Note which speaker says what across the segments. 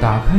Speaker 1: 打开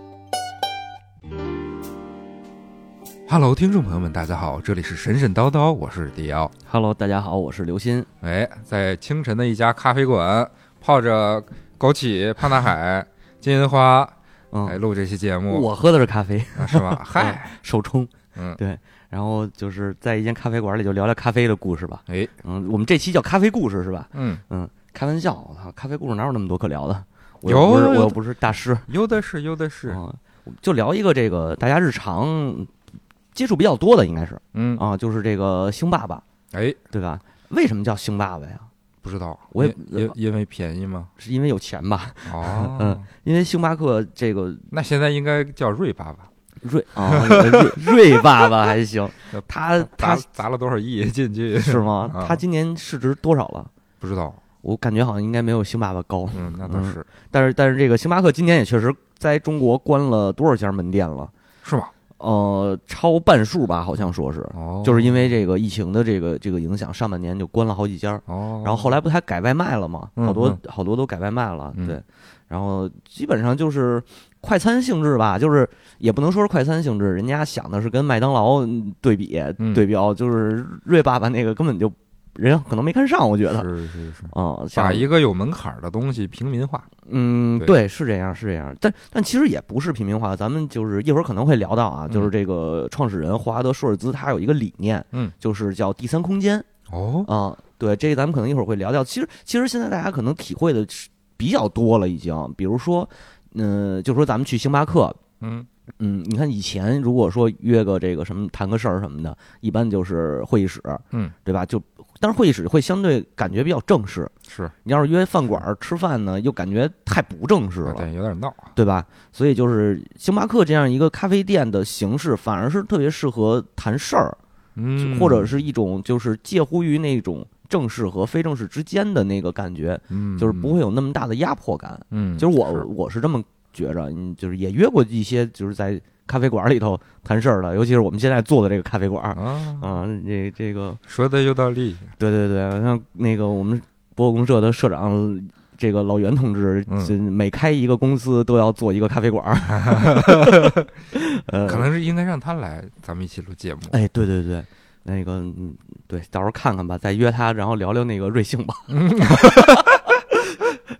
Speaker 1: Hello，听众朋友们，大家好，这里是神神叨叨，我是迪奥。
Speaker 2: Hello，大家好，我是刘鑫。
Speaker 1: 哎，在清晨的一家咖啡馆，泡着枸杞、胖大 海、金银花，哎，
Speaker 2: 嗯，
Speaker 1: 录这期节目、
Speaker 2: 我喝的是咖啡，
Speaker 1: 啊是 吧？ 嗨，
Speaker 2: 手冲。
Speaker 1: 嗯，
Speaker 2: 对，然后就是在一间咖啡馆里就聊聊咖啡的故事吧。
Speaker 1: 哎，
Speaker 2: 嗯，我们这期叫咖啡故事是吧？
Speaker 1: 嗯，
Speaker 2: 嗯，开玩笑，我操，咖啡故事哪有那么多可聊的？我
Speaker 1: 有
Speaker 2: 又不是，
Speaker 1: 有
Speaker 2: 我
Speaker 1: 有
Speaker 2: 又不是大师。
Speaker 1: 有的是，有的是，
Speaker 2: 嗯，就聊一个这个大家日常接触比较多的，应该是
Speaker 1: 嗯，
Speaker 2: 啊，就是这个星爸爸，
Speaker 1: 哎，
Speaker 2: 对吧？为什么叫星爸爸呀？
Speaker 1: 不知道，
Speaker 2: 我也
Speaker 1: 因因因为便宜吗？
Speaker 2: 是因为有钱吧？
Speaker 1: 哦，
Speaker 2: 嗯因为星巴克这个
Speaker 1: 那现在应该叫瑞爸爸。
Speaker 2: 瑞啊，瑞瑞爸爸 还行，他
Speaker 1: 砸
Speaker 2: 他
Speaker 1: 砸了多少亿进去？
Speaker 2: 嗯是吗
Speaker 1: 啊？
Speaker 2: 他今年市值多少了？
Speaker 1: 不知道，
Speaker 2: 我感觉好像应该没有星巴克高，
Speaker 1: 嗯，那倒是，
Speaker 2: 但是但是这个星巴克今年也确实在中国关了多少家门店了？
Speaker 1: 是吗？
Speaker 2: 呃，超半数吧，好像说是，
Speaker 1: 哦，
Speaker 2: 就是因
Speaker 1: 为
Speaker 2: 为这个疫情的这个这个影响，上半年就关了好几家，
Speaker 1: 哦，
Speaker 2: 然后后来不还改外卖了吗？
Speaker 1: 嗯
Speaker 2: 好多
Speaker 1: 嗯
Speaker 2: 好多都改外卖了，
Speaker 1: 嗯
Speaker 2: 对，然后基本上就是快餐性质吧，就是也不能说是快餐性质，人家想的是跟麦当劳嗯对比
Speaker 1: 嗯
Speaker 2: 对标，就是瑞爸爸那个根本就人可能没看上，我觉得。
Speaker 1: 是是是，
Speaker 2: 哦，
Speaker 1: 把
Speaker 2: 下
Speaker 1: 一个有门槛的东西平民化，
Speaker 2: 嗯，
Speaker 1: 对
Speaker 2: 对，是这样，是这样，但但其实也不是平民化，咱们就是一会儿可能会聊到啊，
Speaker 1: 嗯
Speaker 2: 就是这个创始人霍华德·舒尔兹他有一个理念，
Speaker 1: 嗯，
Speaker 2: 就是叫第三空间
Speaker 1: 哦，
Speaker 2: 啊、对，这个咱们可能一会儿会聊到。其实其实现在大家可能体会的是比较多了，已经，比如说，嗯、就说咱们去星巴克。
Speaker 1: 嗯，
Speaker 2: 嗯，你看以前如果说约个这个什么谈个事儿什么的，一般就是会议室，
Speaker 1: 嗯，
Speaker 2: 对吧？就但是会议室会相对感觉比较正式，
Speaker 1: 是，
Speaker 2: 你要是约饭馆儿吃饭呢，又感觉太不正式
Speaker 1: 啊
Speaker 2: 了，
Speaker 1: 对，有点闹啊，
Speaker 2: 对吧？所以就是星巴克这样一个咖啡店的形式，反而是特别适合谈事儿，
Speaker 1: 嗯，
Speaker 2: 或者是一种就是介乎于那种正式和非正式之间的那个感觉，
Speaker 1: 嗯，
Speaker 2: 就是不会有那么大的压迫感。
Speaker 1: 嗯，嗯，
Speaker 2: 就是我
Speaker 1: 是
Speaker 2: 我是这么觉着，嗯，就是也约过一些就是在咖啡馆里头谈事儿的，尤其是我们现在做的这个咖啡馆儿
Speaker 1: 啊，
Speaker 2: 啊，这这个
Speaker 1: 说的有道理，
Speaker 2: 对对对，像那个我们博物公社的社长。这个老袁同志，
Speaker 1: 嗯
Speaker 2: 就每开一个公司都要做一个咖啡馆儿， 呃
Speaker 1: 可能是应该让他来咱们一起录节目，
Speaker 2: 哎，对对对，那个嗯，对，到时候看看吧，再约他，然后聊聊那个瑞幸吧。
Speaker 1: 嗯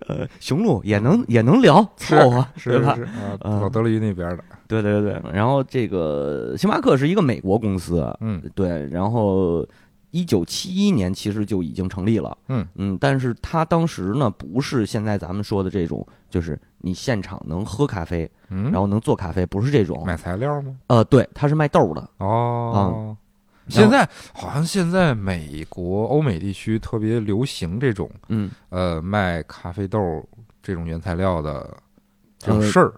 Speaker 2: 呃，雄鹿也能也能聊，
Speaker 1: 是
Speaker 2: 凑合，
Speaker 1: 是
Speaker 2: 对吧？
Speaker 1: 是啊，
Speaker 2: 嗯
Speaker 1: 老德利那边的，
Speaker 2: 对对对。然后这个星巴克是一个美国公司，啊
Speaker 1: 嗯
Speaker 2: 对，然后。一九七一年其实就已经成立了，
Speaker 1: 嗯
Speaker 2: 嗯，但是它当时呢不是现在咱们说的这种，就是你现场能喝咖啡，
Speaker 1: 嗯，
Speaker 2: 然后能做咖啡，不是这种，
Speaker 1: 买材料吗？
Speaker 2: 呃，对，它是卖豆的，啊
Speaker 1: 哦。现在好像现在美国、欧美地区特别流行这种
Speaker 2: 嗯，
Speaker 1: 呃卖咖啡豆这种原材料的这种
Speaker 2: 呃
Speaker 1: 事儿，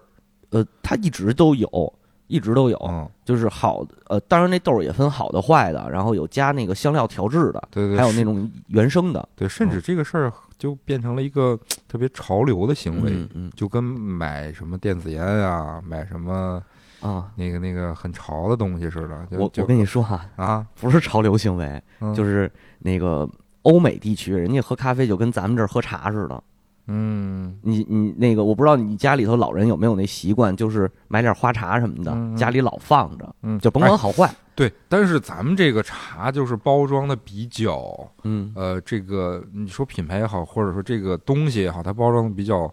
Speaker 2: 呃，它一直都有，一直都有，
Speaker 1: 嗯，
Speaker 2: 就是好的，呃，当然那豆儿也分好的坏的，然后有加那个香料调制的，
Speaker 1: 对对，
Speaker 2: 还有
Speaker 1: 是
Speaker 2: 那种哦原生的
Speaker 1: 对，甚至这个事儿就变成了一个特别潮流的行为，
Speaker 2: 嗯嗯
Speaker 1: 就跟买什么电子烟啊，买什么
Speaker 2: 啊。
Speaker 1: 那个那个很潮的东西似的，就
Speaker 2: 我我
Speaker 1: 就
Speaker 2: 跟你说哈、
Speaker 1: 啊，
Speaker 2: 不是潮流行为，
Speaker 1: 嗯
Speaker 2: 就是那个欧美地区，人家喝咖啡就跟咱们这儿喝茶似的。
Speaker 1: 嗯
Speaker 2: 你你那个，我不知道你家里头老人有没有那习惯，就是买点花茶什么的，
Speaker 1: 嗯嗯
Speaker 2: 家里老放着，
Speaker 1: 嗯，
Speaker 2: 就甭
Speaker 1: 哎
Speaker 2: 管好坏。
Speaker 1: 对，但是咱们这个茶就是包装的比较，
Speaker 2: 嗯
Speaker 1: 呃，这个你说品牌也好，或者说这个东西也好，它包装的比较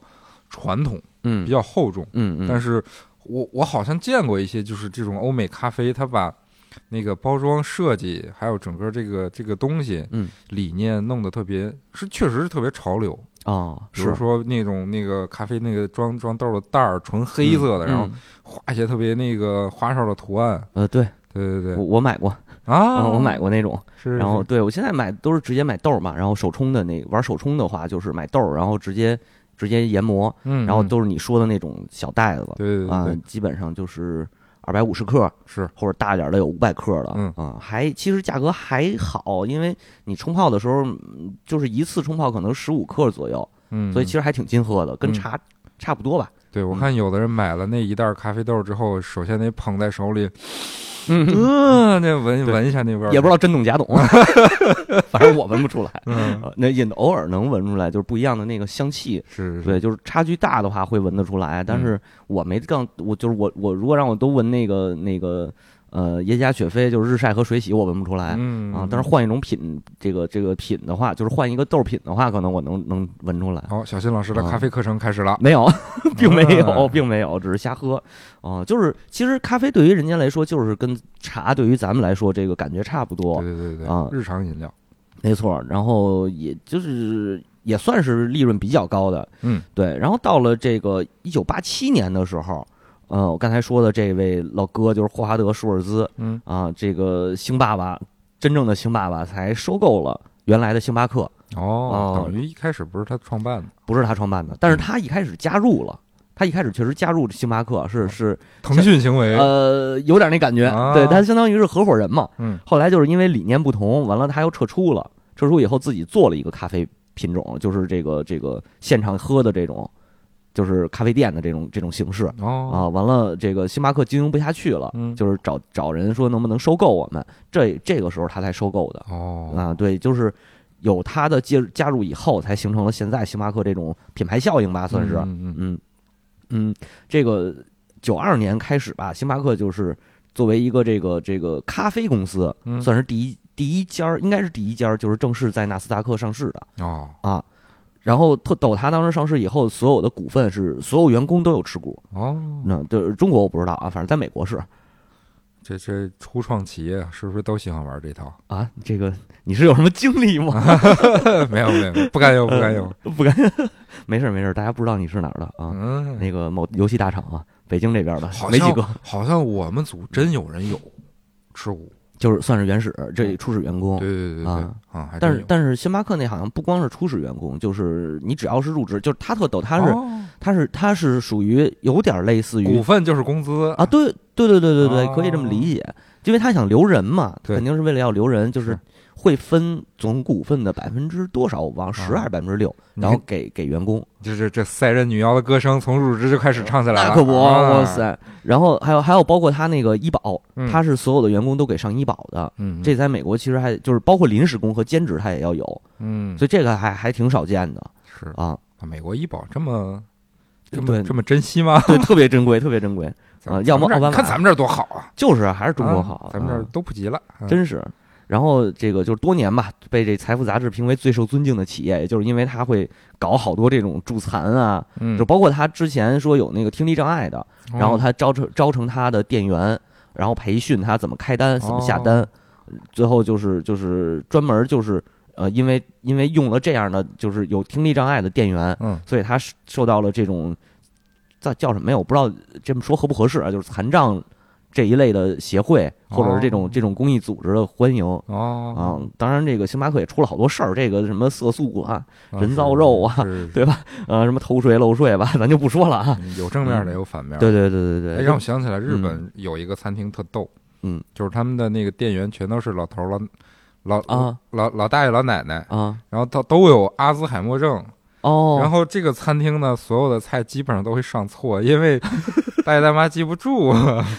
Speaker 1: 传统，比
Speaker 2: 嗯
Speaker 1: 较厚重。
Speaker 2: 嗯嗯，
Speaker 1: 但
Speaker 2: 是
Speaker 1: 是我我好像见过一些，就是这种欧美咖啡，它把那个包装设计，还有整个这个这个东西，
Speaker 2: 嗯，
Speaker 1: 理念弄得特别是确实是特别潮流。
Speaker 2: 哦，
Speaker 1: 比如说那种那个咖啡那个装装豆的袋儿，纯黑色的，
Speaker 2: 嗯
Speaker 1: 然后
Speaker 2: 嗯
Speaker 1: 画一些特别那个花哨的图案。
Speaker 2: 呃，对
Speaker 1: 对对对，
Speaker 2: 我我买过，
Speaker 1: 啊，
Speaker 2: 嗯我买过那种，
Speaker 1: 是，
Speaker 2: 然
Speaker 1: 是
Speaker 2: 后对我现在买都是直接买豆儿嘛，然后手冲的那玩手冲的话就是买豆儿，然后直接直接研磨，
Speaker 1: 嗯，
Speaker 2: 然后
Speaker 1: 嗯
Speaker 2: 都是你说的那种小袋子
Speaker 1: 对对对
Speaker 2: 啊
Speaker 1: 对，，
Speaker 2: 基本上就是二百五十克
Speaker 1: 是
Speaker 2: 或者大点儿的有五百克的，
Speaker 1: 嗯
Speaker 2: 啊，还其实价格还好，因为你冲泡的时候嗯就是一次冲泡可能十五克左右，
Speaker 1: 嗯，
Speaker 2: 所以其实还挺经喝的，跟
Speaker 1: 嗯
Speaker 2: 茶差不多吧。
Speaker 1: 对我
Speaker 2: 嗯
Speaker 1: 看有的人买了那一袋咖啡豆之后，首先得捧在手里，
Speaker 2: 嗯，
Speaker 1: 嗯，那闻
Speaker 2: 对
Speaker 1: 闻一下那味儿，
Speaker 2: 也不知道真懂假懂，啊 反正我闻不出来。
Speaker 1: 嗯，
Speaker 2: 呃那也偶尔能闻出来，就是不一样的那个香气。
Speaker 1: 是，嗯是
Speaker 2: 对，就是差距大的话会闻得出来，但是我没更，我就是我我如果让我都闻那个那个呃耶加雪菲，就是日晒和水洗，我闻不出来。
Speaker 1: 嗯
Speaker 2: 啊，但是换一种品，这个这个品的话，就是换一个豆品的话，可能我能能闻出来。
Speaker 1: 好，小新老师的
Speaker 2: 啊
Speaker 1: 咖啡课程开始了，
Speaker 2: 没有， 并没有，
Speaker 1: 啊
Speaker 2: 并没有，只是瞎喝。哦、就是其实咖啡对于人家来说，就是跟茶对于咱们来说，这个感觉差不多。
Speaker 1: 对对对
Speaker 2: 啊
Speaker 1: 对，日常饮料，
Speaker 2: 没错，然后也就是也算是利润比较高的，
Speaker 1: 嗯，
Speaker 2: 对。然后到了这个一九八七年的时候，呃，我刚才说的这位老哥就是霍华德·舒尔兹
Speaker 1: 嗯
Speaker 2: 啊，这个星爸爸真正的星爸爸才收购了原来的星巴克，
Speaker 1: 哦
Speaker 2: 哦，
Speaker 1: 等于一开始不是他创办的，
Speaker 2: 不是他创办的，但是他
Speaker 1: 嗯
Speaker 2: 一开始加入了。他一开始确实加入星巴克，是是，
Speaker 1: 腾讯行为，
Speaker 2: 呃，有点那感觉，
Speaker 1: 哦啊
Speaker 2: 对他相当于是合伙人嘛。
Speaker 1: 嗯
Speaker 2: 后来就是因为理念不同，完了他又撤出了，撤出以后自己做了一个咖啡品种，就是这个这个现场喝的这种，就是咖啡店的这种这种形式
Speaker 1: 哦
Speaker 2: 啊。完了，这个星巴克经营不下去了，
Speaker 1: 嗯
Speaker 2: 就是找找人说能不能收购我们，这这个时候他才收购的
Speaker 1: 哦，
Speaker 2: 啊。对，就是有他的介入加入以后，才形成了现在星巴克这种品牌效应吧，算是。
Speaker 1: 嗯嗯
Speaker 2: 嗯，嗯，这个九二年开始吧，星巴克就是作为一个这个这个咖啡公司，
Speaker 1: 嗯
Speaker 2: 算是第一第一家儿，应该是第一家儿，就是正式在纳斯达克上市的
Speaker 1: 嗯哦
Speaker 2: 啊。然后特抖它当时上市以后，所有的股份是所有员工都有持股。
Speaker 1: 哦，
Speaker 2: 那对中国我不知道啊，反正在美国是
Speaker 1: 这这初创企业啊是不是都喜欢玩这套？
Speaker 2: 啊。这个你是有什么经历吗？
Speaker 1: 没有没有，没有不敢嗯有不敢有，
Speaker 2: 不敢， 没事儿没事儿，大家不知道你是哪儿的啊？
Speaker 1: 嗯，
Speaker 2: 那个某游戏大厂啊，北京这边的
Speaker 1: 好像
Speaker 2: 没几个，
Speaker 1: 好像我们组真有人有吃股，
Speaker 2: 就是算是原始这初始员工。
Speaker 1: 对对对对
Speaker 2: 啊
Speaker 1: 啊，还
Speaker 2: 但
Speaker 1: 真
Speaker 2: 是
Speaker 1: 有
Speaker 2: 但是星巴克那好像不光是初始员工，就是你只要是入职，就是他特逗，他是、
Speaker 1: 哦
Speaker 2: 他是他是属于有点类似
Speaker 1: 股
Speaker 2: 于
Speaker 1: 份就是工资
Speaker 2: 啊，，对对对对对对，
Speaker 1: 哦
Speaker 2: 可以这么理解，因为他想留人嘛，
Speaker 1: 对
Speaker 2: 肯定是为了要留人，就是
Speaker 1: 是
Speaker 2: 会分总股份的百分之多少，我忘了十还是百分之六，
Speaker 1: 啊你
Speaker 2: 然后
Speaker 1: 看
Speaker 2: 给给员工，
Speaker 1: 这这这赛任女妖的歌声从入职就开始唱起来了，
Speaker 2: 哦那可不，
Speaker 1: 啊
Speaker 2: 哇，塞！然后还有还有包括他那个医保，
Speaker 1: 嗯
Speaker 2: 他是所有的员工都给上医保的，
Speaker 1: 嗯，
Speaker 2: 这在美国其实还就是包括临时工和兼职他也要有，
Speaker 1: 嗯
Speaker 2: 所以这个还还挺少见的
Speaker 1: 是
Speaker 2: 啊。
Speaker 1: 啊美国医保这么这么
Speaker 2: 对
Speaker 1: 这么珍惜吗？
Speaker 2: 对，特别珍贵，特别珍贵，
Speaker 1: 咱们
Speaker 2: 要么
Speaker 1: 咱们这儿
Speaker 2: 奥巴马
Speaker 1: 你看咱们这儿多好啊，
Speaker 2: 就是啊还是中国好
Speaker 1: 啊，咱们这儿
Speaker 2: 啊
Speaker 1: 都普及了，啊
Speaker 2: 真是。然后这个就是多年吧，被这《财富》杂志评为最受尊敬的企业，也就是因为他会搞好多这种助残啊，
Speaker 1: 嗯
Speaker 2: 就包括他之前说有那个听力障碍的，然后
Speaker 1: 哦
Speaker 2: 他招成招成他的店员，然后培训他怎么开
Speaker 1: 哦
Speaker 2: 单，怎么下单，最后就是就是专门就是呃，因为因为用了这样的就是有听力障碍的店员，
Speaker 1: 嗯
Speaker 2: 所以他是受到了这种叫叫什么呀？我不知道这么说合不合适啊，就是残障这一类的协会或者是这种、
Speaker 1: 哦
Speaker 2: 这种公益组织的欢迎。
Speaker 1: 哦
Speaker 2: 啊、当然，这个星巴克也出了好多事儿，这个什么色素啊，
Speaker 1: 啊
Speaker 2: 人造肉啊，
Speaker 1: 是是
Speaker 2: 对吧？呃，什么偷税漏税吧，咱就不说了啊。
Speaker 1: 嗯有正面的有反面的，
Speaker 2: 对对对对
Speaker 1: 哎，
Speaker 2: 对，
Speaker 1: 让我想起来日本有一个餐厅特逗，
Speaker 2: 嗯，
Speaker 1: 就是他们的那个店员全都是老头儿老老
Speaker 2: 啊
Speaker 1: 老老大爷老奶奶，
Speaker 2: 啊
Speaker 1: 然后都都有阿兹海默症，
Speaker 2: 哦，
Speaker 1: 然后这个餐厅呢，所有的菜基本上都会上错，因 为大爷大妈记不住，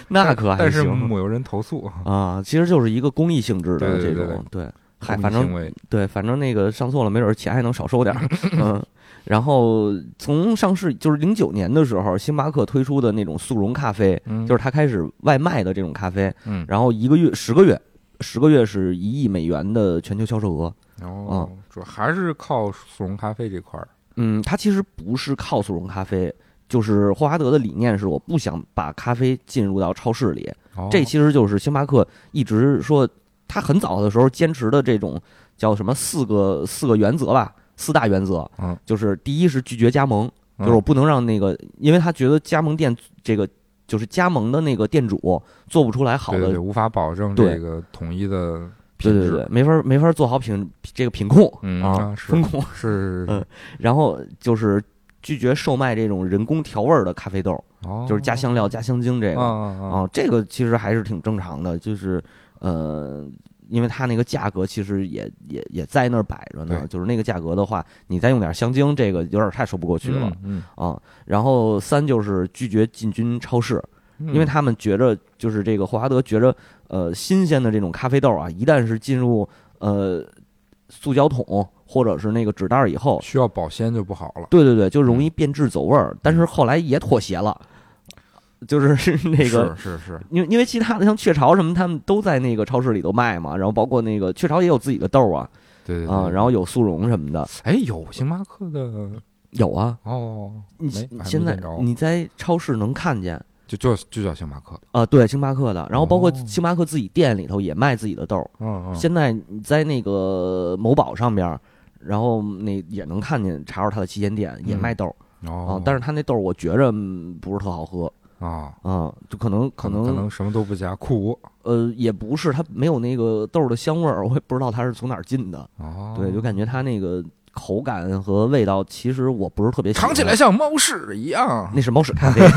Speaker 2: 那可 还
Speaker 1: 但是
Speaker 2: 嗯行
Speaker 1: 母有人投诉，
Speaker 2: 啊，其实就是一个公益性质的
Speaker 1: 对对
Speaker 2: 这
Speaker 1: 对
Speaker 2: 种，对，嗨，
Speaker 1: 公益
Speaker 2: 反正
Speaker 1: 行为
Speaker 2: 对，反正那个上错了，没准儿钱还能少收点儿。嗯，然后从上市就是零九年的时候，星巴克推出的那种速溶咖啡，
Speaker 1: 嗯
Speaker 2: 就是它开始外卖的这种咖啡，
Speaker 1: 嗯，
Speaker 2: 然后一个月十个月。十个月是一亿美元的全球销售额。
Speaker 1: 然后
Speaker 2: 哦
Speaker 1: 主要还是靠速溶咖啡这块儿，
Speaker 2: 嗯，它其实不是靠速溶咖啡，就是霍华德的理念是，我不想把咖啡进入到超市里。
Speaker 1: 哦
Speaker 2: 这其实就是星巴克一直说，他很早的时候坚持的这种叫什么四个四个原则吧，四大原则。
Speaker 1: 嗯，
Speaker 2: 就是第一是拒绝加盟，
Speaker 1: 嗯
Speaker 2: 就是我不能让那个，因为他觉得加盟店这个就是加盟的那个店主做不出来好
Speaker 1: 对对对
Speaker 2: 的，
Speaker 1: 无法保证
Speaker 2: 对
Speaker 1: 这个统一的
Speaker 2: 对
Speaker 1: 品
Speaker 2: 对
Speaker 1: 质。
Speaker 2: 对，没法没法做好品这个品控
Speaker 1: 嗯
Speaker 2: 啊
Speaker 1: 啊，是
Speaker 2: 风控，
Speaker 1: 是
Speaker 2: 嗯然后就是拒绝售卖这种人工调味儿的咖啡豆，
Speaker 1: 哦，
Speaker 2: 就是加香料、加香精这个
Speaker 1: 啊啊啊
Speaker 2: 啊，这个其实还是挺正常的，就是呃，因为它那个价格其实也也也在那儿摆着呢，
Speaker 1: 对
Speaker 2: 就是那个价格的话，你再用点香精，这个有点太说不过去了、
Speaker 1: 嗯，
Speaker 2: 啊。然后三就是拒绝进军超市，
Speaker 1: 嗯
Speaker 2: 因为他们觉着就是这个霍华德觉着，呃，新鲜的这种咖啡豆啊，一旦是进入呃塑胶桶或者是那个纸袋儿以后，
Speaker 1: 需要保鲜就不好了。
Speaker 2: 对对对，就容易
Speaker 1: 嗯
Speaker 2: 变质走味儿。但是后来也妥协了。就是是 那
Speaker 1: 是
Speaker 2: 个
Speaker 1: 是是，
Speaker 2: 因为因为其他的像雀巢什么，他们都在那个超市里头卖嘛，然后包括那个雀巢也有自己的豆儿啊，
Speaker 1: 对对对
Speaker 2: 啊，然后有速溶什么的，
Speaker 1: 哎，有星巴克的
Speaker 2: 有啊，
Speaker 1: 哦，
Speaker 2: 你
Speaker 1: 没
Speaker 2: 你
Speaker 1: 还没
Speaker 2: 现在
Speaker 1: 见着
Speaker 2: 你在超市能看见
Speaker 1: 就就就叫星巴克。
Speaker 2: 啊，对，星巴克的，然后包括
Speaker 1: 哦
Speaker 2: 星巴克自己店里头也卖自己的豆儿，
Speaker 1: 嗯嗯，
Speaker 2: 现在你在那个某宝上边儿。然后那也能看见查着他的旗舰店也卖豆儿、
Speaker 1: 嗯哦
Speaker 2: 啊，但是他那豆儿我觉着嗯不是特好喝
Speaker 1: 啊，
Speaker 2: 啊，就可能可
Speaker 1: 能可能什么都不加，苦无
Speaker 2: 呃也不是它没有那个豆儿的香味儿，我也不知道它是从哪儿进的，
Speaker 1: 哦，
Speaker 2: 啊对，就感觉它那个口感和味道，其实我不是特别喜欢
Speaker 1: 尝起来，像猫屎一样。
Speaker 2: 那是猫屎咖啡。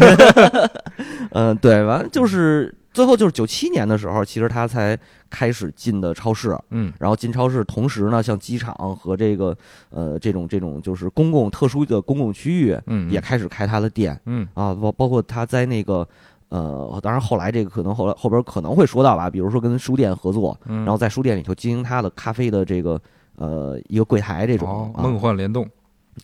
Speaker 2: 嗯、对，完了就是最后就是九七年的时候，其实它才开始进的超市，
Speaker 1: 嗯
Speaker 2: 然后进超市，同时呢，像机场和这个呃这种这种就是公共特殊的公共区域
Speaker 1: 嗯，
Speaker 2: 也开始开它的店
Speaker 1: 嗯
Speaker 2: 啊，包包括它在那个。呃，当然，后来这个可能后来后边可能会说到吧，比如说跟书店合作，
Speaker 1: 嗯，
Speaker 2: 然后在书店里头经营它的咖啡的这个呃一个柜台这种
Speaker 1: 哦、
Speaker 2: 啊
Speaker 1: 梦幻联动，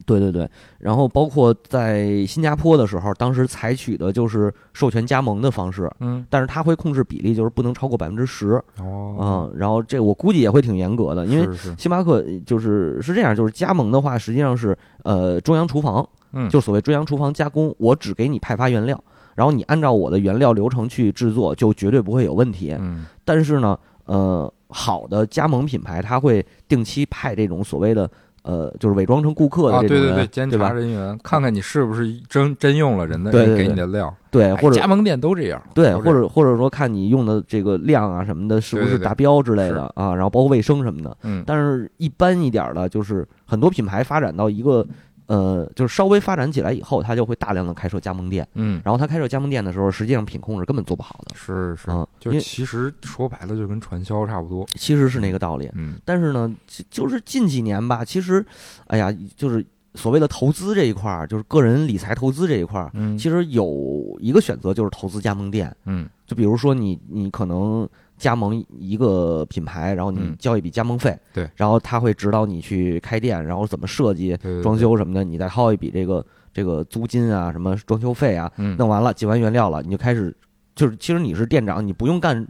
Speaker 2: 对对对，然后包括在新加坡的时候，当时采取的就是授权加盟的方式，
Speaker 1: 嗯
Speaker 2: 但是它会控制比例，就是不能超过百分之十，
Speaker 1: 哦，
Speaker 2: 嗯，然后这我估计也会挺严格的，因为
Speaker 1: 是是
Speaker 2: 星巴克就是是这样，就是加盟的话，实际上是呃中央厨房，
Speaker 1: 嗯
Speaker 2: 就是所谓中央厨房加工，我只给你派发原料，然后你按照我的原料流程去制作，就绝对不会有问题。
Speaker 1: 嗯
Speaker 2: 但是呢，呃，好的加盟品牌，它会定期派这种所谓的呃，就是伪装成顾客
Speaker 1: 啊，
Speaker 2: 的
Speaker 1: 对
Speaker 2: 这种
Speaker 1: 对对，
Speaker 2: 人，
Speaker 1: 监
Speaker 2: 吧
Speaker 1: 察？人员看看你是不是真真用了人的
Speaker 2: 对对
Speaker 1: 给
Speaker 2: 对
Speaker 1: 你的料，
Speaker 2: 对，
Speaker 1: 哎
Speaker 2: 或者
Speaker 1: 加盟店都这样，
Speaker 2: 对，
Speaker 1: 都这
Speaker 2: 或
Speaker 1: 样
Speaker 2: 者或者说看你用的这个量啊什么的，是不
Speaker 1: 对
Speaker 2: 是
Speaker 1: 对对
Speaker 2: 达标之类的啊，然后包括卫生什么的。
Speaker 1: 嗯
Speaker 2: 但是，一般一点儿的，就是很多品牌发展到一个呃，就是稍微发展起来以后，它就会大量的开设加盟店。
Speaker 1: 嗯
Speaker 2: 然后它开设加盟店的时候，实际上品控是根本做不好的，
Speaker 1: 是是
Speaker 2: 啊，
Speaker 1: 就
Speaker 2: 因为
Speaker 1: 其实说白了就跟传销差不多，
Speaker 2: 其实是那个道理。
Speaker 1: 嗯
Speaker 2: 但是呢，就就是近几年吧，其实，哎呀，就是所谓的投资这一块儿，就是个人理财投资这一块儿，
Speaker 1: 嗯
Speaker 2: 其实有一个选择就是投资加盟店。
Speaker 1: 嗯
Speaker 2: 就比如说你你可能加盟一个品牌，然后你
Speaker 1: 嗯
Speaker 2: 交一笔加盟费，
Speaker 1: 对，
Speaker 2: 然后他会指导你去开店，然后怎么设计、
Speaker 1: 对对
Speaker 2: 装
Speaker 1: 对
Speaker 2: 修什么的，你再掏一笔这个这个租金啊，什么装修费啊，
Speaker 1: 嗯
Speaker 2: 弄完了进完原料了，你就开始就是其实你是店长，你不用干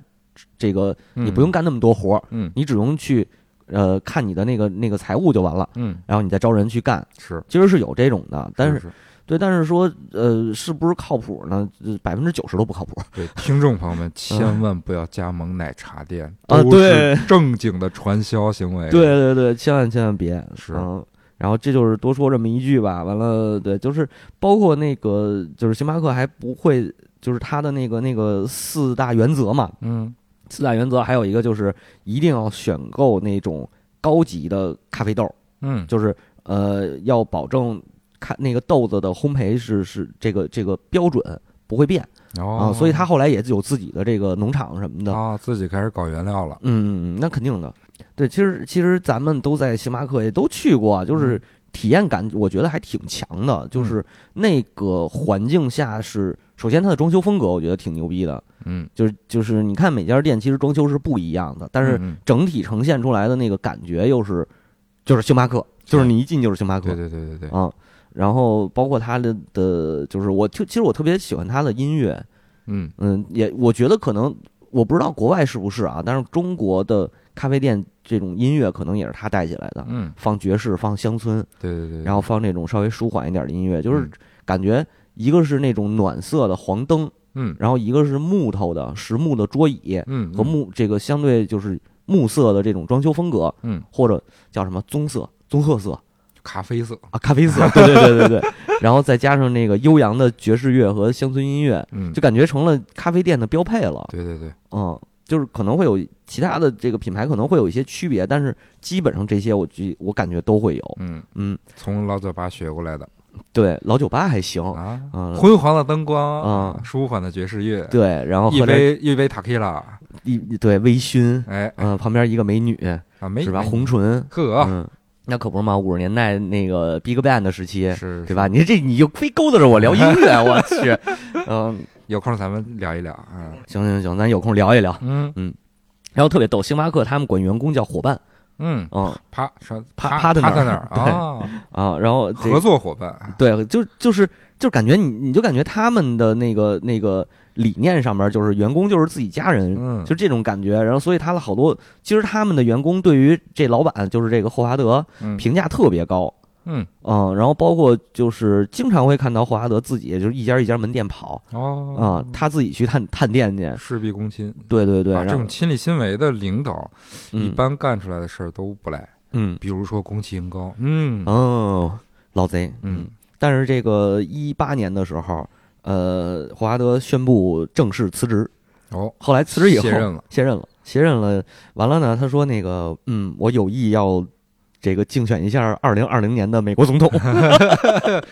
Speaker 2: 这个，
Speaker 1: 嗯
Speaker 2: 你不用干那么多活儿，
Speaker 1: 嗯
Speaker 2: 你只用去呃看你的那个那个财务就完了，
Speaker 1: 嗯
Speaker 2: 然后你再招人去干，
Speaker 1: 是，
Speaker 2: 其实是有这种的，但是
Speaker 1: 是
Speaker 2: 对，但是说呃是不是靠谱呢？呃百分之九十都不靠谱。
Speaker 1: 对听众朋友们千万不要加盟奶茶店，
Speaker 2: 啊
Speaker 1: 都
Speaker 2: 对
Speaker 1: 是正经的传销行为，
Speaker 2: 对对对，千万千万别
Speaker 1: 哎是
Speaker 2: 嗯然后这就是多说这么一句吧，完了，对，就是包括那个，就是星巴克还不会，就是它的那个那个四大原则嘛，
Speaker 1: 嗯
Speaker 2: 四大原则还有一个就是一定要选购那种高级的咖啡豆，
Speaker 1: 嗯
Speaker 2: 就是呃要保证看那个豆子的烘焙是是这个这个标准不会变啊、
Speaker 1: 哦，
Speaker 2: 所以他后来也有自己的这个农场什么的，
Speaker 1: 啊自己开始搞原料了，
Speaker 2: 嗯，那肯定的。对，其实其实咱们都在星巴克也都去
Speaker 1: 嗯
Speaker 2: 过，啊就是体验感，我觉得还挺强的。就是那个环境下是，首先它的装修风格我觉得挺牛逼的，
Speaker 1: 嗯，
Speaker 2: 就是就是你看每家店其实装修是不一样的，但是
Speaker 1: 嗯嗯
Speaker 2: 整体呈现出来的那个感觉又是就是星巴克，就是你一进就是星巴克
Speaker 1: 对对对对对，
Speaker 2: 啊、然后包括它的的，就是我就其实我特别喜欢它的音乐，
Speaker 1: 嗯
Speaker 2: 嗯，也我觉得可能我不知道国外是不是啊，但是中国的咖啡店这种音乐可能也是他带起来的，
Speaker 1: 嗯
Speaker 2: 放爵士，放乡村，
Speaker 1: 对对对，
Speaker 2: 然后放那种稍微舒缓一点的音乐，就是
Speaker 1: 嗯
Speaker 2: 感觉一个是那种暖色的黄灯，
Speaker 1: 嗯
Speaker 2: 然后一个是木头的实木的桌椅
Speaker 1: 嗯，
Speaker 2: 和木这个相对就是木色的这种装修风格，
Speaker 1: 嗯，
Speaker 2: 或者叫什么棕色、棕褐色
Speaker 1: 咖啡色，
Speaker 2: 啊、咖 啡色，对对对对对，然后再加上那个悠扬的爵士乐和乡村音乐，
Speaker 1: 嗯，
Speaker 2: 就感觉成了咖啡店的标配了。
Speaker 1: 对对对，
Speaker 2: 嗯，就是可能会有其他的这个品牌可能会有一些区别，但是基本上这些我觉我感觉都会有。
Speaker 1: 嗯，
Speaker 2: 嗯，
Speaker 1: 从老酒吧学过来的
Speaker 2: 对，老酒吧还行，
Speaker 1: 啊，
Speaker 2: 嗯，
Speaker 1: 昏黄的灯光
Speaker 2: 啊
Speaker 1: 舒缓的爵士乐，
Speaker 2: 对，然后
Speaker 1: 一
Speaker 2: 喝点
Speaker 1: 杯一杯塔 q 拉，
Speaker 2: 一对微醺，
Speaker 1: 哎
Speaker 2: 嗯，旁边一个美女
Speaker 1: 啊没啊
Speaker 2: 是吧？红唇，
Speaker 1: 呵，
Speaker 2: 嗯，那可不是嘛，五十年代那个 Big Band 的时期，
Speaker 1: 是
Speaker 2: 对吧？你这你就非勾搭着我聊音乐，我去，嗯，
Speaker 1: 有空咱们聊一聊啊，
Speaker 2: 行行行，咱有空聊一聊。
Speaker 1: 嗯
Speaker 2: 然后特别逗，星巴克他们管员工叫伙伴，
Speaker 1: 嗯，
Speaker 2: 嗯
Speaker 1: 趴上
Speaker 2: 趴
Speaker 1: 趴
Speaker 2: 趴在那儿
Speaker 1: 那 儿啊，
Speaker 2: 啊，然后这
Speaker 1: 合作伙伴，
Speaker 2: 对，就就是就感觉你你就感觉他们的那个那个理念上面就是员工就是自己家人，
Speaker 1: 嗯
Speaker 2: 就这种感觉。然后所以他的好多其实他们的员工对于这老板就是这个霍华德
Speaker 1: 嗯
Speaker 2: 评价特别高。
Speaker 1: 嗯
Speaker 2: 嗯，然后包括就是经常会看到霍华德自己就是一家一家门店跑
Speaker 1: 哦
Speaker 2: 啊、他自己去探探店去，
Speaker 1: 事必躬亲，
Speaker 2: 对啊对对，
Speaker 1: 啊这
Speaker 2: 然后
Speaker 1: 种亲力亲为的领导，一
Speaker 2: 嗯
Speaker 1: 般干出来的事儿都不赖，
Speaker 2: 嗯
Speaker 1: 比如说宫崎英高，嗯
Speaker 2: 哦老贼
Speaker 1: 嗯
Speaker 2: 但是这个一八年的时候，呃，霍华德宣布正式辞职，
Speaker 1: 哦，
Speaker 2: 后来辞职以后
Speaker 1: 卸任了，
Speaker 2: 卸任了，卸任了，完了呢，他说那个，嗯，我有意要这个竞选一下二零二零年的美国 总统，，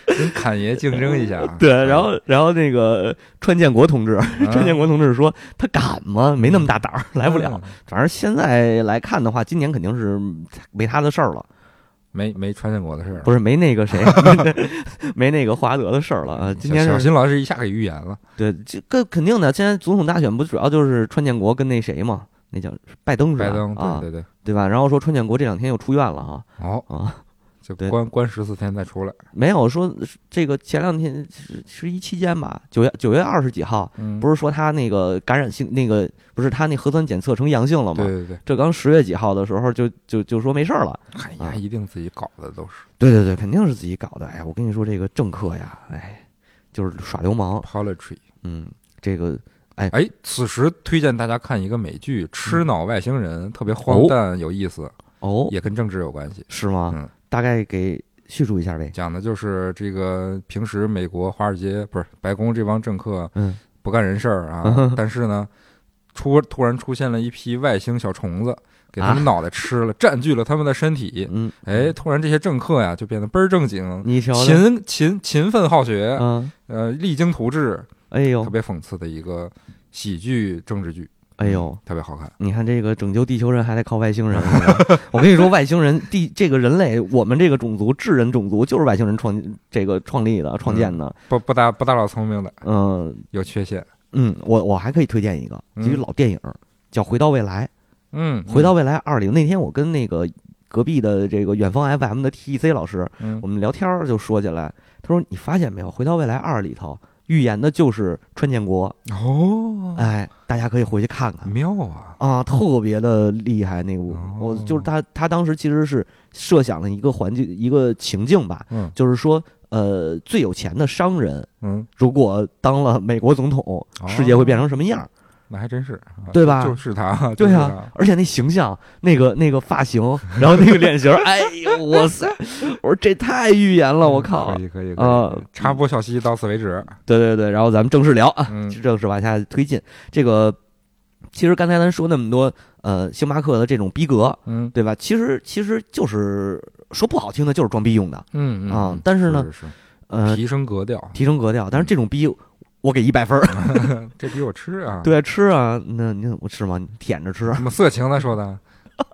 Speaker 1: 跟侃爷竞争一下啊
Speaker 2: 对，然后然后那个川建国同志，川建
Speaker 1: 国
Speaker 2: 国同志说他敢吗？没那么大胆
Speaker 1: 嗯
Speaker 2: 儿，来不了。，反正现在来看的话，今年肯定是没他的事儿了，
Speaker 1: 没没川建国的事儿，
Speaker 2: 不是没那 个谁，没那个霍华德的事儿了啊。今年
Speaker 1: 小小
Speaker 2: 是
Speaker 1: 新老师一下给预言了，
Speaker 2: 对这个肯定的，现在总统大选不主要就是川建国跟那谁嘛，那叫拜登是吧？
Speaker 1: 拜登，
Speaker 2: 啊，
Speaker 1: 对对对，
Speaker 2: 对吧？然后说川建国这两天又出院了啊
Speaker 1: 好，
Speaker 2: 啊。
Speaker 1: 就
Speaker 2: 对
Speaker 1: 关关十四天再出来，
Speaker 2: 没有说这个前两天是是一期间吧，九月九月二十几号，
Speaker 1: 嗯，
Speaker 2: 不
Speaker 1: 是，
Speaker 2: 是说他那个感染性那个不是他那核酸检测成阳性了吗
Speaker 1: 对？对对，
Speaker 2: 这刚十月几号的时候就就就说没事儿了。
Speaker 1: 侃
Speaker 2: 啊
Speaker 1: 爷一定自己搞的都是
Speaker 2: 对对对，肯定是自己搞的。哎呀，我跟你说这个政客呀，哎，就是耍流氓。
Speaker 1: poetry。
Speaker 2: 嗯，这个
Speaker 1: 哎，此时推荐大家看一个美剧《
Speaker 2: 嗯
Speaker 1: 吃脑外星人》，特别荒诞有意思，
Speaker 2: 哦
Speaker 1: 也跟政治有关系。
Speaker 2: 是吗？
Speaker 1: 嗯
Speaker 2: 大概给叙述一下呗。
Speaker 1: 讲的就是这个平时美国华尔街不是白宫这帮政客
Speaker 2: 嗯
Speaker 1: 不干人事儿啊，
Speaker 2: 嗯哼
Speaker 1: 但是呢，出突然出现了一批外星小虫子，给他
Speaker 2: 啊
Speaker 1: 们脑袋吃了，占据了他们的身体。
Speaker 2: 嗯，
Speaker 1: 哎，，突然这些政客呀就变得倍儿正经，
Speaker 2: 你瞧瞧，
Speaker 1: 勤勤勤奋好学，
Speaker 2: 嗯，
Speaker 1: 呃，励精图治，
Speaker 2: 哎呦
Speaker 1: 特，别讽刺的一个喜剧政治剧，嗯
Speaker 2: 哎呦，
Speaker 1: 特别好看。
Speaker 2: 你看这个拯救地球人还得靠外星人，是吧我跟你说，外星人地这个人类，我们这个种族智人种族就是外星人创这个创立的、创建的。
Speaker 1: 不不大不大老聪明的，
Speaker 2: 嗯
Speaker 1: 有缺陷。
Speaker 2: 嗯，我我还可以推荐一个，
Speaker 1: 嗯
Speaker 2: 一个老电影叫《回到未来
Speaker 1: 嗯，》。
Speaker 2: 《回到未来二零》那天我跟那个隔壁的这个远方 FM 的 TEC 老师，
Speaker 1: 嗯
Speaker 2: 我们聊天儿就说起来，他说你发现没有，《回到未来二》里头预言的就是川建国，
Speaker 1: 哦，
Speaker 2: 哎，大家可以回去看看。
Speaker 1: 妙啊！
Speaker 2: 啊，特别的厉害那部，
Speaker 1: 哦
Speaker 2: 我就是他，他当时其实是设想了一个环境，一个情境吧，
Speaker 1: 嗯
Speaker 2: 就是说，呃，最有钱的商人
Speaker 1: 嗯，
Speaker 2: 如果当了美国总统，世界会变成什么样儿？
Speaker 1: 那还真是，啊
Speaker 2: 对吧
Speaker 1: 就是他，
Speaker 2: 对
Speaker 1: 呀、
Speaker 2: 啊，而且那形象，那个那个发型， 然后那个脸型， 哎呦，哇塞！我说这太预言
Speaker 1: 嗯
Speaker 2: 了，哦我靠
Speaker 1: 可！以可以可以
Speaker 2: 啊
Speaker 1: 插播小息到此为止。
Speaker 2: 对对对，然后咱们正式聊啊，
Speaker 1: 嗯
Speaker 2: 正式往下推进这个。其实刚才咱说那么多，呃，星巴克的这种逼格，
Speaker 1: 嗯
Speaker 2: 对吧？其实其实就是说不好听的，就是装逼用的，
Speaker 1: 嗯嗯
Speaker 2: 啊但是呢，
Speaker 1: 是
Speaker 2: 呃，
Speaker 1: 提升格调，
Speaker 2: 提升格调。但是这种逼，我给一百分儿。
Speaker 1: 这逼我吃啊！，
Speaker 2: 对，吃啊，那那我吃吗？你舔着吃，啊
Speaker 1: 什么色情的说的，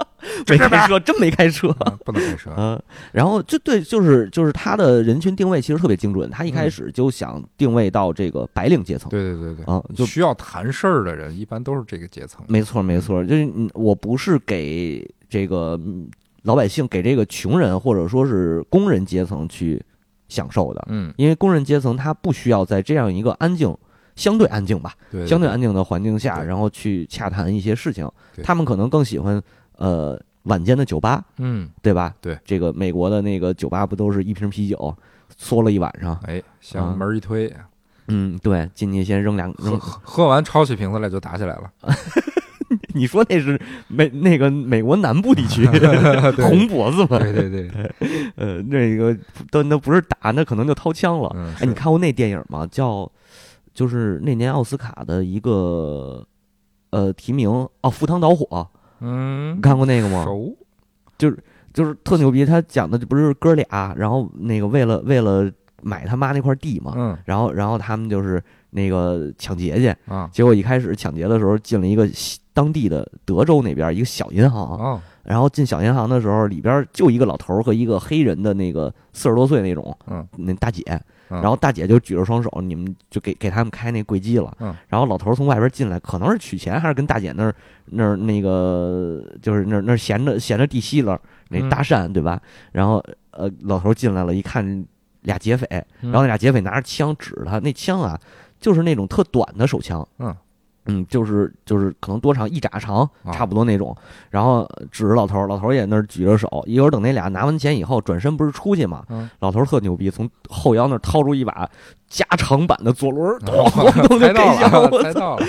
Speaker 2: 没开车，真没开车。
Speaker 1: 啊不能开 车。
Speaker 2: 嗯，然后就对，就是就是他的人群定位其实特别精准，他一开始就想定位到这个白领阶层
Speaker 1: 对对对对，
Speaker 2: 啊，就
Speaker 1: 需要谈事儿的人一般都是这个阶层。
Speaker 2: 没错没错，就是嗯我不是给这个嗯老百姓给这个穷人或者说是工人阶层去享受的，
Speaker 1: 嗯，
Speaker 2: 因为工人阶层他不需要在这样一个安静、相对安静吧、
Speaker 1: 对，
Speaker 2: 相对安静的环境下，
Speaker 1: 对
Speaker 2: 然后去洽谈一些事情，
Speaker 1: 对
Speaker 2: 他们可能更喜欢呃晚间的酒吧，
Speaker 1: 嗯，
Speaker 2: 对吧？
Speaker 1: 对，
Speaker 2: 这个美国的那个酒吧不都是一瓶啤酒，缩了一晚上。
Speaker 1: 哎，向门一推，
Speaker 2: 嗯，对，进去 先扔两
Speaker 1: 喝
Speaker 2: 啊扔。
Speaker 1: 喝完抄起瓶子来就打起来了。
Speaker 2: 你说那是美那个美国南部地区 红脖子嘛？
Speaker 1: 对对对，
Speaker 2: 呃，那个都那不是打，那可能就掏枪了。
Speaker 1: 嗯，
Speaker 2: 哎，你看过那电影吗？叫就是那年奥斯卡的一个呃提名哦，《赴汤蹈火》，
Speaker 1: 嗯
Speaker 2: 你，看过那个吗？
Speaker 1: 熟，
Speaker 2: 就是特牛逼，他讲的就不是哥俩，然后那个为了为了买他妈那块地嘛，
Speaker 1: 嗯
Speaker 2: 然后然后他们就是那个抢劫去，
Speaker 1: 啊
Speaker 2: 结果一开始抢劫的时候进了一个西当地的德州那边一个小银行，
Speaker 1: 哦，
Speaker 2: 然后进小银行的时候里边就一个老头儿和一个黑人的那个四十多岁那种，
Speaker 1: 嗯，
Speaker 2: 那大姐，
Speaker 1: 嗯
Speaker 2: 然后大姐就举着双手，你们就给给他们开那柜机了，
Speaker 1: 嗯，
Speaker 2: 然后老头儿从外边进来，可能是取钱还是跟大姐那儿那儿那个就是那儿那儿闲着闲着地吸了那
Speaker 1: 嗯
Speaker 2: 搭讪对吧？然后呃老头儿进来了，一看俩劫匪，
Speaker 1: 然
Speaker 2: 然后那俩劫匪拿着枪指着他，那枪啊，就是那种特短的手枪，
Speaker 1: 嗯
Speaker 2: 嗯就是就是可能多长一拃长，
Speaker 1: 啊
Speaker 2: 差不多那种。然后呃指着老头儿，老头儿也那儿举着手。一会儿等那俩拿完钱以后，转身不是出去嘛，
Speaker 1: 嗯
Speaker 2: 老头儿特牛逼，从后腰那儿掏出一把加长版的左轮儿，咚咚咚就
Speaker 1: 嗯猜
Speaker 2: 给
Speaker 1: 到
Speaker 2: 响
Speaker 1: 了，
Speaker 2: 我
Speaker 1: 猜
Speaker 2: 操！
Speaker 1: 到了，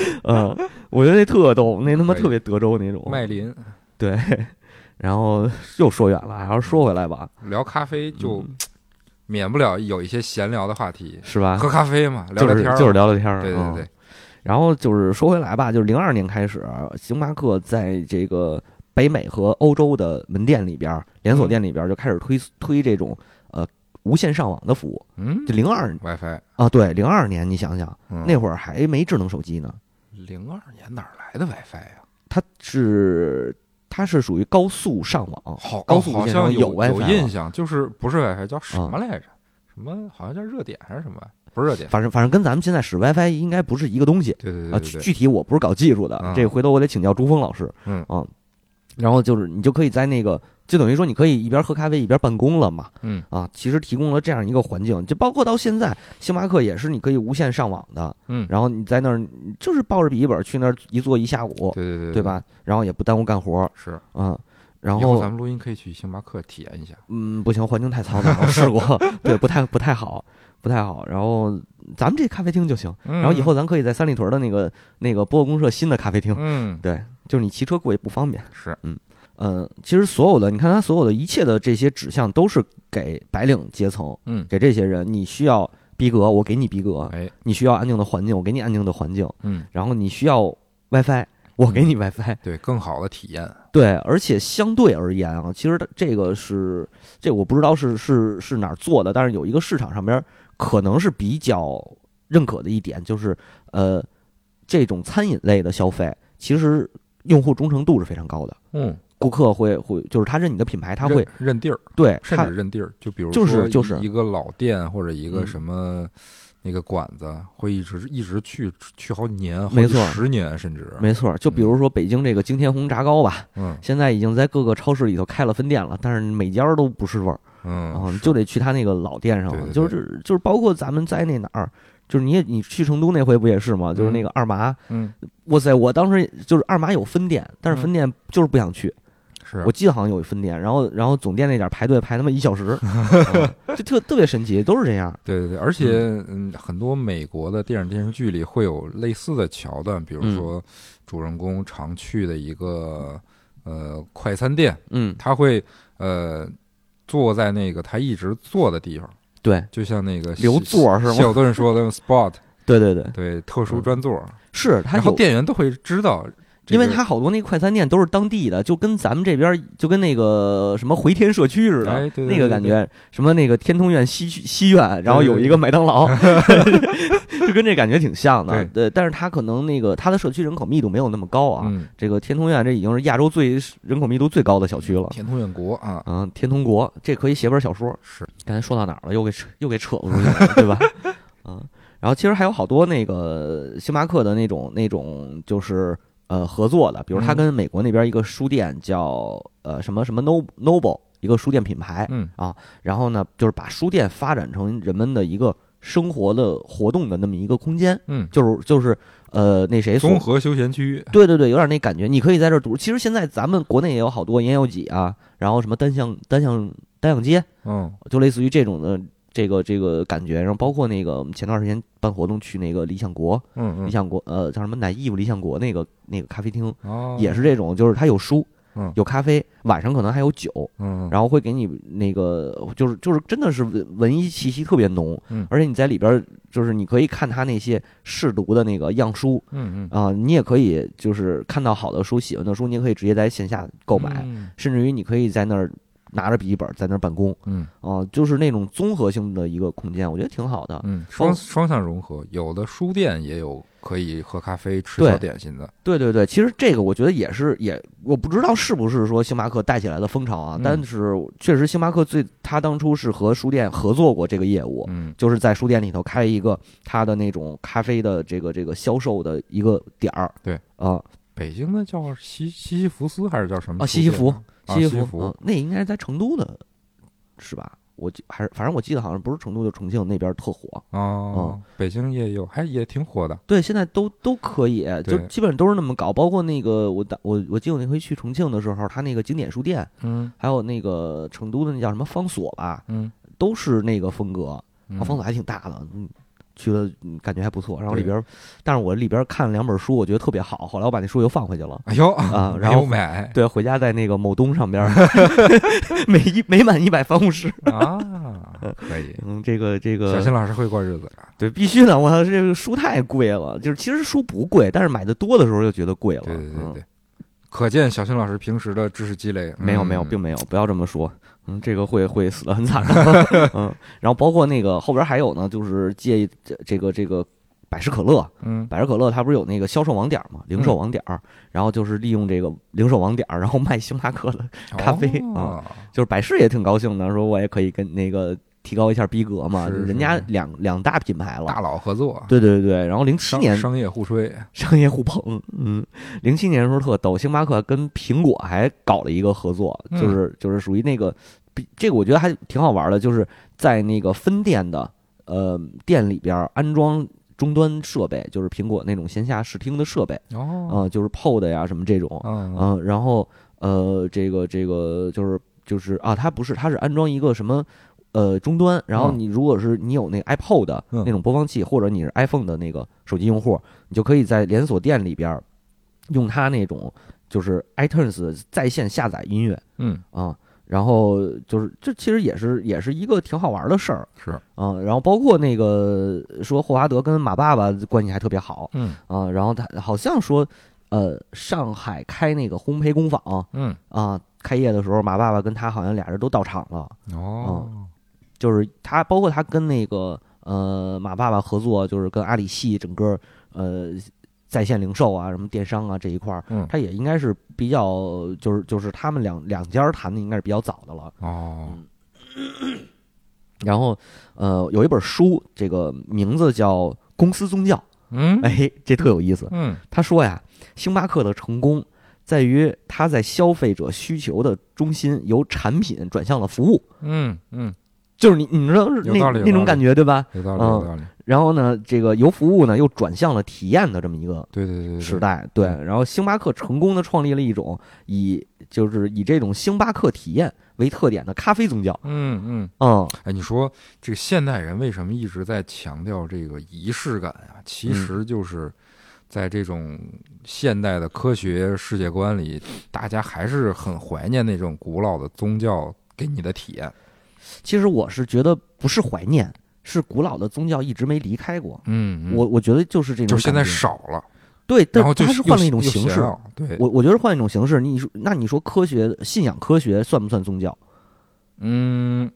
Speaker 2: 嗯，我觉得那特逗，那他妈
Speaker 1: 可以
Speaker 2: 特别德州那种。
Speaker 1: 麦林
Speaker 2: 对，然后又说远了，还是说回来吧，
Speaker 1: 聊咖啡就
Speaker 2: 嗯
Speaker 1: 免不了有一些闲聊的话题，
Speaker 2: 是吧？
Speaker 1: 喝咖啡嘛，聊
Speaker 2: 就
Speaker 1: 聊
Speaker 2: 是
Speaker 1: 天儿嘛，
Speaker 2: 就是聊聊天儿，
Speaker 1: 对
Speaker 2: 嗯
Speaker 1: 对对，
Speaker 2: 然后就是说回来吧，就是零二年开始，星巴克在这个北美和欧洲的门店里边儿、连锁店里边儿就开始推推这种呃无线上网的服务。
Speaker 1: 嗯
Speaker 2: 就零二
Speaker 1: ，WiFi
Speaker 2: 啊，对，零二年你想想，
Speaker 1: 嗯
Speaker 2: 那会儿还没智能手机呢，
Speaker 1: 零二年哪儿来的 WiFi 呀？
Speaker 2: 它是它是属于高速上网，
Speaker 1: 好，
Speaker 2: 高
Speaker 1: 哦
Speaker 2: 速无
Speaker 1: 好
Speaker 2: 线
Speaker 1: 像
Speaker 2: 上
Speaker 1: 有
Speaker 2: 有 WiFi 了
Speaker 1: 印象，就是不是 WiFi 叫什么来着？什么好像叫热点还是什么？不是热点，
Speaker 2: 反正反正跟咱们现在使 WiFi 应该不是一个东西。
Speaker 1: 对对
Speaker 2: 啊，
Speaker 1: 对
Speaker 2: 具
Speaker 1: 对对，
Speaker 2: 具体我不是搞技术的，
Speaker 1: 嗯
Speaker 2: 这个回头我得请教朱峰老师。
Speaker 1: 嗯
Speaker 2: 啊，然后就是你就可以在那个，就等于说你可以一边喝咖啡一边办公了嘛。
Speaker 1: 嗯
Speaker 2: 啊，其实提供了这样一个环境，就包括到现在，星巴克也是你可以无限上网的，
Speaker 1: 嗯，
Speaker 2: 然后你在那儿你就是抱着笔记本去那儿一坐一下午，
Speaker 1: 对对对
Speaker 2: 对？吧？然后也不耽误干活，
Speaker 1: 是，
Speaker 2: 嗯。然
Speaker 1: 以后
Speaker 2: 后
Speaker 1: 咱，们录音可以去星巴克体验一下。
Speaker 2: 嗯，不行，环境太嘈杂了，我 试过，对，不太不太好，不太好。然后咱们这咖啡厅就行，
Speaker 1: 然
Speaker 2: 然后以后咱可以在三里屯的那个那个波波公社新的咖啡厅，
Speaker 1: 嗯
Speaker 2: 对，就是你骑车过也不方便。
Speaker 1: 是，
Speaker 2: 嗯，其实所有的，你看它所有的一切的这些指向都是给白领阶层，
Speaker 1: 嗯
Speaker 2: 给这些人，你需要逼格，我给你逼格；
Speaker 1: 哎
Speaker 2: 你需要安静的环境，我给你安静的环境；
Speaker 1: 嗯，
Speaker 2: 然后你需要 WiFi，我给你 WiFi。
Speaker 1: 对，更好的体验。
Speaker 2: 对，而且相对而言啊，其实它这个是这我不知道是是是哪儿做的，但是有一个市场上边儿可能是比较认可的一点，就是呃，这种餐饮类的消费，其实用户忠诚度是非常高的。
Speaker 1: 嗯，
Speaker 2: 顾客会会就是他认你的品牌，他
Speaker 1: 认
Speaker 2: 会
Speaker 1: 认地儿，
Speaker 2: 对
Speaker 1: 甚
Speaker 2: 他
Speaker 1: 至认地儿，就比如
Speaker 2: 就是
Speaker 1: 说
Speaker 2: 就是
Speaker 1: 一一个老店或者一个
Speaker 2: 嗯
Speaker 1: 什么那个馆子，会一直一直去去好几年，好
Speaker 2: 没
Speaker 1: 几
Speaker 2: 错
Speaker 1: 十年甚至。
Speaker 2: 没错儿，就比如说北京这个京天红炸糕吧，
Speaker 1: 嗯
Speaker 2: 现在已经在各个超市里头开了分店了，但是每家儿都不是味儿，然后
Speaker 1: 嗯，
Speaker 2: 就得去他那个老店上
Speaker 1: 对
Speaker 2: 了，
Speaker 1: 对
Speaker 2: 就是就是包括咱们在那哪儿，就是你也你去成都那回不也是吗？就是那个二麻，
Speaker 1: 嗯
Speaker 2: 哇塞，我当时就是二麻有分店，但是分店就是不想去，
Speaker 1: 是
Speaker 2: 我记得好像有分店，然后然后总店那点儿排队排他妈一小时， 嗯就特特别神奇，都是这样，
Speaker 1: 对对对，而且嗯，很多美国的电影电视剧里会有类似的桥段，比如
Speaker 2: 嗯
Speaker 1: 说主人公常去的一个呃快餐店，
Speaker 2: 嗯，
Speaker 1: 他会呃坐在那个他一直坐的地方，
Speaker 2: 对
Speaker 1: 就像那个
Speaker 2: 留座儿是吗
Speaker 1: 小顿说的那种 spot，
Speaker 2: 对对对，
Speaker 1: 对，特殊
Speaker 2: 嗯
Speaker 1: 专座儿，
Speaker 2: 是他
Speaker 1: 然后
Speaker 2: 有
Speaker 1: 店员都会知道这
Speaker 2: 因
Speaker 1: 个、
Speaker 2: 为它好多那快餐店都是当地的，就跟咱们这边儿就跟那个什么回天社区似的，
Speaker 1: 哎对对
Speaker 2: 那个
Speaker 1: 对
Speaker 2: 感
Speaker 1: 对
Speaker 2: 觉，什么那个天通苑西区西苑，然后有一个麦当劳， 就跟这感觉挺像的。对，但是它可能那个它的社区人口密度没有那么高啊。
Speaker 1: 嗯，
Speaker 2: 这个天通苑这已经是亚洲最人口密度最高的小区了。
Speaker 1: 天通苑国啊，
Speaker 2: 啊，天通国这可以写本小说。
Speaker 1: 是，
Speaker 2: 刚才说到哪儿了？又给扯又给扯出去了，对吧？啊，然后其实还有好多那个星巴克的那种那种就是呃合作的，比如他
Speaker 1: 嗯
Speaker 2: 跟美国那边一个书店叫呃什么什么 No Noble 一个书店品牌，
Speaker 1: 嗯
Speaker 2: 然后呢就是把书店发展成人们的一个生活的活动的那么一个空间，
Speaker 1: 嗯，
Speaker 2: 就是就是呃那谁所
Speaker 1: 综合休闲区，
Speaker 2: 对对对，有点那感觉。你可以在这儿读。其实现在咱们国内也有好多言有几啊，然后什么单向单向单向街，
Speaker 1: 嗯
Speaker 2: 就类似于这种的这个这个感觉。然后包括那个我们前段时间办活动去那个理想国，
Speaker 1: 嗯
Speaker 2: 理想国呃叫什么奶义务理想国那个那个咖啡厅，
Speaker 1: 嗯，哦，
Speaker 2: 也是这种，就是它有书
Speaker 1: 嗯。
Speaker 2: 有咖啡，晚上可能还有酒，
Speaker 1: 嗯，嗯，
Speaker 2: 然后会给你那个，就是就是真的是文文艺气息特别浓，
Speaker 1: 嗯
Speaker 2: 而且你在里边儿就是你可以看他那些试读的那个样书
Speaker 1: 嗯嗯，
Speaker 2: 啊、你也可以就是看到好的书、喜欢的书，你也可以直接在线下购买，
Speaker 1: 嗯
Speaker 2: 甚至于你可以在那儿拿着笔记本在那儿办公
Speaker 1: 嗯
Speaker 2: 啊、就是那种综合性的一个空间，我觉得挺好的。
Speaker 1: 嗯，
Speaker 2: 包
Speaker 1: 双双向融合，有的书店也有可以喝咖啡、吃小
Speaker 2: 对
Speaker 1: 点心的，
Speaker 2: 对对对，其实这个我觉得也是也，我不知道是不是说星巴克带起来的风潮啊，
Speaker 1: 嗯
Speaker 2: 但是确实星巴克最他当初是和书店合作过这个业务，
Speaker 1: 嗯
Speaker 2: 就是在书店里头开一个他的那种咖啡的这个这个销售的一个点儿。
Speaker 1: 对
Speaker 2: 啊，
Speaker 1: 北京的叫西西西弗斯还是叫什么
Speaker 2: 啊
Speaker 1: 书
Speaker 2: 西西
Speaker 1: 店
Speaker 2: 弗
Speaker 1: 啊
Speaker 2: 西
Speaker 1: 西
Speaker 2: 服，
Speaker 1: 弗
Speaker 2: 嗯，那应该是在成都的，是吧？我记还是反正我记得好像不是成都就重庆那边特火。嗯
Speaker 1: 哦，北京也有，还也挺火的。
Speaker 2: 对，现在都都可以，就
Speaker 1: 对
Speaker 2: 基本上都是那么搞。包括那个我打我我记得我那回去重庆的时候，他那个经典书店，
Speaker 1: 嗯
Speaker 2: 还有那个成都的那叫什么方所吧，
Speaker 1: 嗯，
Speaker 2: 都是那个风格。
Speaker 1: 嗯
Speaker 2: 啊，方所还挺大的，嗯，去了嗯感觉还不错。然后里
Speaker 1: 对
Speaker 2: 边儿，但是我里边儿看了两本书，我觉得特别好，后来我把那书又放回 去了
Speaker 1: 哎呦，
Speaker 2: 啊，
Speaker 1: 没
Speaker 2: 然
Speaker 1: 有
Speaker 2: 后。
Speaker 1: 买
Speaker 2: 对，回家在那个某东上边儿， 每一每满一百翻五十。
Speaker 1: 啊，可以。
Speaker 2: 嗯，这个这
Speaker 1: 小新
Speaker 2: 个，
Speaker 1: 老师会过日子，
Speaker 2: 对，必须的。我操，这个书太贵了，就是其实书不贵，但是买的多的时候就觉得贵了。
Speaker 1: 对对对
Speaker 2: 嗯
Speaker 1: 对，可见小新老师平时的知识积累。
Speaker 2: 没有
Speaker 1: 嗯
Speaker 2: 没有，并没有，不要这么说。嗯，这个会会死的很 惨的。嗯，然后包括那个后边还有呢，就是借这这个这个百事可乐，
Speaker 1: 嗯
Speaker 2: 百事可乐它不是有那个销售网点儿嘛，零售网点儿，然后就是利用这个零售网点儿，然后卖星巴克的， 咖啡啊
Speaker 1: 哦
Speaker 2: 就是百事也挺高兴的，说我也可以跟那个提高一下逼格嘛，
Speaker 1: 是是
Speaker 2: 人家两两大品牌
Speaker 1: 大
Speaker 2: 了。
Speaker 1: 佬合作，
Speaker 2: 对对对，然后零七
Speaker 1: 商
Speaker 2: 年
Speaker 1: 商业互吹，
Speaker 2: 商业互捧，嗯，零七年的时候特逗，星巴克跟苹果还搞了一个合作，
Speaker 1: 嗯
Speaker 2: 就是就是属于那个，比这个我觉得还挺好玩的，就是在那个分店的呃店里边儿安装终端设备，就是苹果那种线下试听的设备，
Speaker 1: 哦，
Speaker 2: 啊、就是 POD 呀什么这种，
Speaker 1: 嗯
Speaker 2: 嗯、然后呃，这个这个就是就是啊，它不是，它是安装一个什么呃终端，然后
Speaker 1: 嗯
Speaker 2: 你如果是你有那 iPod 的
Speaker 1: 嗯
Speaker 2: 那种播放器，或者你是 iPhone 的那个手机用户，你就可以在连锁店里边儿用它那种就是 iTunes 在线下载音乐
Speaker 1: 嗯，
Speaker 2: 啊、然后就是，这其实也是也是一个挺好玩的事儿，
Speaker 1: 是，
Speaker 2: 啊、然后包括那个说霍华德跟马爸爸关系还特别好，
Speaker 1: 嗯
Speaker 2: 啊、然后他好像说，呃，上海开那个烘焙工坊啊、
Speaker 1: 嗯，
Speaker 2: 开业的时候，马爸爸跟他好像俩人都到场了，嗯
Speaker 1: 哦，
Speaker 2: 就是他包括他跟那个呃马爸爸合作，就是跟阿里系整个呃在线零售啊、什么电商啊这一块儿，
Speaker 1: 嗯
Speaker 2: 他也应该是比较就是就是他们两两家谈的应该是比较早的了。
Speaker 1: 哦，
Speaker 2: 然后呃有一本书，这个名字叫《公司宗教》，
Speaker 1: 嗯
Speaker 2: 哎，这特有意思。
Speaker 1: 嗯，
Speaker 2: 他说呀，星巴克的成功在于它在消费者需求的中心由产品转向了服务，
Speaker 1: 嗯嗯，
Speaker 2: 就是你你知道是
Speaker 1: 有
Speaker 2: 那
Speaker 1: 道理有
Speaker 2: 那
Speaker 1: 道理
Speaker 2: 种感觉对吧？
Speaker 1: 有道理
Speaker 2: 嗯
Speaker 1: 有道理，
Speaker 2: 然后呢，这个由服务呢又转向了体验的这么一个
Speaker 1: 对对对对，
Speaker 2: 时
Speaker 1: 的，
Speaker 2: 代，对。
Speaker 1: 嗯
Speaker 2: 然后星巴克成功的创立了一种以就是以这种星巴克体验为特点的咖啡宗教，
Speaker 1: 嗯嗯，
Speaker 2: 嗯，
Speaker 1: 哎，你说这个现代人为什么一直在强调这个仪式感啊？其
Speaker 2: 嗯
Speaker 1: 实就是在这种现代的科学世界观里，大家还是很怀念那种古老的宗教给你的体验。
Speaker 2: 其实我是觉得不是怀念，是古老的宗教一直没离开过。
Speaker 1: 嗯，嗯
Speaker 2: 我我觉得就是这
Speaker 1: 就
Speaker 2: 种感
Speaker 1: 是
Speaker 2: 觉，
Speaker 1: 现在少了，
Speaker 2: 对，但
Speaker 1: 然后就
Speaker 2: 它是
Speaker 1: 又
Speaker 2: 换了一种
Speaker 1: 又
Speaker 2: 形
Speaker 1: 闲
Speaker 2: 式，
Speaker 1: 了对，
Speaker 2: 我我觉得换一种形式，你说那你说科学信仰科学算不算宗教，
Speaker 1: 嗯，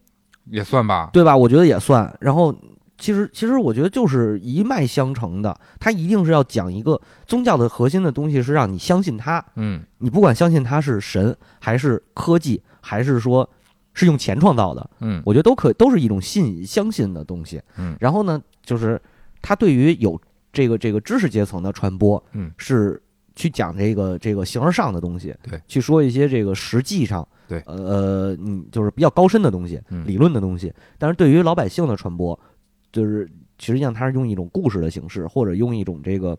Speaker 1: 也算吧。
Speaker 2: 对吧？我觉得也算。然后其实其实我觉得就是一脉相承的，它一定是要讲一个宗教的核心的东西是让你相信它，
Speaker 1: 嗯，
Speaker 2: 你不管相信它是神还是科技，还是说是用钱创造的，
Speaker 1: 嗯，
Speaker 2: 我觉得都可都是一种信相信的东西。
Speaker 1: 嗯
Speaker 2: 然后呢，就是它对于有这个这个知识阶层的传播，
Speaker 1: 嗯
Speaker 2: 是去讲这个这个形而上的东西，
Speaker 1: 对，
Speaker 2: 去说一些这个实际上，
Speaker 1: 对
Speaker 2: 呃呃，你就是比较高深的东西，
Speaker 1: 嗯
Speaker 2: 理论的东西。但是对于老百姓的传播，就是实际上它是用一种故事的形式，或者用一种这个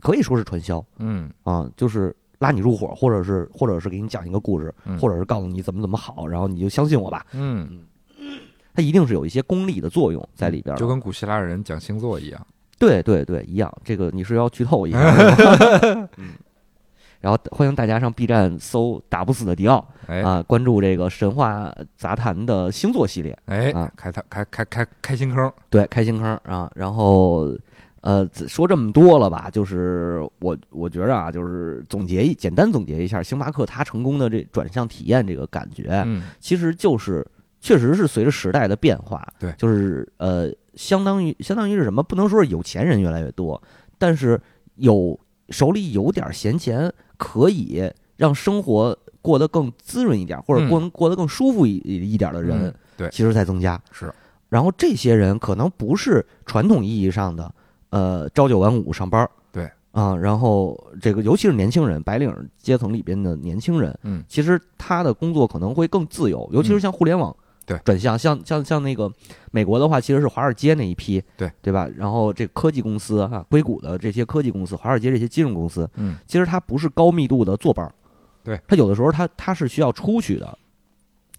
Speaker 2: 可以说是传销
Speaker 1: 嗯
Speaker 2: 啊，就是。拉你入伙，或者是，或者是给你讲一个故事，
Speaker 1: 嗯
Speaker 2: 或者是告诉你怎么怎么好，然后你就相信我吧。
Speaker 1: 嗯，
Speaker 2: 它它一定是有一些功利的作用在里边儿的。
Speaker 1: 就跟古希腊人讲星座一样。
Speaker 2: 对对对，一样。这个你是要剧透 一下是吧，嗯然后欢迎大家上 B 站搜“打不死的迪奥”
Speaker 1: 哎
Speaker 2: 啊，关注这个神话杂谈的星座系列，
Speaker 1: 哎
Speaker 2: 啊，
Speaker 1: 开他开开开开心坑，
Speaker 2: 对，开心坑啊。然后，呃，只说这么多了吧，就是我我觉着啊，就是总结一简单总结一下，星巴克它成功的这转向体验这个感觉，
Speaker 1: 嗯，
Speaker 2: 其实就是确实是随着时代的变化，
Speaker 1: 对
Speaker 2: 就是呃，相当于相当于是什么？不能说是有钱人越来越多，但是有手里有点闲钱，可以让生活过得更滋润一点，或者过、过得更舒服一一点的人，
Speaker 1: 嗯对
Speaker 2: 其实在增加。
Speaker 1: 是，
Speaker 2: 然后这些人可能不是传统意义上的呃朝九晚五上班儿，
Speaker 1: 对
Speaker 2: 啊、然后这个尤其是年轻人，白领阶层里边的年轻人，
Speaker 1: 嗯，
Speaker 2: 其实他的工作可能会更自由，尤其是像互联网。
Speaker 1: 对
Speaker 2: 转向像像像那个美国的话，其实是华尔街那一批，
Speaker 1: 对
Speaker 2: 对吧？然后这科技公司啊，硅谷的这些科技公司，华尔街这些金融公司，
Speaker 1: 嗯，
Speaker 2: 其实它不是高密度的坐班儿，
Speaker 1: 对，
Speaker 2: 它有的时候它它是需要出去的。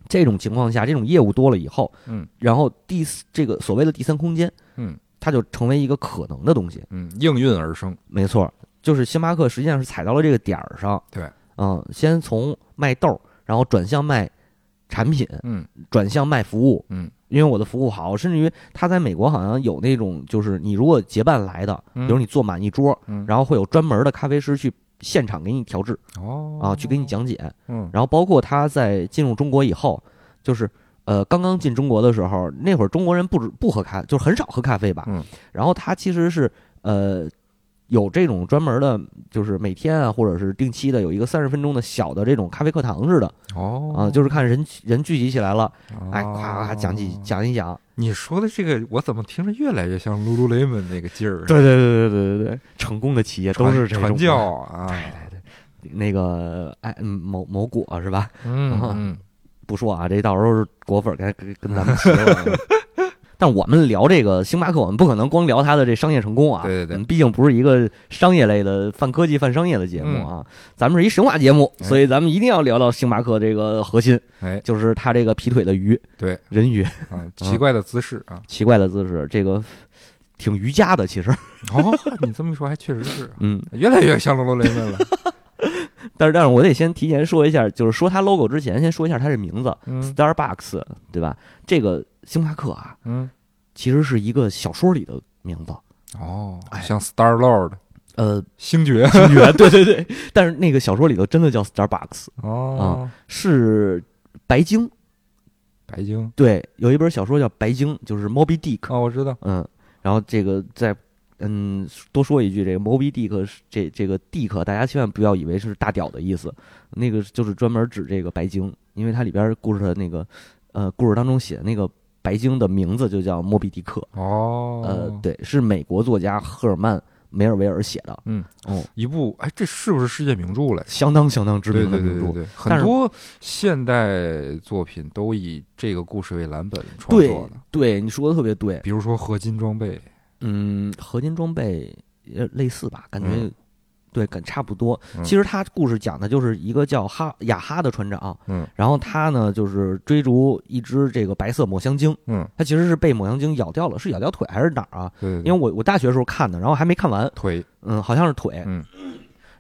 Speaker 2: 这种情况下，这种业务多了以后，
Speaker 1: 嗯，
Speaker 2: 然后第四这个所谓的第三空间，
Speaker 1: 嗯，
Speaker 2: 它就成为一个可能的东西。
Speaker 1: 嗯，应运而生，
Speaker 2: 没错，就是星巴克实际上是踩到了这个点儿上。
Speaker 1: 对，
Speaker 2: 嗯，先从卖豆儿，然后转向卖产品，
Speaker 1: 嗯
Speaker 2: 转向卖服务。
Speaker 1: 嗯，
Speaker 2: 因为我的服务好，甚至于他在美国好像有那种，就是你如果结伴来的，比
Speaker 1: 嗯
Speaker 2: 如你坐满一桌，
Speaker 1: 嗯
Speaker 2: 然后会有专门的咖啡师去现场给你调制
Speaker 1: 哦
Speaker 2: 啊，去给你，讲解。
Speaker 1: 嗯
Speaker 2: 然后包括他在进入中国以后，就是呃刚刚进中国的时候，那会儿中国人不止不喝咖，就是很少喝咖啡吧。
Speaker 1: 嗯。
Speaker 2: 然后他其实是呃有这种专门的，就是每天啊或者是定期的有一个三十分钟的小的这种咖啡课堂似的
Speaker 1: 哦
Speaker 2: 啊、就是看人人聚集起来了，哎，
Speaker 1: 哦
Speaker 2: 夸夸讲几讲一讲。
Speaker 1: 你说的这个，我怎么听着越来越像 Lululemon 那个劲儿？
Speaker 2: 对对对对对对，成功的企业
Speaker 1: 传，传教啊，
Speaker 2: 那个哎嗯某某果是吧？
Speaker 1: 嗯嗯，
Speaker 2: 不说啊，这到时候是果粉该跟跟 咱们说了。但我们聊这个星巴克，我们不可能光聊它的这商业成功啊，
Speaker 1: 对对对
Speaker 2: 我们毕竟不是一个商业类的泛科技泛商业的节目啊，咱们是一神话节目，
Speaker 1: 嗯哎
Speaker 2: 所以咱们一定要聊到星巴克这个核心，
Speaker 1: 哎，
Speaker 2: 就是它这个劈腿的鱼，
Speaker 1: 对，
Speaker 2: 人鱼，
Speaker 1: 啊，奇怪的姿势啊，
Speaker 2: 奇怪的姿势，这个挺瑜伽的， 其实，
Speaker 1: 哦，你这么一说还确实是，
Speaker 2: 嗯，
Speaker 1: 越来越像 Lululemon 了，
Speaker 2: 但是但是我得先提前说一下，就是说它 logo 之前，先说一下它这名字
Speaker 1: 嗯
Speaker 2: ，Starbucks，对吧？这个星巴克啊，
Speaker 1: 嗯，
Speaker 2: 其实是一个小说里的名字。
Speaker 1: 哦
Speaker 2: 哎，
Speaker 1: 像 Star Lord
Speaker 2: 呃，
Speaker 1: 星爵
Speaker 2: 星爵，对对对。 但是那个小说里头真的叫 Starbucks，
Speaker 1: 哦，
Speaker 2: 啊是白鲸。
Speaker 1: 白鲸
Speaker 2: 对，有一本小说叫《白鲸》，就是 Moby Dick。
Speaker 1: 哦，我知道，
Speaker 2: 嗯，然后这个在嗯多说一句，这个 Moby Dick 是这这个 Dick，大家千万不要以为是大屌的意思，那个就是专门指这个白鲸，因为它里边故事的那个呃故事当中写的那个白鲸的名字就叫莫比迪克。
Speaker 1: 哦，
Speaker 2: 呃，对，是美国作家赫尔曼·梅尔维尔写的，
Speaker 1: 嗯，
Speaker 2: 哦，
Speaker 1: 一部哎，这是不是世界名著来着？
Speaker 2: 相当相当知
Speaker 1: 对
Speaker 2: 名的
Speaker 1: 对
Speaker 2: 名
Speaker 1: 对
Speaker 2: 著。
Speaker 1: 对对，
Speaker 2: 但
Speaker 1: 很
Speaker 2: 是
Speaker 1: 多现代作品都以这个故事为蓝本创
Speaker 2: 对
Speaker 1: 作的，
Speaker 2: 对，你说的特别对。
Speaker 1: 比如说合金装备，
Speaker 2: 嗯，合金装备呃类似吧，感觉、
Speaker 1: 嗯
Speaker 2: 对，感差不多。
Speaker 1: 嗯
Speaker 2: 其实他故事讲的就是一个叫哈雅哈的船长，
Speaker 1: 嗯，
Speaker 2: 然后他呢就是追逐一只这个白色抹香鲸，
Speaker 1: 嗯，
Speaker 2: 他其实是被抹香鲸咬掉了，是咬掉腿还是哪儿啊？
Speaker 1: 对对，
Speaker 2: 因为我我大学时候看的，然后还没看完，
Speaker 1: 腿，
Speaker 2: 嗯，好像是腿，
Speaker 1: 嗯，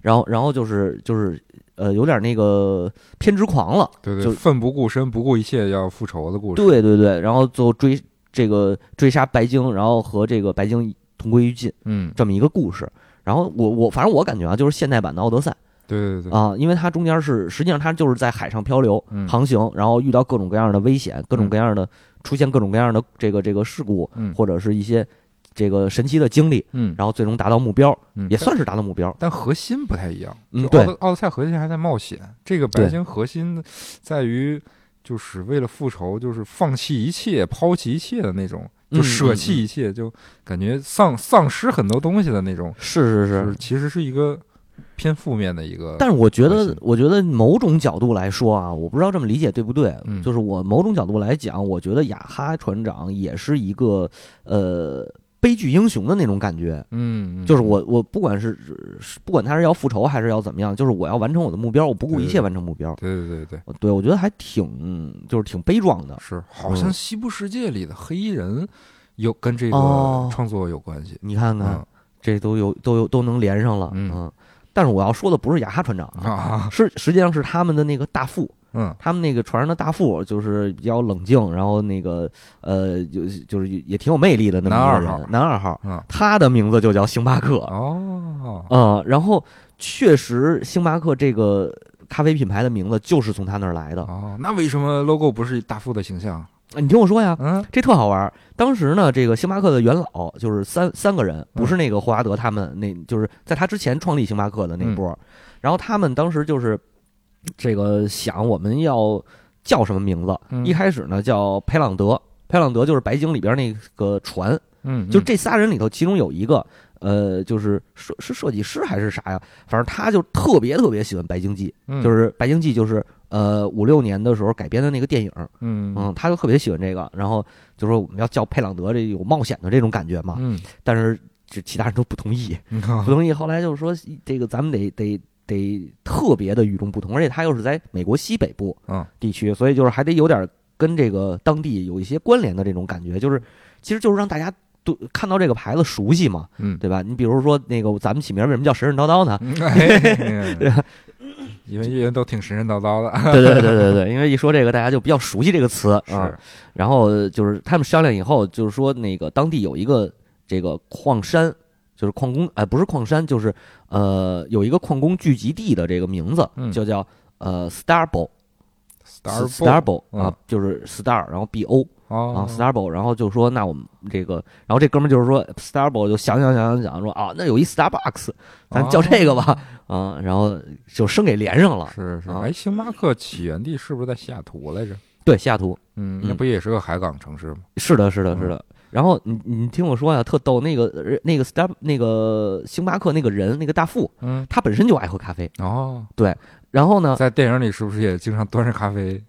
Speaker 2: 然后然后就是就是呃有点那个偏执狂了，
Speaker 1: 对
Speaker 2: 就
Speaker 1: 对，奋不顾身、不顾一切要复仇的故事，
Speaker 2: 对对对，然后最后追这个追杀白鲸，然后和这个白鲸同归于尽。
Speaker 1: 嗯，
Speaker 2: 这么一个故事。然后我我反正我感觉啊，就是现代版的《奥德赛
Speaker 1: 对对》对，
Speaker 2: 啊，因为它中间是实际上它就是在海上漂流、
Speaker 1: 嗯
Speaker 2: 航行，然后遇到各种各样的危险，各种
Speaker 1: 嗯
Speaker 2: 各样的出现各种各样的这个这个事故，
Speaker 1: 嗯
Speaker 2: 或者是一些这个神奇的经历，
Speaker 1: 嗯，
Speaker 2: 然后最终达到目标，
Speaker 1: 嗯
Speaker 2: 也算是达到目标。
Speaker 1: 但核心不太一样。
Speaker 2: 嗯
Speaker 1: 就
Speaker 2: 对
Speaker 1: 奥德奥德赛核心还在冒险，这个
Speaker 2: 对
Speaker 1: 白鲸核心在于就是为了复仇，就是放弃一切、抛弃一切的那种，
Speaker 2: 嗯
Speaker 1: 就舍
Speaker 2: 嗯
Speaker 1: 弃一切，就感觉丧丧失很多东西的那种，
Speaker 2: 是是
Speaker 1: 就是
Speaker 2: 是，
Speaker 1: 其实是一个偏负面的一个。
Speaker 2: 嗯但是我觉
Speaker 1: 核
Speaker 2: 得
Speaker 1: 心，
Speaker 2: 我觉得某种角度来说啊，我不知道这么理解对不对。
Speaker 1: 嗯
Speaker 2: 就是我某种角度来讲，我觉得雅哈船长也是一个呃悲剧英雄的那种感觉。
Speaker 1: 嗯，嗯
Speaker 2: 就是我，我不管是是不管他是要复仇还是要怎么样，就是我要完成我的目标，我不顾一切完成目标。
Speaker 1: 对对对对，
Speaker 2: 对，我觉得还挺就是挺悲壮的。
Speaker 1: 是，好像
Speaker 2: 嗯
Speaker 1: 《西部世界》里的黑衣人有跟这个
Speaker 2: 哦
Speaker 1: 创作有关系。
Speaker 2: 你看看，这都有都有都能连上了，啊
Speaker 1: 嗯
Speaker 2: 但是我要说的不是雅哈船长
Speaker 1: 嗯啊，
Speaker 2: 是实际上是他们的那个大副，
Speaker 1: 嗯
Speaker 2: 他们那个船上的大副就是比较冷静，然后那个呃，就就是也挺有魅力的那么一个
Speaker 1: 男二号
Speaker 2: 人，男二号，
Speaker 1: 嗯，
Speaker 2: 他的名字就叫星巴克，
Speaker 1: 哦，
Speaker 2: 嗯，然后确实星巴克这个咖啡品牌的名字就是从他那儿来的，啊
Speaker 1: 哦，那为什么 logo 不是大副的形象？啊
Speaker 2: 你听我说呀。
Speaker 1: 嗯
Speaker 2: 这特好玩儿。当时呢，这个星巴克的元老就是三三个人，不是那个霍华德他们，那就是在他之前创立星巴克的那波儿。然后他们当时就是这个想我们要叫什么名字，
Speaker 1: 嗯
Speaker 2: 一开始呢叫佩朗德，佩朗德就是白鲸里边那个船，
Speaker 1: 嗯，
Speaker 2: 就这仨人里头，其中有一个。呃，就是设是设计师还是啥呀？反正他就特别特别喜欢白鲸记，
Speaker 1: 嗯
Speaker 2: 就是白鲸记就是呃五六年的时候改编的那个电影，
Speaker 1: 嗯
Speaker 2: 嗯，他就特别喜欢这个，然后就说我们要叫佩朗德，这有冒险的这种感觉嘛。
Speaker 1: 嗯
Speaker 2: 但是这其他人都不同意，
Speaker 1: 嗯
Speaker 2: 不同啊意。后来就是说，这个咱们得得得特别的与众不同，而且他又是在美国西北部
Speaker 1: 嗯
Speaker 2: 地区，所以就是还得有点跟这个当地有一些关联的这种感觉，就是其实就是让大家都看到这个牌子熟悉嘛，
Speaker 1: 嗯，
Speaker 2: 对吧？你比如说那个咱们起名为什么叫神神叨 叨呢？
Speaker 1: 嗯 哎，因为乐人都挺神神叨叨的，
Speaker 2: 对对对对对，因为一说这个，大家就比较熟悉这个词啊。
Speaker 1: 是，
Speaker 2: 然后就是他们商量以后，就是说那个当地有一个这个矿山，就是矿工，哎、不是矿山，就是呃有一个矿工聚集地的这个名字，
Speaker 1: 嗯
Speaker 2: 就叫呃 Starbo
Speaker 1: Star Boy
Speaker 2: Starbo
Speaker 1: 嗯
Speaker 2: 啊，就是 Star，然后 B O 啊
Speaker 1: 哦
Speaker 2: Starbo，然后就说那我们这个，然后这哥们儿就是说 Starbo 就想想想想想说啊，那有一 Starbucks，咱叫这个吧，
Speaker 1: 哦
Speaker 2: 啊，然后就生给连上了，
Speaker 1: 是是，
Speaker 2: 啊
Speaker 1: 哎，星巴克起源地是不是在西雅图来着？
Speaker 2: 对，西雅图。
Speaker 1: 嗯，那
Speaker 2: 嗯
Speaker 1: 不也是个海港城市吗？
Speaker 2: 是的，是的，
Speaker 1: 嗯
Speaker 2: 是的。然后你你听我说呀、特逗，那个呃那个 Star 那个星巴克那个人那个大副，
Speaker 1: 嗯，
Speaker 2: 他本身就爱喝咖啡。
Speaker 1: 哦，
Speaker 2: 然后呢，
Speaker 1: 在电影里是不是也经常端着咖啡？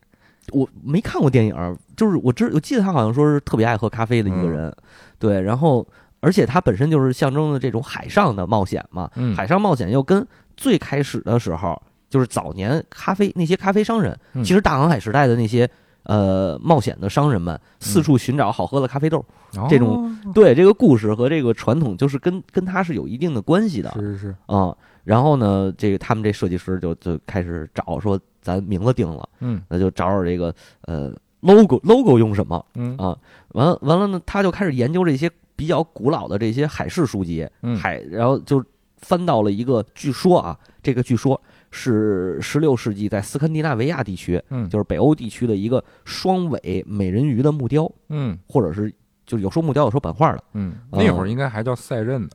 Speaker 2: 我没看过电影，就是我知我记得他好像说是特别爱喝咖啡的一
Speaker 1: 嗯
Speaker 2: 个人，对。然后而且他本身就是象征的这种海上的冒险嘛，
Speaker 1: 嗯，
Speaker 2: 海上冒险又跟最开始的时候，就是早年咖啡那些咖啡商人，
Speaker 1: 嗯
Speaker 2: 其实大航海时代的那些呃冒险的商人们，
Speaker 1: 嗯
Speaker 2: 四处寻找好喝的咖啡豆。
Speaker 1: 哦
Speaker 2: 这种 对这个故事和这个传统，就是跟跟它是有一定的关系的啊、
Speaker 1: 是是是，
Speaker 2: 嗯然后呢，这个他们这设计师就就开始找说，咱名字定了，
Speaker 1: 嗯
Speaker 2: 那就找找这个呃 logo logo 用什么？
Speaker 1: 嗯
Speaker 2: 啊完了完了呢，他就开始研究这些比较古老的这些海事书籍，
Speaker 1: 嗯，
Speaker 2: 海，然后就翻到了一个，据说啊，这个据说是十六世纪在斯堪的纳维亚地区，
Speaker 1: 嗯
Speaker 2: 就是北欧地区的一个双尾美人鱼的木雕，
Speaker 1: 嗯
Speaker 2: 或者是就是有时候木雕，有时候版画的。
Speaker 1: 嗯，
Speaker 2: 呃
Speaker 1: 那会儿应该还叫赛任呢。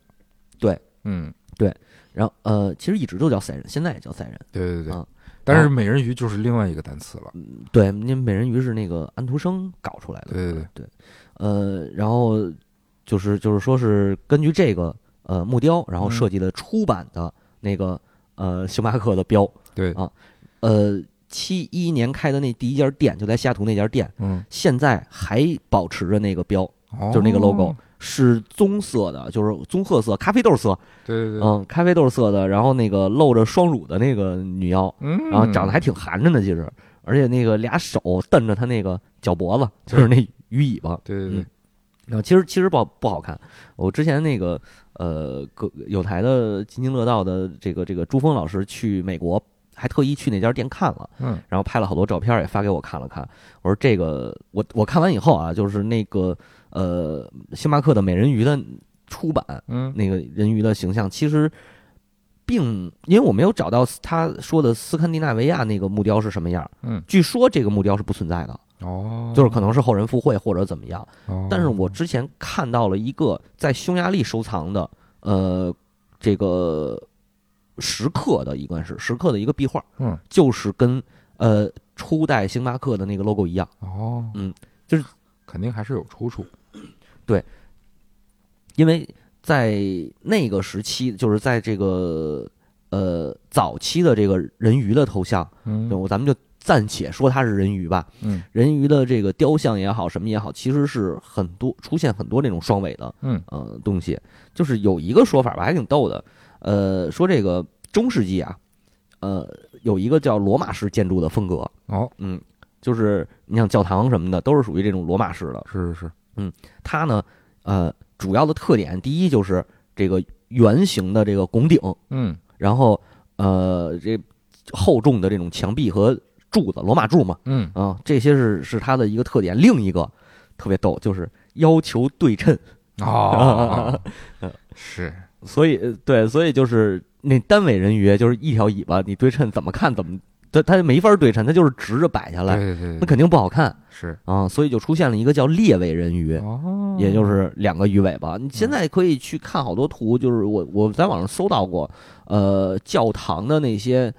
Speaker 2: 对，
Speaker 1: 嗯，
Speaker 2: 然后呃，其实一直都叫赛人，现在也叫赛人。
Speaker 1: 对对对
Speaker 2: 啊
Speaker 1: 对，但是美人鱼就是另外一个单词
Speaker 2: 嗯
Speaker 1: 了。
Speaker 2: 对，那美人鱼是那个安徒生搞出来的。
Speaker 1: 对对对
Speaker 2: 呃，然后就是就是说是根据这个呃木雕，然后
Speaker 1: 嗯
Speaker 2: 设计的出版的那个、呃星巴克的标。
Speaker 1: 对
Speaker 2: 啊，呃，七一年开的那第一家店就在西雅图那家店，
Speaker 1: 嗯，
Speaker 2: 现在还保持着那个标，
Speaker 1: 哦
Speaker 2: 嗯就是那个 logo。是棕色的，就是棕褐色、咖啡豆色，
Speaker 1: 对对对，
Speaker 2: 嗯，咖啡豆色的，然后那个露着双乳的那个女妖，
Speaker 1: 嗯，
Speaker 2: 然后长得还挺寒碜的，其实，而且那个俩手蹬着他那个脚脖子，就是那鱼尾巴，
Speaker 1: 对对对
Speaker 2: 嗯，然后其实其实不好不好看。我之前那个呃，个有台的津津乐道的这个这个朱峰老师去美国，还特意去那家店看了，
Speaker 1: 嗯
Speaker 2: 然后拍了好多照片，也发给我看了看。我说这个我我看完以后啊，就是那个呃，星巴克的美人鱼的出版，
Speaker 1: 嗯
Speaker 2: 那个人鱼的形象，其实并因为我没有找到他说的斯堪的纳维亚那个木雕是什么样。
Speaker 1: 嗯，
Speaker 2: 据说这个木雕是不存在的，
Speaker 1: 哦，
Speaker 2: 就是可能是后人附会或者怎么样。
Speaker 1: 哦，
Speaker 2: 但是我之前看到了一个在匈牙利收藏的，呃，这个石刻的，应该是石刻的一个壁画，
Speaker 1: 嗯，
Speaker 2: 就是跟呃初代星巴克的那个 logo 一样，
Speaker 1: 哦，
Speaker 2: 嗯，就是
Speaker 1: 肯定还是有出处。
Speaker 2: 因为在那个时期，就是在这个呃早期的这个人鱼的头像，
Speaker 1: 嗯
Speaker 2: 就咱们就暂且说它是人鱼吧，
Speaker 1: 嗯
Speaker 2: 人鱼的这个雕像也好，什么也好，其实是很多出现很多这种双尾的
Speaker 1: 嗯
Speaker 2: 呃东西。就是有一个说法吧，还挺逗的，呃，说这个中世纪啊，呃，有一个叫罗马式建筑的风格，
Speaker 1: 哦，
Speaker 2: 嗯，就是你像教堂什么的，都是属于这种罗马式的。
Speaker 1: 是是是，
Speaker 2: 它呢，呃，主要的特点，第一就是这个圆形的这个拱顶，
Speaker 1: 嗯
Speaker 2: 然后呃，这厚重的这种墙壁和柱子，罗马柱嘛，
Speaker 1: 嗯，
Speaker 2: 啊，这些是是它的一个特点。另一个特别逗，就是要求对称，
Speaker 1: 哦，是，
Speaker 2: 所以呃对，所以就是那单尾人鱼就是一条尾巴，你对称怎么看怎么，它它没法对称，它就是直着摆下
Speaker 1: 对
Speaker 2: 来，
Speaker 1: 对对
Speaker 2: 那
Speaker 1: 对，
Speaker 2: 肯定不好看
Speaker 1: 是
Speaker 2: 啊。所以就出现了一个叫裂尾人鱼。
Speaker 1: 哦，
Speaker 2: 也就是两个鱼尾巴，你
Speaker 1: 嗯
Speaker 2: 现在可以去看好多图，就是我我在网上搜到过，呃，教堂的那些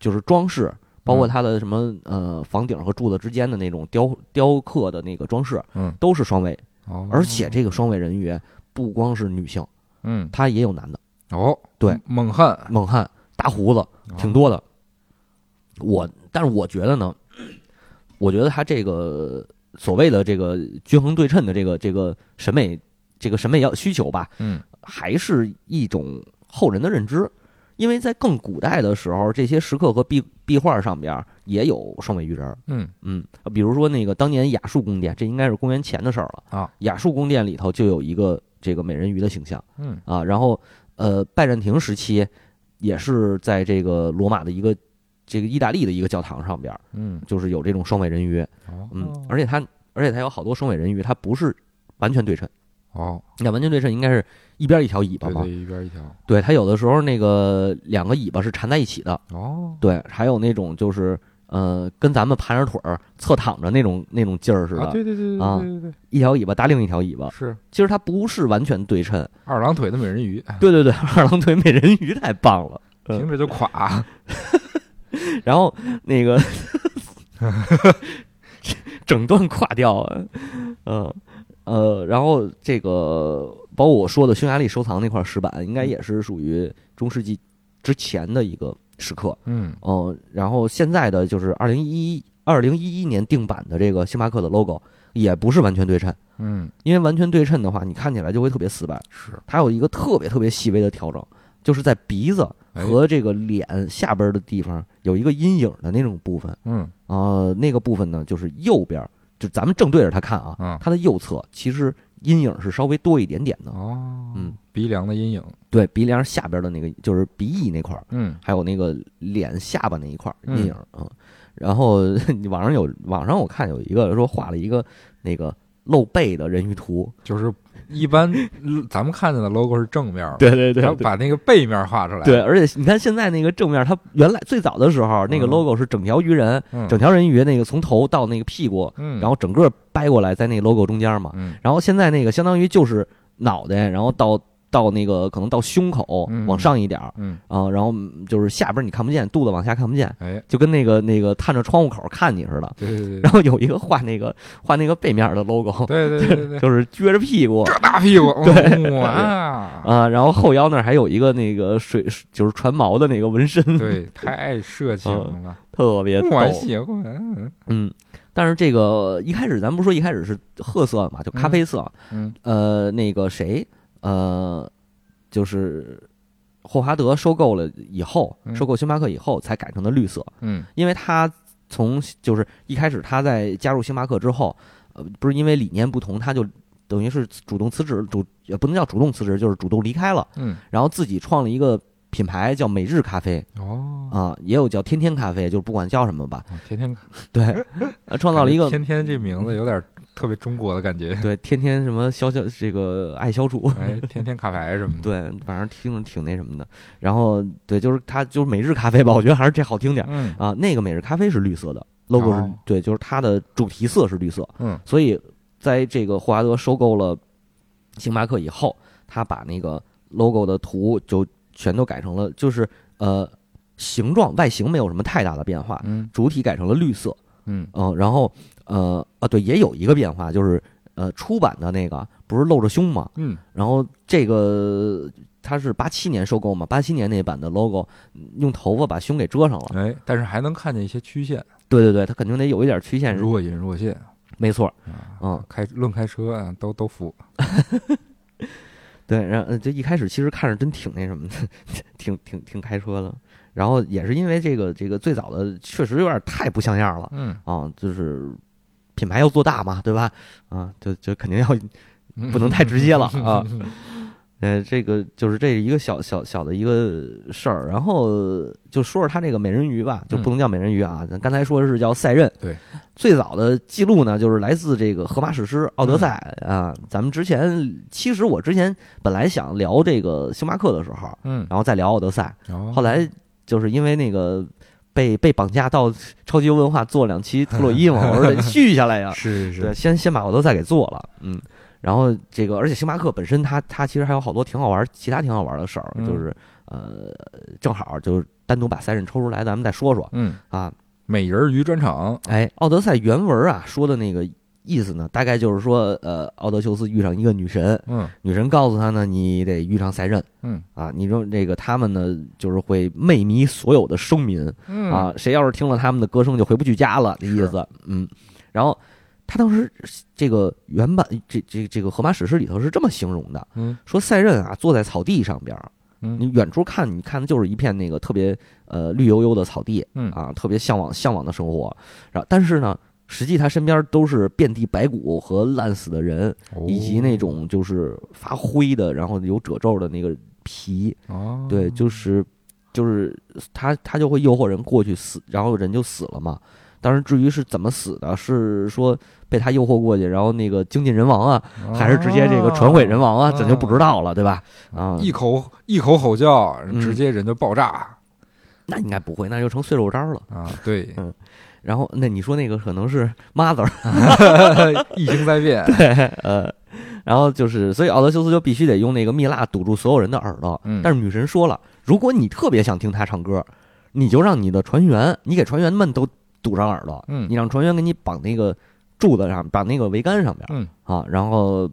Speaker 2: 就是装饰，包
Speaker 1: 嗯
Speaker 2: 括它的什么呃房顶和柱子之间的那种雕雕刻的那个装饰，
Speaker 1: 嗯，
Speaker 2: 都是双尾
Speaker 1: 哦，
Speaker 2: 而且这个双尾人鱼不光是女性，
Speaker 1: 嗯
Speaker 2: 它也有男的，
Speaker 1: 哦，
Speaker 2: 对，
Speaker 1: 猛汉
Speaker 2: 猛汉、大胡子
Speaker 1: 哦
Speaker 2: 挺多的。我，但是我觉得呢，我觉得他这个所谓的这个均衡对称的这个这个审美这个审美要需求吧，
Speaker 1: 嗯
Speaker 2: 还是一种后人的认知。因为在更古代的时候，这些石刻和壁壁画上边儿也有双尾鱼人儿，
Speaker 1: 嗯
Speaker 2: 嗯，比如说那个当年雅述宫殿，这应该是公元前的事儿了
Speaker 1: 啊。
Speaker 2: 雅述宫殿里头就有一个这个美人鱼的形象
Speaker 1: 嗯
Speaker 2: 啊，然后呃，拜占庭时期也是在这个罗马的一个这个意大利的一个教堂上边儿，
Speaker 1: 嗯，
Speaker 2: 就是有这种双尾人鱼，
Speaker 1: 哦，
Speaker 2: 嗯，而且它而且它有好多双尾人鱼，它不是完全对称，
Speaker 1: 哦，
Speaker 2: 那完全对称应该是一边一条尾巴
Speaker 1: 对
Speaker 2: 嘛，
Speaker 1: 对，一边一条，
Speaker 2: 对，它有的时候那个两个尾巴是缠在一起的，
Speaker 1: 哦，
Speaker 2: 对，还有那种就是。呃，跟咱们盘着腿儿侧躺着那种那种劲儿似的，
Speaker 1: 啊，对对对对
Speaker 2: 啊
Speaker 1: 对对
Speaker 2: 一条尾巴搭另一条尾巴
Speaker 1: 对，，是
Speaker 2: 其实它不是完全对称。
Speaker 1: 二郎腿的美人鱼，
Speaker 2: 对对对， 二郎腿美人鱼太棒了。
Speaker 1: 听着就垮，
Speaker 2: 然后 那个整段垮掉啊，嗯呃，然后这个包括我说的匈牙利收藏那块石板，应该也是属于中世纪之前的一个石刻。
Speaker 1: 嗯
Speaker 2: 嗯、然后现在的就是二零一二零一一年定版的这个星巴克的 logo 也不是完全对称，
Speaker 1: 嗯
Speaker 2: 因为完全对称的话，你看起来就会特别死板。
Speaker 1: 是，
Speaker 2: 它有一个特别特别细微的调整，就是在鼻子
Speaker 1: 哎
Speaker 2: 和这个脸下边的地方有一个阴影的那种部分
Speaker 1: 嗯
Speaker 2: 啊、呃那个部分呢就是右边，就咱们正对着它看
Speaker 1: 嗯
Speaker 2: 啊，它的右侧其实阴影是稍微多一点点的，
Speaker 1: 哦，
Speaker 2: 嗯，
Speaker 1: 鼻梁的阴影，
Speaker 2: 对，鼻梁下边的那个就是鼻翼那块儿，
Speaker 1: 嗯
Speaker 2: 还有那个脸下巴那一块儿
Speaker 1: 嗯
Speaker 2: 阴影啊、嗯然后 网上有网上我看有一个说画了一个那个露背的人鱼图，
Speaker 1: 就是一般咱们看见的 logo 是正面儿嘛，
Speaker 2: 对对
Speaker 1: 然后把那个背面画出来，
Speaker 2: 对，，而且你看现在那个正面，它原来最早的时候那个
Speaker 1: 嗯
Speaker 2: logo 是整条鱼人，
Speaker 1: 嗯
Speaker 2: 整条人鱼那个从头到那个屁股，
Speaker 1: 嗯，
Speaker 2: 然后整个掰过来在那个 logo 中间嘛。
Speaker 1: 嗯
Speaker 2: 然后现在那个相当于就是脑袋，然后到到那个可能到胸口
Speaker 1: 嗯
Speaker 2: 往上一点儿
Speaker 1: 嗯，
Speaker 2: 啊、然后嗯就是下边你看不见，肚子往下看不见，
Speaker 1: 哎，
Speaker 2: 就跟那个那个探着窗户口看你似的。
Speaker 1: 对对对
Speaker 2: 然后有一个画那个画那个背面的 logo，
Speaker 1: 对对对对对，
Speaker 2: 就是撅着屁股，
Speaker 1: 这大屁股，嗯
Speaker 2: 对
Speaker 1: 哇，
Speaker 2: 啊，然后后腰那儿还有一个那个水，就是船锚的那个纹身，
Speaker 1: 对，太色
Speaker 2: 嗯
Speaker 1: 情了，
Speaker 2: 特别逗。
Speaker 1: 我喜欢，
Speaker 2: 嗯，但是这个一开始咱不说一开始是褐色嘛，就咖啡色。
Speaker 1: 嗯
Speaker 2: 呃，那个谁，呃，就是霍华德收购了以后，
Speaker 1: 嗯
Speaker 2: 收购星巴克以后才改成的绿色，
Speaker 1: 嗯
Speaker 2: 因为他从就是一开始他在加入星巴克之后，呃，不是因为理念不同，他就。等于是主动辞职，主也不能叫主动辞职，就是主动离开了，
Speaker 1: 嗯，
Speaker 2: 然后自己创了一个品牌叫每日咖啡
Speaker 1: 哦，
Speaker 2: 啊、也有叫天天咖啡，就是不管叫什么吧，
Speaker 1: 我哦天天看
Speaker 2: 对，呃创造了一个
Speaker 1: 天天这名字有点特别中国的感觉，
Speaker 2: 对，天天什么消消这个爱消除，
Speaker 1: 哎，天天卡牌什么的，
Speaker 2: 对，反正听着挺那什么的。然后对，就是它就是每日咖啡吧，我觉得还是这好听点儿
Speaker 1: 嗯
Speaker 2: 啊。那个每日咖啡是绿色的，logo 是、
Speaker 1: 哦
Speaker 2: 对，就是它的主题色是绿色，
Speaker 1: 嗯
Speaker 2: 所以在这个霍华德收购了星巴克以后，他把那个 logo 的图就全都改成了，就是呃形状外形没有什么太大的变化，
Speaker 1: 嗯
Speaker 2: 主体改成了绿色，
Speaker 1: 嗯，
Speaker 2: 嗯，然后呃啊对，也有一个变化，就是呃出版的那个不是露着胸嘛，
Speaker 1: 嗯
Speaker 2: 然后这个它是八七年收购嘛，八七年那版的 logo 嗯用头发把胸给遮上了，
Speaker 1: 哎，但是还能看见一些曲线，
Speaker 2: 对对对，它肯定得有一点曲线，
Speaker 1: 若隐若现。
Speaker 2: 没错，
Speaker 1: 啊
Speaker 2: 嗯，
Speaker 1: 开论开车啊，都都服。
Speaker 2: 对，然后呃就一开始其实看着真挺那什么的， 挺挺挺开车的。然后也是因为这个这个最早的确实有点太不像样了
Speaker 1: 嗯，
Speaker 2: 啊，就是品牌要做大嘛，对吧？啊，就就肯定要不
Speaker 1: 不
Speaker 2: 能太直接了啊。呃，这个就是这一个小小小的一个事儿，然后就说说它这个美人鱼吧，就不能叫美人鱼啊，咱刚才说是叫赛壬。
Speaker 1: 对，
Speaker 2: 最早的记录呢，就是来自这个荷马史诗《奥德赛》啊。咱们之前其实我之前本来想聊这个星巴克的时候，
Speaker 1: 嗯，哦
Speaker 2: 然后再聊《奥德赛》，
Speaker 1: 然
Speaker 2: 后来就是因为那个被被绑架到 超级文化做两期特洛伊嘛， 我说得续下来呀，
Speaker 1: 是是是，
Speaker 2: 对，先先把奥德赛给做了，嗯，然后这个，而且星巴克本身它它其实还有好多挺好玩儿，其他挺好玩儿的事儿，
Speaker 1: 嗯
Speaker 2: 就是呃，正好就是单独把赛壬抽出来，咱们再说说
Speaker 1: 嗯，
Speaker 2: 啊。
Speaker 1: 美人鱼专场，
Speaker 2: 哎，奥德赛原文啊说的那个意思呢，大概就是说，呃，奥德修斯遇上一个女神，
Speaker 1: 嗯
Speaker 2: 女神告诉他呢，你得遇上赛壬
Speaker 1: 嗯
Speaker 2: 啊，你说这个他们呢就是会魅迷所有的生民，
Speaker 1: 嗯
Speaker 2: 啊，谁要是听了他们的歌声就回不去家了，这意
Speaker 1: 是
Speaker 2: 思。嗯，然后他当时这个原版这这这个《荷马史诗》里头是这么形容的，
Speaker 1: 嗯
Speaker 2: 说赛壬啊坐在草地上边儿，啊你
Speaker 1: 嗯
Speaker 2: 远处看你看的就是一片那个特别呃绿油油的草地
Speaker 1: 嗯
Speaker 2: 啊，特别向往向往的生活。然后但是呢，实际他身边都是遍地白骨和烂死的人，
Speaker 1: 哦
Speaker 2: 以及那种就是发灰的，然后有褶皱的那个皮。
Speaker 1: 哦，
Speaker 2: 对，就是就是他他就会诱惑人过去死，然后人就死了嘛。当然，至于是怎么死的，是说被他诱惑过去，然后那个精尽人亡啊，还是直接这个
Speaker 1: 哦
Speaker 2: 船毁人亡啊，咱就不知道了，对吧？啊
Speaker 1: 哦，一口一口吼叫，直接人就爆炸
Speaker 2: 那应该不会，那就成碎肉渣了。
Speaker 1: 啊！ 对，
Speaker 2: 然后，那你说那个可能是 mother，
Speaker 1: 疫情灾变，
Speaker 2: 呃，然后就是，所以奥德修斯就必须得用那个蜜蜡堵住所有人的耳朵。
Speaker 1: 嗯
Speaker 2: 但是女神说了，如果你特别想听他唱歌，你就让你的船员，你给船员们都堵上耳朵，
Speaker 1: 嗯
Speaker 2: 你让船员给你绑那个柱子上，绑那个桅杆上边，
Speaker 1: 嗯
Speaker 2: 啊，然后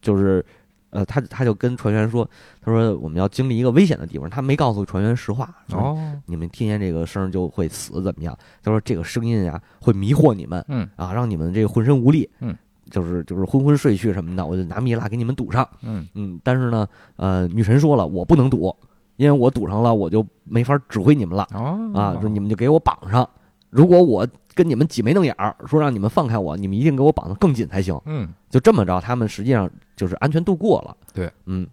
Speaker 2: 就是。呃，他他就跟船员说，他说我们要经历一个危险的地方，他没告诉船员实话。说
Speaker 1: 哦，
Speaker 2: 你们听见这个声儿就会死，怎么样？他说这个声音啊会迷惑你们，
Speaker 1: 嗯
Speaker 2: 啊，让你们这个浑身无力，
Speaker 1: 嗯，
Speaker 2: 就是就是昏昏睡去什么的，我就拿蜜蜡给你们堵上，
Speaker 1: 嗯
Speaker 2: 嗯，但是呢，呃，女神说了，我不能堵，因为我堵上了我就没法指挥你们了
Speaker 1: 哦
Speaker 2: 啊，说你们就给我绑上，如果我跟你们挤眉弄眼儿，说让你们放开我，你们一定给我绑得更紧才行。
Speaker 1: 嗯
Speaker 2: 就这么着，他们实际上就是安全度过了。
Speaker 1: 对，
Speaker 2: 嗯，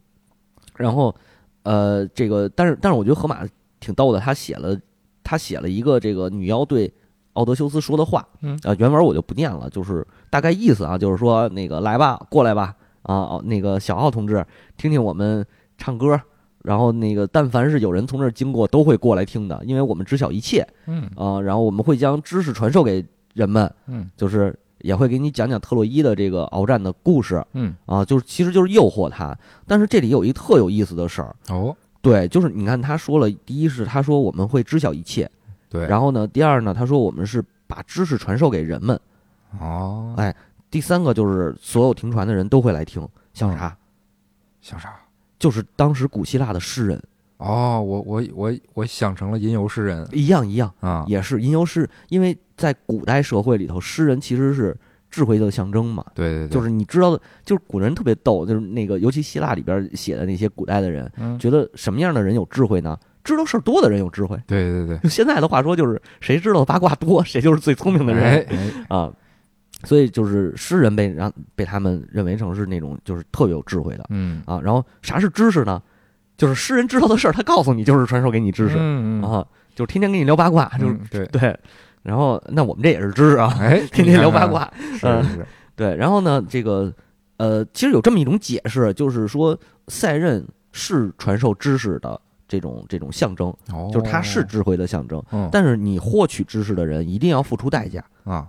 Speaker 2: 然后呃，这个但是但是我觉得河马挺逗的，他写了他写了一个这个女妖对奥德修斯说的话，
Speaker 1: 嗯
Speaker 2: 啊、原文我就不念了，就是大概意思啊，就是说那个来吧，过来吧，啊、哦那个小奥同志，听听我们唱歌。然后那个，但凡是有人从这儿经过，都会过来听的，因为我们知晓一切
Speaker 1: 嗯
Speaker 2: 啊、然后我们会将知识传授给人们，
Speaker 1: 嗯
Speaker 2: 就是也会给你讲讲特洛伊的这个鏖战的故事
Speaker 1: 嗯
Speaker 2: 啊，就是其实就是诱惑他。但是这里有一特有意思的事儿，
Speaker 1: 哦，
Speaker 2: 对，就是你看他说了，第一是他说我们会知晓一切，
Speaker 1: 对，
Speaker 2: 然后呢，第二呢，他说我们是把知识传授给人们，
Speaker 1: 哦，
Speaker 2: 第三个就是所有停船的人都会来听，像
Speaker 1: 嗯
Speaker 2: 啥？
Speaker 1: 想啥？
Speaker 2: 就是当时古希腊的诗人
Speaker 1: 哦，我我我我想成了吟游诗人
Speaker 2: 一样一样，
Speaker 1: 啊，
Speaker 2: 也是吟游诗，因为在古代社会里头，诗人其实是智慧的象征嘛，
Speaker 1: 对对对，
Speaker 2: 就是你知道的，就是古人特别逗，就是那个尤其希腊里边写的那些古代的人，
Speaker 1: 嗯，
Speaker 2: 觉得什么样的人有智慧呢？知道事儿多的人有智慧。
Speaker 1: 对对对，
Speaker 2: 用现在的话说，就是谁知道八卦多，谁就是最聪明的人、
Speaker 1: 哎，
Speaker 2: 啊。所以就是诗人被让被他们认为成是那种就是特别有智慧的
Speaker 1: 嗯，
Speaker 2: 啊。然后啥是知识呢？就是诗人知道的事儿，他告诉你就是传授给你知识、
Speaker 1: 嗯，嗯
Speaker 2: 啊，就是天天跟你聊八卦，就是、
Speaker 1: 嗯对，
Speaker 2: 对。然后那我们这也是知识啊，
Speaker 1: 哎，
Speaker 2: 天天聊八卦，
Speaker 1: 你看
Speaker 2: 嗯
Speaker 1: 看，是是是，
Speaker 2: 对，然后呢，这个呃，其实有这么一种解释，就是说赛壬是传授知识的这种这种象征，
Speaker 1: 哦，
Speaker 2: 就是它是智慧的象征。
Speaker 1: 嗯，
Speaker 2: 但是你获取知识的人一定要付出代价，
Speaker 1: 啊，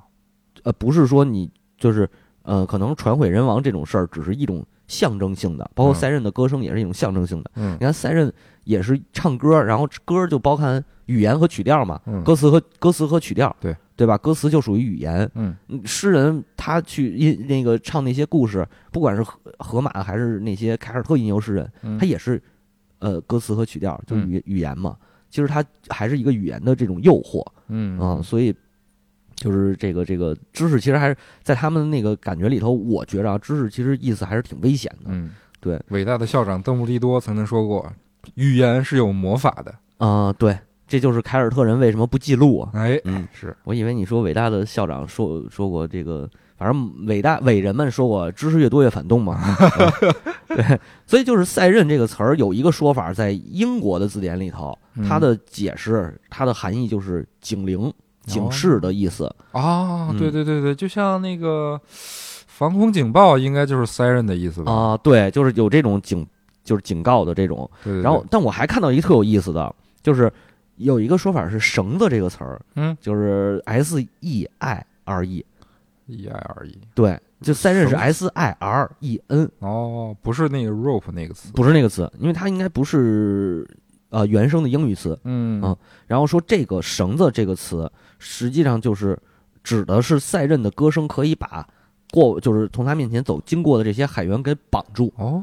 Speaker 2: 呃，不是说你就是呃，可能传毁人亡这种事儿只是一种象征性的，包括
Speaker 1: 嗯
Speaker 2: 赛壬的歌声也是一种象征性的。
Speaker 1: 嗯
Speaker 2: 你看赛壬也是唱歌，然后歌就包含语言和曲调嘛，
Speaker 1: 嗯，
Speaker 2: 歌词和歌词和曲调，
Speaker 1: 对
Speaker 2: 对吧？歌词就属于语言，
Speaker 1: 嗯
Speaker 2: 嗯诗人他去吟那个唱那些故事，不管是荷荷马还是那些凯尔特吟游诗人，
Speaker 1: 嗯，
Speaker 2: 他也是呃歌词和曲调，就是
Speaker 1: 嗯
Speaker 2: 语语言嘛。其实他还是一个语言的这种诱惑
Speaker 1: 嗯
Speaker 2: 啊，所以就是这个这个知识，其实还是在他们那个感觉里头，我觉着啊，知识其实意思还是挺危险的
Speaker 1: 嗯，
Speaker 2: 对，
Speaker 1: 伟大的校长邓布利多曾经说过，语言是有魔法的。
Speaker 2: 啊、对，这就是凯尔特人为什么不记录啊？
Speaker 1: 哎，
Speaker 2: 嗯，
Speaker 1: 是，
Speaker 2: 我以为你说伟大的校长说说过这个，反正伟大伟人们说过，知识越多越反动嘛。 嗯 对，所以就是“赛任”这个词儿有一个说法，在英国的字典里头，
Speaker 1: 嗯
Speaker 2: 它的解释它的含义就是警
Speaker 1: 哦
Speaker 2: 铃、警示的意思。
Speaker 1: 啊，
Speaker 2: 嗯
Speaker 1: 对对对对，就像那个防空警报，应该就是 siren 的意思吧？
Speaker 2: 啊、对，就是有这种警，就是警告的这种。
Speaker 1: 对对对
Speaker 2: 然后，但我还看到一个特有意思的，就是有一个说法是“绳子”这个词儿，
Speaker 1: 嗯，
Speaker 2: 就是 S E I R E，
Speaker 1: 一 i E 而已。
Speaker 2: 对，就“三任”是
Speaker 1: 绳
Speaker 2: S I R E N，
Speaker 1: 哦，不是那个 rope 那个词。
Speaker 2: 不是那个词，因为它应该不是呃原生的英语词。
Speaker 1: 嗯
Speaker 2: 啊然后说这个“绳子”这个词，实际上就是指的是赛任的歌声可以把过，就是从他面前走经过的这些海员给绑住，
Speaker 1: 哦，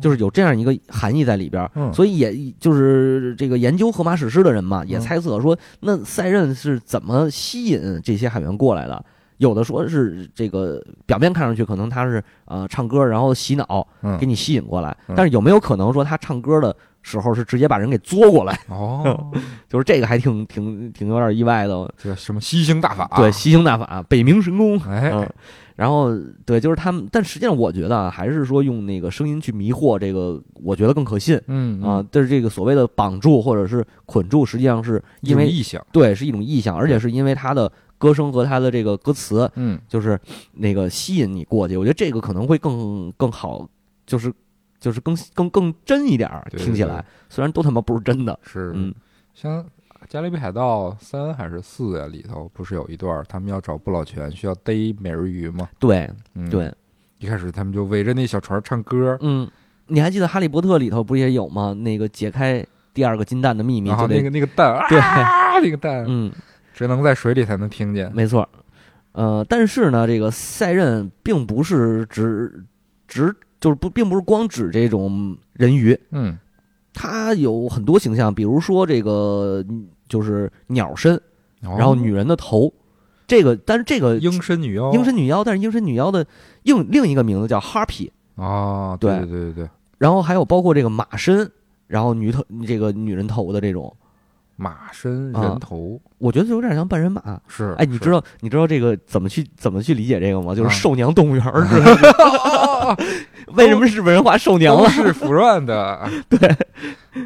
Speaker 2: 就是有这样一个含义在里边儿。
Speaker 1: 嗯
Speaker 2: 所以也就是这个研究荷马史诗的人嘛，也
Speaker 1: 嗯
Speaker 2: 猜测说，那赛任是怎么吸引这些海员过来的？有的说是这个表面看上去可能他是呃唱歌，然后洗脑
Speaker 1: 嗯
Speaker 2: 给你吸引过来，
Speaker 1: 嗯
Speaker 2: 但是有没有可能说他唱歌的时候是直接把人给作过来？
Speaker 1: 哦，
Speaker 2: 就是这个还挺挺挺有点意外的哦。
Speaker 1: 这什么吸星大法？
Speaker 2: 对，，吸星大法，北冥神功。
Speaker 1: 啊哎，
Speaker 2: 嗯，然后对，就是他们，但实际上我觉得啊，还是说用那个声音去迷惑这个，我觉得更可信。
Speaker 1: 嗯
Speaker 2: 啊，，但是这个所谓的绑住或者是捆住，实际上是因为
Speaker 1: 异响，
Speaker 2: 对是一种意象，而且是因为它的歌声和它的这个歌词，
Speaker 1: 嗯，
Speaker 2: 就是那个吸引你过去。我觉得这个可能会更更好，就是就是更更更真一点儿，
Speaker 1: 对
Speaker 2: 听起
Speaker 1: 对
Speaker 2: 来虽然都他妈不是真的，
Speaker 1: 是，
Speaker 2: 嗯
Speaker 1: 像《加勒比海盗》三还是四呀？里头不是有一段儿他们要找不老泉，需要逮美人鱼吗？
Speaker 2: 对
Speaker 1: 嗯，，
Speaker 2: 对，
Speaker 1: 一开始他们就围着那小船唱歌，
Speaker 2: 嗯，你还记得《哈利波特》里头不也有吗？那个解开第二个金蛋的秘密
Speaker 1: 然后
Speaker 2: 就
Speaker 1: 那
Speaker 2: 得
Speaker 1: 个那个蛋啊，
Speaker 2: 对，
Speaker 1: 那个蛋
Speaker 2: 嗯，
Speaker 1: 只能在水里才能听见。
Speaker 2: 没错，呃，但是呢，这个赛任并不是指指就是不并不是光指这种人鱼，
Speaker 1: 嗯，
Speaker 2: 它有很多形象，比如说这个嗯就是鸟身，
Speaker 1: 然
Speaker 2: 然后女人的头，这个但是这个
Speaker 1: 哦鹰身女妖，
Speaker 2: 鹰身女妖，但是鹰身女妖的另另一个名字叫 Harpy，
Speaker 1: 啊，
Speaker 2: 对
Speaker 1: 对对对对，
Speaker 2: 然后还有包括这个马身，然后女头这个女人头的这种，
Speaker 1: 马身
Speaker 2: 啊
Speaker 1: 人头
Speaker 2: 我觉得有点像半人马。
Speaker 1: 是，
Speaker 2: 哎，你
Speaker 1: 是
Speaker 2: 知道你知道这个怎么去怎么去理解这个吗？就是
Speaker 1: 啊
Speaker 2: 兽娘动物园 儿之类的。 为什么日本人画兽娘
Speaker 1: 都
Speaker 2: 了？
Speaker 1: 是腐乱 的，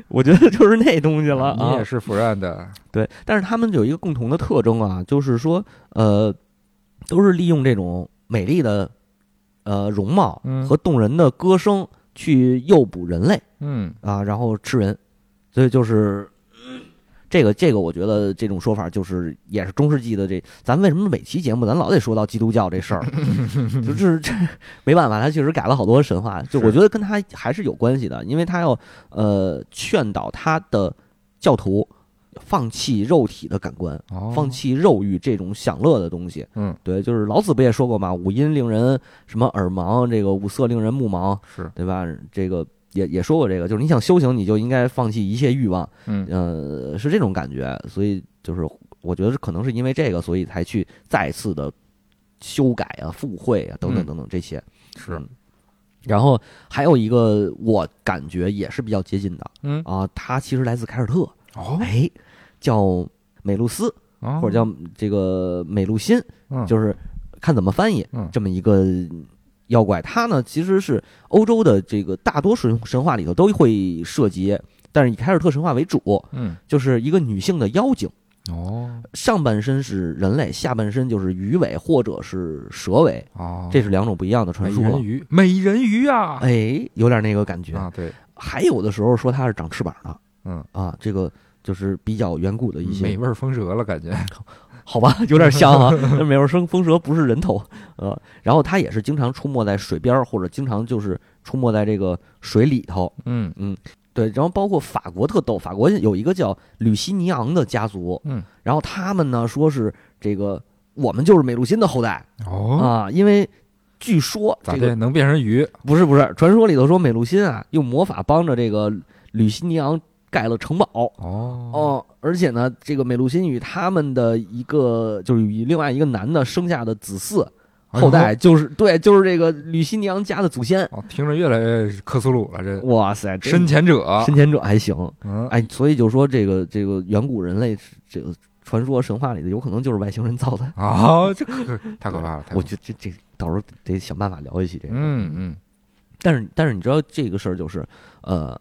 Speaker 2: 我觉得就是那东西了
Speaker 1: 你
Speaker 2: 啊
Speaker 1: 也。是腐乱 的，
Speaker 2: 对，但是他们有一个共同的特征啊，就是说，呃，都是利用这种美丽的呃容貌
Speaker 1: 嗯
Speaker 2: 和动人的歌声去诱捕人类
Speaker 1: 嗯，
Speaker 2: 啊，然后吃人，所以就是。这个这个，我觉得这种说法就是也是中世纪的这，咱为什么每期节目咱老得说到基督教这事儿？ 就是 这没办法，他确实改了好多神话，就是我觉得跟他还是有关系的，因为他要呃劝导他的教徒放弃肉体的感官，
Speaker 1: 哦，
Speaker 2: 放弃肉欲这种享乐的东西。
Speaker 1: 嗯，
Speaker 2: 对，就是老子不也说过嘛，五音令人什么耳盲，这个五色令人目盲，
Speaker 1: 是，
Speaker 2: 对吧？这个也也说过这个，就是你想修行，你就应该放弃一切欲望，
Speaker 1: 嗯，
Speaker 2: 呃，是这种感觉，所以就是我觉得可能是因为这个，所以才去再次的修改啊、附会啊等等
Speaker 1: 嗯
Speaker 2: 等等这些。
Speaker 1: 是，
Speaker 2: 嗯然后还有一个我感觉也是比较接近的
Speaker 1: 嗯，
Speaker 2: 啊，他其实来自凯尔特，
Speaker 1: 哦，
Speaker 2: 哎，叫美露丝
Speaker 1: 哦
Speaker 2: 或者叫这个美露辛，
Speaker 1: 嗯
Speaker 2: 就是看怎么翻译
Speaker 1: 嗯
Speaker 2: 这么一个妖怪。它呢其实是欧洲的这个大多神神话里头都会涉及，但是以凯尔特神话为主，
Speaker 1: 嗯，
Speaker 2: 就是一个女性的妖精，
Speaker 1: 哦，
Speaker 2: 上半身是人类，下半身就是鱼尾或者是蛇尾，
Speaker 1: 哦，哎
Speaker 2: 这是两种不一样的
Speaker 1: 美
Speaker 2: 传说。
Speaker 1: 人鱼，美人鱼啊，
Speaker 2: 哎，有点那个感觉。
Speaker 1: 啊，对，
Speaker 2: 还有的时候说它是长翅膀的
Speaker 1: 嗯，
Speaker 2: 啊，这个就是比较远古的一
Speaker 1: 美
Speaker 2: 些，
Speaker 1: 味儿风蛇了，感觉，
Speaker 2: 好吧，有点像啊。那美味生风蛇不是人头，呃，然后它也是经常出没在水边儿，或者经常就是出没在这个水里头。
Speaker 1: 嗯
Speaker 2: 对，然后包括法国特逗，法国有一个叫吕西尼昂的家族，
Speaker 1: 嗯，
Speaker 2: 然后他们呢说是这个我们就是美露辛的后代
Speaker 1: 哦，
Speaker 2: 啊，因为据说
Speaker 1: 咋
Speaker 2: 这
Speaker 1: 的
Speaker 2: 个
Speaker 1: 能变成鱼？
Speaker 2: 不是不是，传说里头说美露辛啊用魔法帮着这个吕西尼昂盖了城堡。
Speaker 1: 哦
Speaker 2: 哦，而且呢，这个美露辛与他们的一个就是与另外一个男的生下的子嗣
Speaker 1: 哎呦
Speaker 2: 后代，就是对，就是这个吕新娘家的祖先。
Speaker 1: 哦，听着越来越克苏鲁了，这
Speaker 2: 哇塞，这
Speaker 1: 深啊潜者，
Speaker 2: 深潜者还行，
Speaker 1: 嗯，
Speaker 2: 哎，所以就说这个这个远古人类是这个传说神话里的，有可能就是外星人造的。
Speaker 1: 啊，这可太可怕了，太可怕了
Speaker 2: 我觉得这这到时候得想办法聊一期这个。
Speaker 1: 嗯嗯
Speaker 2: 但是但是你知道这个事儿就是，呃，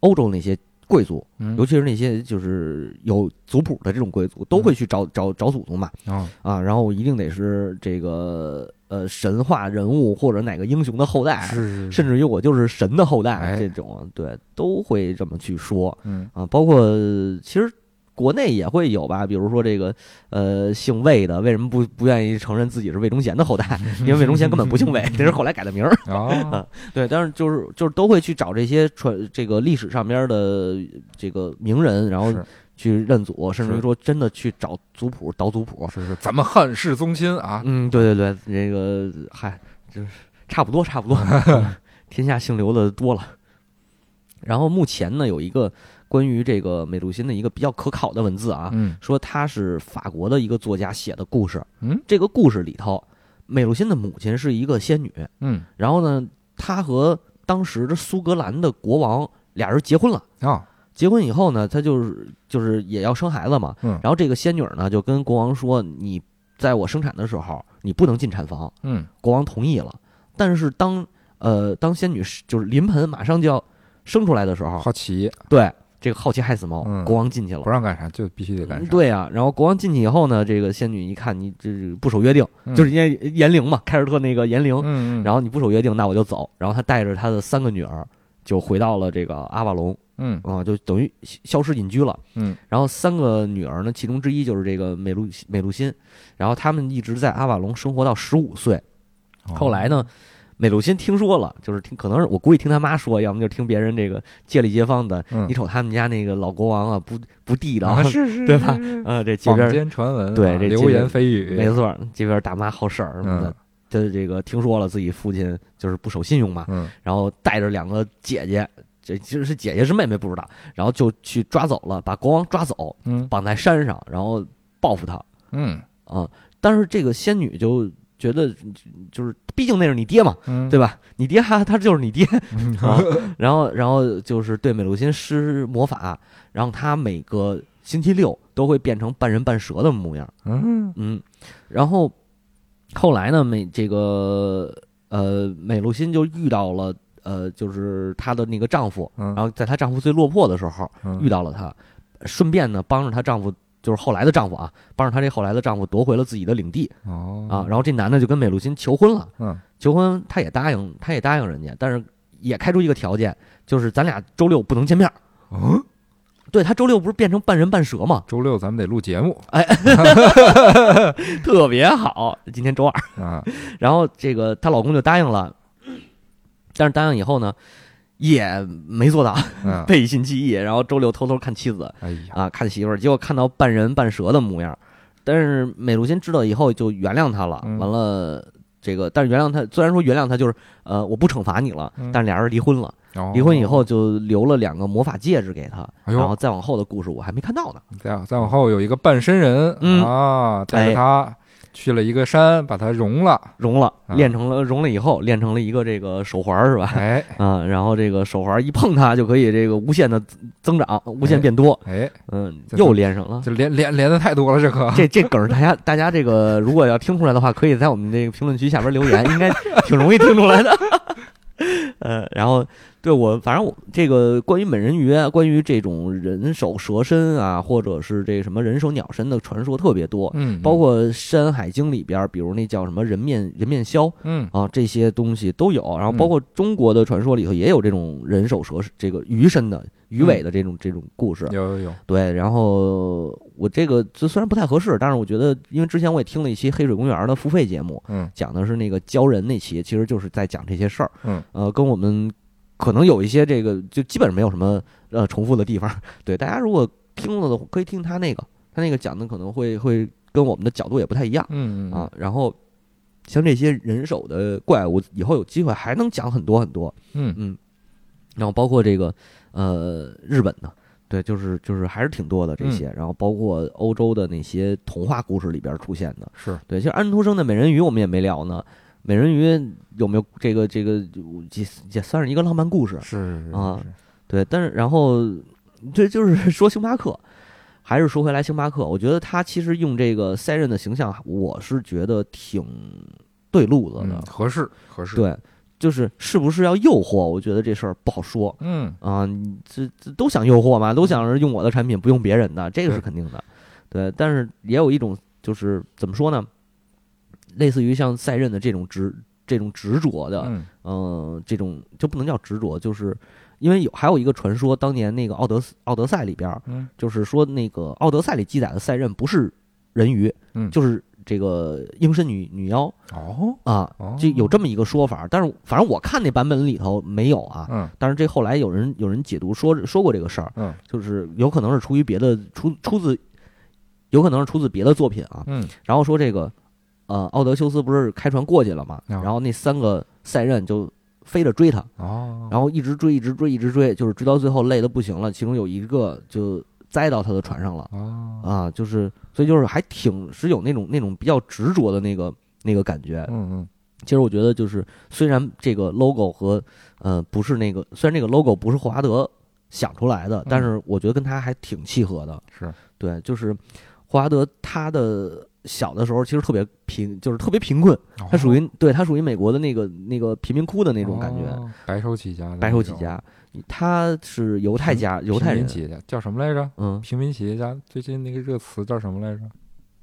Speaker 2: 欧洲那些贵族，
Speaker 1: 嗯，
Speaker 2: 尤其是那些就是有族谱的这种贵族，都会去找找找祖宗嘛
Speaker 1: 啊
Speaker 2: 啊，然后一定得是这个呃神话人物或者哪个英雄的后代，
Speaker 1: 是
Speaker 2: 甚
Speaker 1: 至
Speaker 2: 至于我哎就是神的后代
Speaker 1: 哎
Speaker 2: 这种，对，都会这么去说
Speaker 1: 嗯
Speaker 2: 啊。包括其实国内也会有吧，比如说这个呃姓魏的，为什么不不愿意承认自己是魏忠贤的后 代？因为魏忠贤根本不姓魏，这是后来改的名儿。
Speaker 1: 啊
Speaker 2: 对，但是就是就是都会去找这些传这个历史上边的这个名人， 然后
Speaker 1: 是
Speaker 2: 去认祖，甚至于
Speaker 1: 是
Speaker 2: 说真的去找族谱倒族谱。
Speaker 1: 是是，咱们汉室宗亲啊，
Speaker 2: 嗯，对对对，这个嗨，就是差不多差 不多，天下姓刘的多了。然后目前呢，有一个关于这个美杜辛的一个比较可考的文字啊，
Speaker 1: 嗯
Speaker 2: 说他是法国的一个作家写的故事。
Speaker 1: 嗯，
Speaker 2: 这个故事里头，美露辛的母亲是一个仙女，
Speaker 1: 嗯
Speaker 2: 然后呢，他和当时的苏格兰的国王俩人结婚了。
Speaker 1: 啊
Speaker 2: 结婚以后呢，他就是就是也要生孩子嘛。
Speaker 1: 嗯
Speaker 2: 然后这个仙女呢，就跟国王说：“你在我生产的时候，你不能进产房。
Speaker 1: 嗯”
Speaker 2: 国王同意了。但是当呃当仙女是就是临盆马上就要生出来的时候，
Speaker 1: 好奇
Speaker 2: 对这个好奇害死猫，
Speaker 1: 嗯
Speaker 2: 国王进去了
Speaker 1: 不。让干啥就必须得干啥，
Speaker 2: 对啊，然后国王进去以后呢，这个仙女一看你这是不守约定，
Speaker 1: 嗯
Speaker 2: 就是因为严陵嘛，凯尔特那个严陵，
Speaker 1: 嗯嗯，
Speaker 2: 然
Speaker 1: 后
Speaker 2: 后你不守约定，那我就走。然后他带着他的三个女儿，就回到了这个阿瓦隆
Speaker 1: 嗯
Speaker 2: 啊、就等于消消失隐居了。
Speaker 1: 嗯，
Speaker 2: 然后三个女儿呢，其中之一就是这个美露美露辛，然后他们一直在阿瓦隆生活到十五岁。
Speaker 1: 哦
Speaker 2: 后来呢，美露辛听说了，就是听，可能是我估计听他妈说，要么就听别人这个街里街坊的。
Speaker 1: 嗯
Speaker 2: 你瞅他们家那个老国王啊，不不地道，
Speaker 1: 啊是是
Speaker 2: 对吧
Speaker 1: 是是
Speaker 2: 呃，这街
Speaker 1: 坊
Speaker 2: 边
Speaker 1: 间传闻啊，
Speaker 2: 对这
Speaker 1: 流
Speaker 2: 街
Speaker 1: 言
Speaker 2: 边
Speaker 1: 蜚语，
Speaker 2: 没错，这边大妈好事儿什么的，
Speaker 1: 嗯
Speaker 2: 他这个听说了自己父亲就是不守信用嘛，
Speaker 1: 嗯
Speaker 2: 然后带着两个姐姐，这其实是姐姐是妹妹不知道，然后就去抓走了，把国王抓走，
Speaker 1: 嗯
Speaker 2: 绑在山上，然后报复他
Speaker 1: 嗯
Speaker 2: 啊。但是这个仙女就觉得，就是毕竟那是你爹嘛，
Speaker 1: 嗯，
Speaker 2: 对吧？你爹哈，他就是你爹啊。然后，然后就是对美露辛施魔法，让他每个星期六都会变成半人半蛇的模样。
Speaker 1: 嗯
Speaker 2: 嗯，然后后来呢，美这个呃美露辛就遇到了呃，就是她的那个丈夫，
Speaker 1: 嗯
Speaker 2: 然后在她丈夫最落魄的时候
Speaker 1: 嗯
Speaker 2: 遇到了她，顺便呢帮着她丈夫。就是后来的丈夫啊，帮着她这后来的丈夫夺回了自己的领地
Speaker 1: 哦
Speaker 2: 啊，然后这男的就跟美露辛求婚了，
Speaker 1: 嗯
Speaker 2: 求婚她也答应，她也答应人家，但是也开出一个条件，就是咱俩周六不能见面儿。哦
Speaker 1: 嗯，
Speaker 2: 对她周六不是变成半人半蛇吗？
Speaker 1: 周六咱们得录节目
Speaker 2: 特别好，今天周二。
Speaker 1: 啊，
Speaker 2: 然后这个她老公就答应了，但是答应以后呢，也没做到，
Speaker 1: 嗯，
Speaker 2: 背信弃义。然后周六偷偷看妻子
Speaker 1: 哎 呀，
Speaker 2: 啊，看媳妇儿，结果看到半人半蛇的模样。但是美露辛知道以后就原谅他了，
Speaker 1: 嗯
Speaker 2: 完了这个，但是原谅他，虽然说原谅他就是呃我不惩罚你了，
Speaker 1: 嗯
Speaker 2: 但是俩人离婚了，
Speaker 1: 哦
Speaker 2: 离婚以后就留了两个魔法戒指给他，
Speaker 1: 哎呦
Speaker 2: 然后再往后的故事我还没看到呢。
Speaker 1: 再再往后有一个半身人、
Speaker 2: 嗯
Speaker 1: 啊，带
Speaker 2: 哎
Speaker 1: 着他去了一个山，把他融 了。
Speaker 2: 融了，
Speaker 1: 啊
Speaker 2: 练成了，融了以后练成了一个这个手环儿是吧？
Speaker 1: 哎
Speaker 2: 啊，然后这个手环一碰它就可以这个无限的增长，无限变多。
Speaker 1: 哎，
Speaker 2: 嗯，
Speaker 1: 这
Speaker 2: 又连上了。
Speaker 1: 这连连连的太多了，这可
Speaker 2: 这这梗儿，大家大家这个如果要听出来的话，可以在我们这个评论区下边留言，应该挺容易听出来的。 呃，然后对我，反正我这个关于美人鱼啊，关于这种人手蛇身啊，或者是这什么人手鸟身的传说特别多，
Speaker 1: 嗯，
Speaker 2: 包括《山海经》里边儿，比如那叫什么人面人面枭，
Speaker 1: 嗯
Speaker 2: 啊，这些东西都有。然后包
Speaker 1: 嗯
Speaker 2: 括中国的传说里头也有这种人手蛇这个鱼身的、鱼
Speaker 1: 嗯
Speaker 2: 尾的这种、这种故事。
Speaker 1: 有有有，
Speaker 2: 对，然后我这个这虽然不太合适，但是我觉得，因为之前我也听了一期《黑水公园》的付费节目，
Speaker 1: 嗯
Speaker 2: 讲的是那个鲛人那期，其实就是在讲这些事儿。
Speaker 1: 嗯，
Speaker 2: 呃，跟我们可能有一些这个就基本上没有什么呃重复的地方。 对，大家如果听了的话，可以听他那个，他那个讲的可能会会跟我们的角度也不太一样。
Speaker 1: 嗯嗯
Speaker 2: 啊，，然后像这些人手的怪物，以后有机会还能讲很多很多。
Speaker 1: 嗯
Speaker 2: 然后包括这个呃日本呢，对，就是就是还是挺多
Speaker 1: 嗯
Speaker 2: 的这些，然后包括欧洲的那些童话故事里边出现的。
Speaker 1: 是
Speaker 2: 对，其实安徒生的《美人鱼》我们也没聊呢，《美人鱼》有没有这个这个也也算是一个浪漫故事？
Speaker 1: 是
Speaker 2: 啊，
Speaker 1: 是
Speaker 2: 对，但是然后这就是 说星巴克，还是说回来星巴克，我觉得他其实用这个赛任的形象，我是觉得挺对路子的
Speaker 1: 嗯，。合适合适，，
Speaker 2: 对，就是是不是要诱惑，我觉得这事儿不好说
Speaker 1: 嗯，
Speaker 2: 啊。你这这都想诱惑嘛，都想着用我的产品不用别人的，这个是
Speaker 1: 对
Speaker 2: 肯定的。对，但是也有一种就是怎么说呢，类似于像赛任的这种执这种执着的，
Speaker 1: 嗯
Speaker 2: 嗯，这种就不能叫执着，就是因为有还有一个传说，当年那个奥德斯奥德赛里边儿，
Speaker 1: 嗯
Speaker 2: 就是说那个奥德赛里记载的赛壬不是人鱼，
Speaker 1: 嗯
Speaker 2: 就是这个鹰身女女妖
Speaker 1: 哦
Speaker 2: 啊，
Speaker 1: 哦，
Speaker 2: 就有这么一个说法。但是反正我看那版本里头没有啊，
Speaker 1: 嗯
Speaker 2: 但是这后来有人有人解读说说过这个事儿，
Speaker 1: 嗯
Speaker 2: 就是有可能是出于别的出出自，有可能是出自别的作品啊，
Speaker 1: 嗯
Speaker 2: 然后说这个，呃，奥德修斯不是开船过去了嘛，
Speaker 1: 啊
Speaker 2: 然后那三个赛壬就飞着追他，
Speaker 1: 哦，
Speaker 2: 然后一直追，一直追，一直追，就是追到最后累得不行了，其中有一个就栽到他的船上了
Speaker 1: 哦，
Speaker 2: 啊，就是所以就是还挺是有那种那种比较执着的那个那个感觉。
Speaker 1: 嗯嗯
Speaker 2: 其实我觉得就是虽然这个 logo 和呃不是那个，虽然这个 logo 不是霍华德想出来的，但是我觉得跟他还挺契合的。
Speaker 1: 是，
Speaker 2: 对，嗯就是霍华德他的小的时候其实特别贫，就是特别贫困，他属
Speaker 1: 于
Speaker 2: 于对他属于美国的那个那个贫民窟的那种感觉，
Speaker 1: 哦白手起家的那种，
Speaker 2: 白手起家。他是犹太家，犹太
Speaker 1: 平
Speaker 2: 人
Speaker 1: 民，企业家叫什么来着？
Speaker 2: 嗯，
Speaker 1: 平民企业家最近那个热词叫什么来着？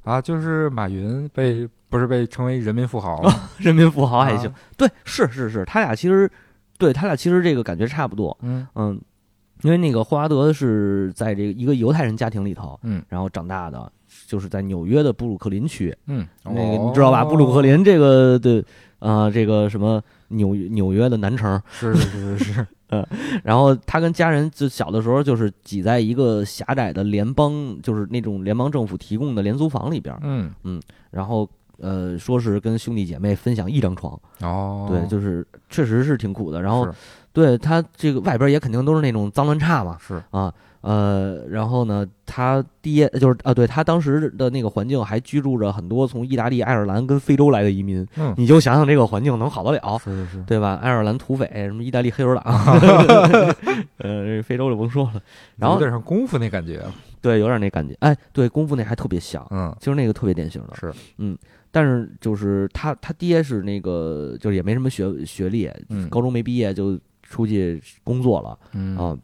Speaker 1: 啊，就是马云被不是被称为人民富豪 吗？
Speaker 2: 人民富豪还
Speaker 1: 啊
Speaker 2: 行。对，是是是，他俩其实对他俩其实这个感觉差不多，
Speaker 1: 嗯
Speaker 2: 嗯。因为那个霍华德是在这个一个犹太人家庭里头，
Speaker 1: 嗯，
Speaker 2: 然后长大的，就是在纽约的布鲁克林区，
Speaker 1: 嗯，
Speaker 2: 那个你知道吧？布鲁克
Speaker 1: 林
Speaker 2: 林这个对啊、这个什么纽纽约的南城，
Speaker 1: 是是是 是，
Speaker 2: 然后他跟家人就小的时候就是挤在一个狭窄的联邦，就是那种联邦政府提供的廉租房里边儿，
Speaker 1: 嗯
Speaker 2: 然后呃，说是跟兄弟姐妹分享一张床，
Speaker 1: 哦，
Speaker 2: 对，就是确实是挺苦的。然后
Speaker 1: 是
Speaker 2: 对他这个外边也肯定都是那种脏乱差嘛，
Speaker 1: 是
Speaker 2: 啊，呃，然后呢，他爹就是啊，对他当时的那个环境还居住着很多从意大利、爱尔兰跟非洲来的移民，
Speaker 1: 嗯
Speaker 2: 你就想想这个环境能好得了，
Speaker 1: 是是是，
Speaker 2: 对吧？爱尔兰土匪，什么意大利黑手党，呃，这非洲就甭说了。然后
Speaker 1: 有点像功夫那感觉，
Speaker 2: 对，有点那感觉，哎，对，功夫那还特别像，
Speaker 1: 嗯
Speaker 2: 其实那个特别典型的，
Speaker 1: 是
Speaker 2: 但是就是他他爹是那个就是也没什么学学历，
Speaker 1: 嗯
Speaker 2: 高中没毕业就出去工作了。
Speaker 1: 嗯
Speaker 2: 啊，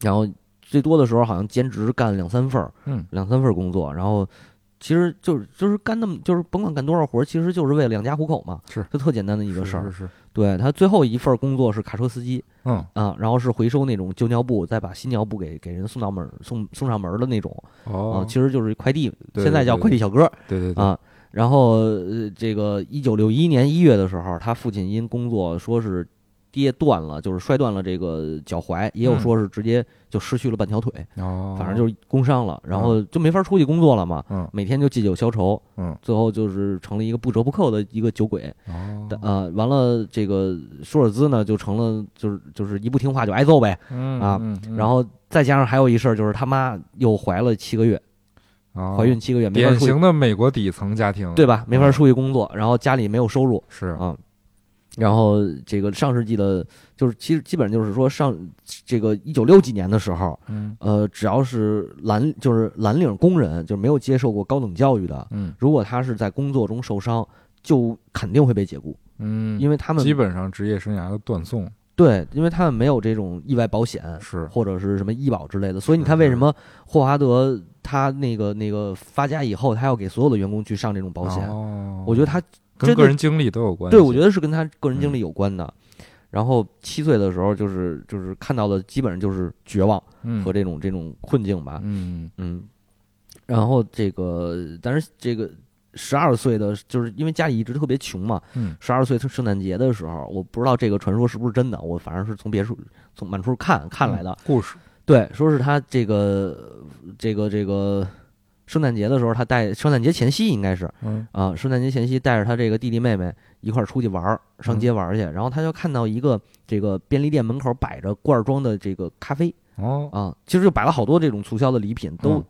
Speaker 2: 然后最多的时候好像兼职干两三份儿，
Speaker 1: 嗯
Speaker 2: 两三份儿工作，然后其实就是就是干那么就是甭管干多少活儿，其实就是为了养家糊口嘛，
Speaker 1: 是
Speaker 2: 就特简单的一
Speaker 1: 一
Speaker 2: 个事儿
Speaker 1: 是。是
Speaker 2: 对他最后一份儿工作是卡车司机
Speaker 1: 嗯
Speaker 2: 啊，然后是回收那种旧尿布，再把新尿布给给人送到门儿送送上门儿的那种啊
Speaker 1: 哦，，
Speaker 2: 其实就是快递，
Speaker 1: 对
Speaker 2: 现在
Speaker 1: 对
Speaker 2: 叫
Speaker 1: 对
Speaker 2: 快递小哥儿
Speaker 1: 对对对，
Speaker 2: 啊。然后呃，这个一九六一年一月的时候，他父亲因工作说是跌断了，就是摔断了这个脚踝，也有
Speaker 1: 嗯
Speaker 2: 说是直接就失去了半条腿，
Speaker 1: 哦，
Speaker 2: 反正就是工伤了，然后就没法出去工作了嘛，
Speaker 1: 嗯
Speaker 2: 每天就借酒消愁，
Speaker 1: 嗯，
Speaker 2: 最后就是成了一个不折不扣的一个酒鬼，
Speaker 1: 哦
Speaker 2: 但呃，完了这个舒尔兹呢就成了就是就是一不听话就挨揍呗，
Speaker 1: 嗯
Speaker 2: 啊
Speaker 1: 嗯嗯
Speaker 2: 然后再加上还有一事儿就是他妈又怀了七个月，
Speaker 1: 哦
Speaker 2: 怀孕七个月没法
Speaker 1: 典
Speaker 2: 出去，
Speaker 1: 型的嗯美国底层家庭，
Speaker 2: 对吧？没法出去工作，然后家里没有收入，
Speaker 1: 是
Speaker 2: 啊。然后这个上世纪的，就是其实基本上就是说上这个一九六几年的时候，
Speaker 1: 嗯
Speaker 2: 呃，只要是蓝就是蓝领工人，就是没有接受过高等教育的，
Speaker 1: 嗯
Speaker 2: 如果他是在工作中受伤，就肯定会被解雇，
Speaker 1: 嗯，
Speaker 2: 因为他们
Speaker 1: 基本上职业生涯的断送
Speaker 2: 对，因为他们没有这种意外保险
Speaker 1: 是
Speaker 2: 或者是什么医保之类的，所以你看为什么霍华德他那个那个发家以后，他要给所有的员工去上这种保险，
Speaker 1: 哦
Speaker 2: 我觉得他
Speaker 1: 跟
Speaker 2: 真
Speaker 1: 个
Speaker 2: 的
Speaker 1: 人经历都有关系，嗯
Speaker 2: 对，我觉得是跟他个人经历有关的。然后七岁的时候，就是就是看到的基本上就是绝望
Speaker 1: 嗯
Speaker 2: 和这种这种困境吧，
Speaker 1: 嗯
Speaker 2: 嗯。然后这个，但是这个十二岁的，就是因为家里一直特别穷嘛，
Speaker 1: 嗯
Speaker 2: 十二岁圣诞节的时候，我不知道这个传说是不是真的，我反正是从别处从满处看看来的。
Speaker 1: 嗯故事，
Speaker 2: 对，说是他这个这个这个圣诞节的时候，他带圣诞节前夕应该是，
Speaker 1: 嗯
Speaker 2: 啊，圣诞节前夕带着他这个弟弟妹妹一块儿出去玩儿，
Speaker 1: 嗯
Speaker 2: 上街玩儿去。然后他就看到一个这个便利店门口摆着罐装的这个咖啡，
Speaker 1: 哦，
Speaker 2: 啊，其实就摆了好多这种促销的礼品，都、
Speaker 1: 嗯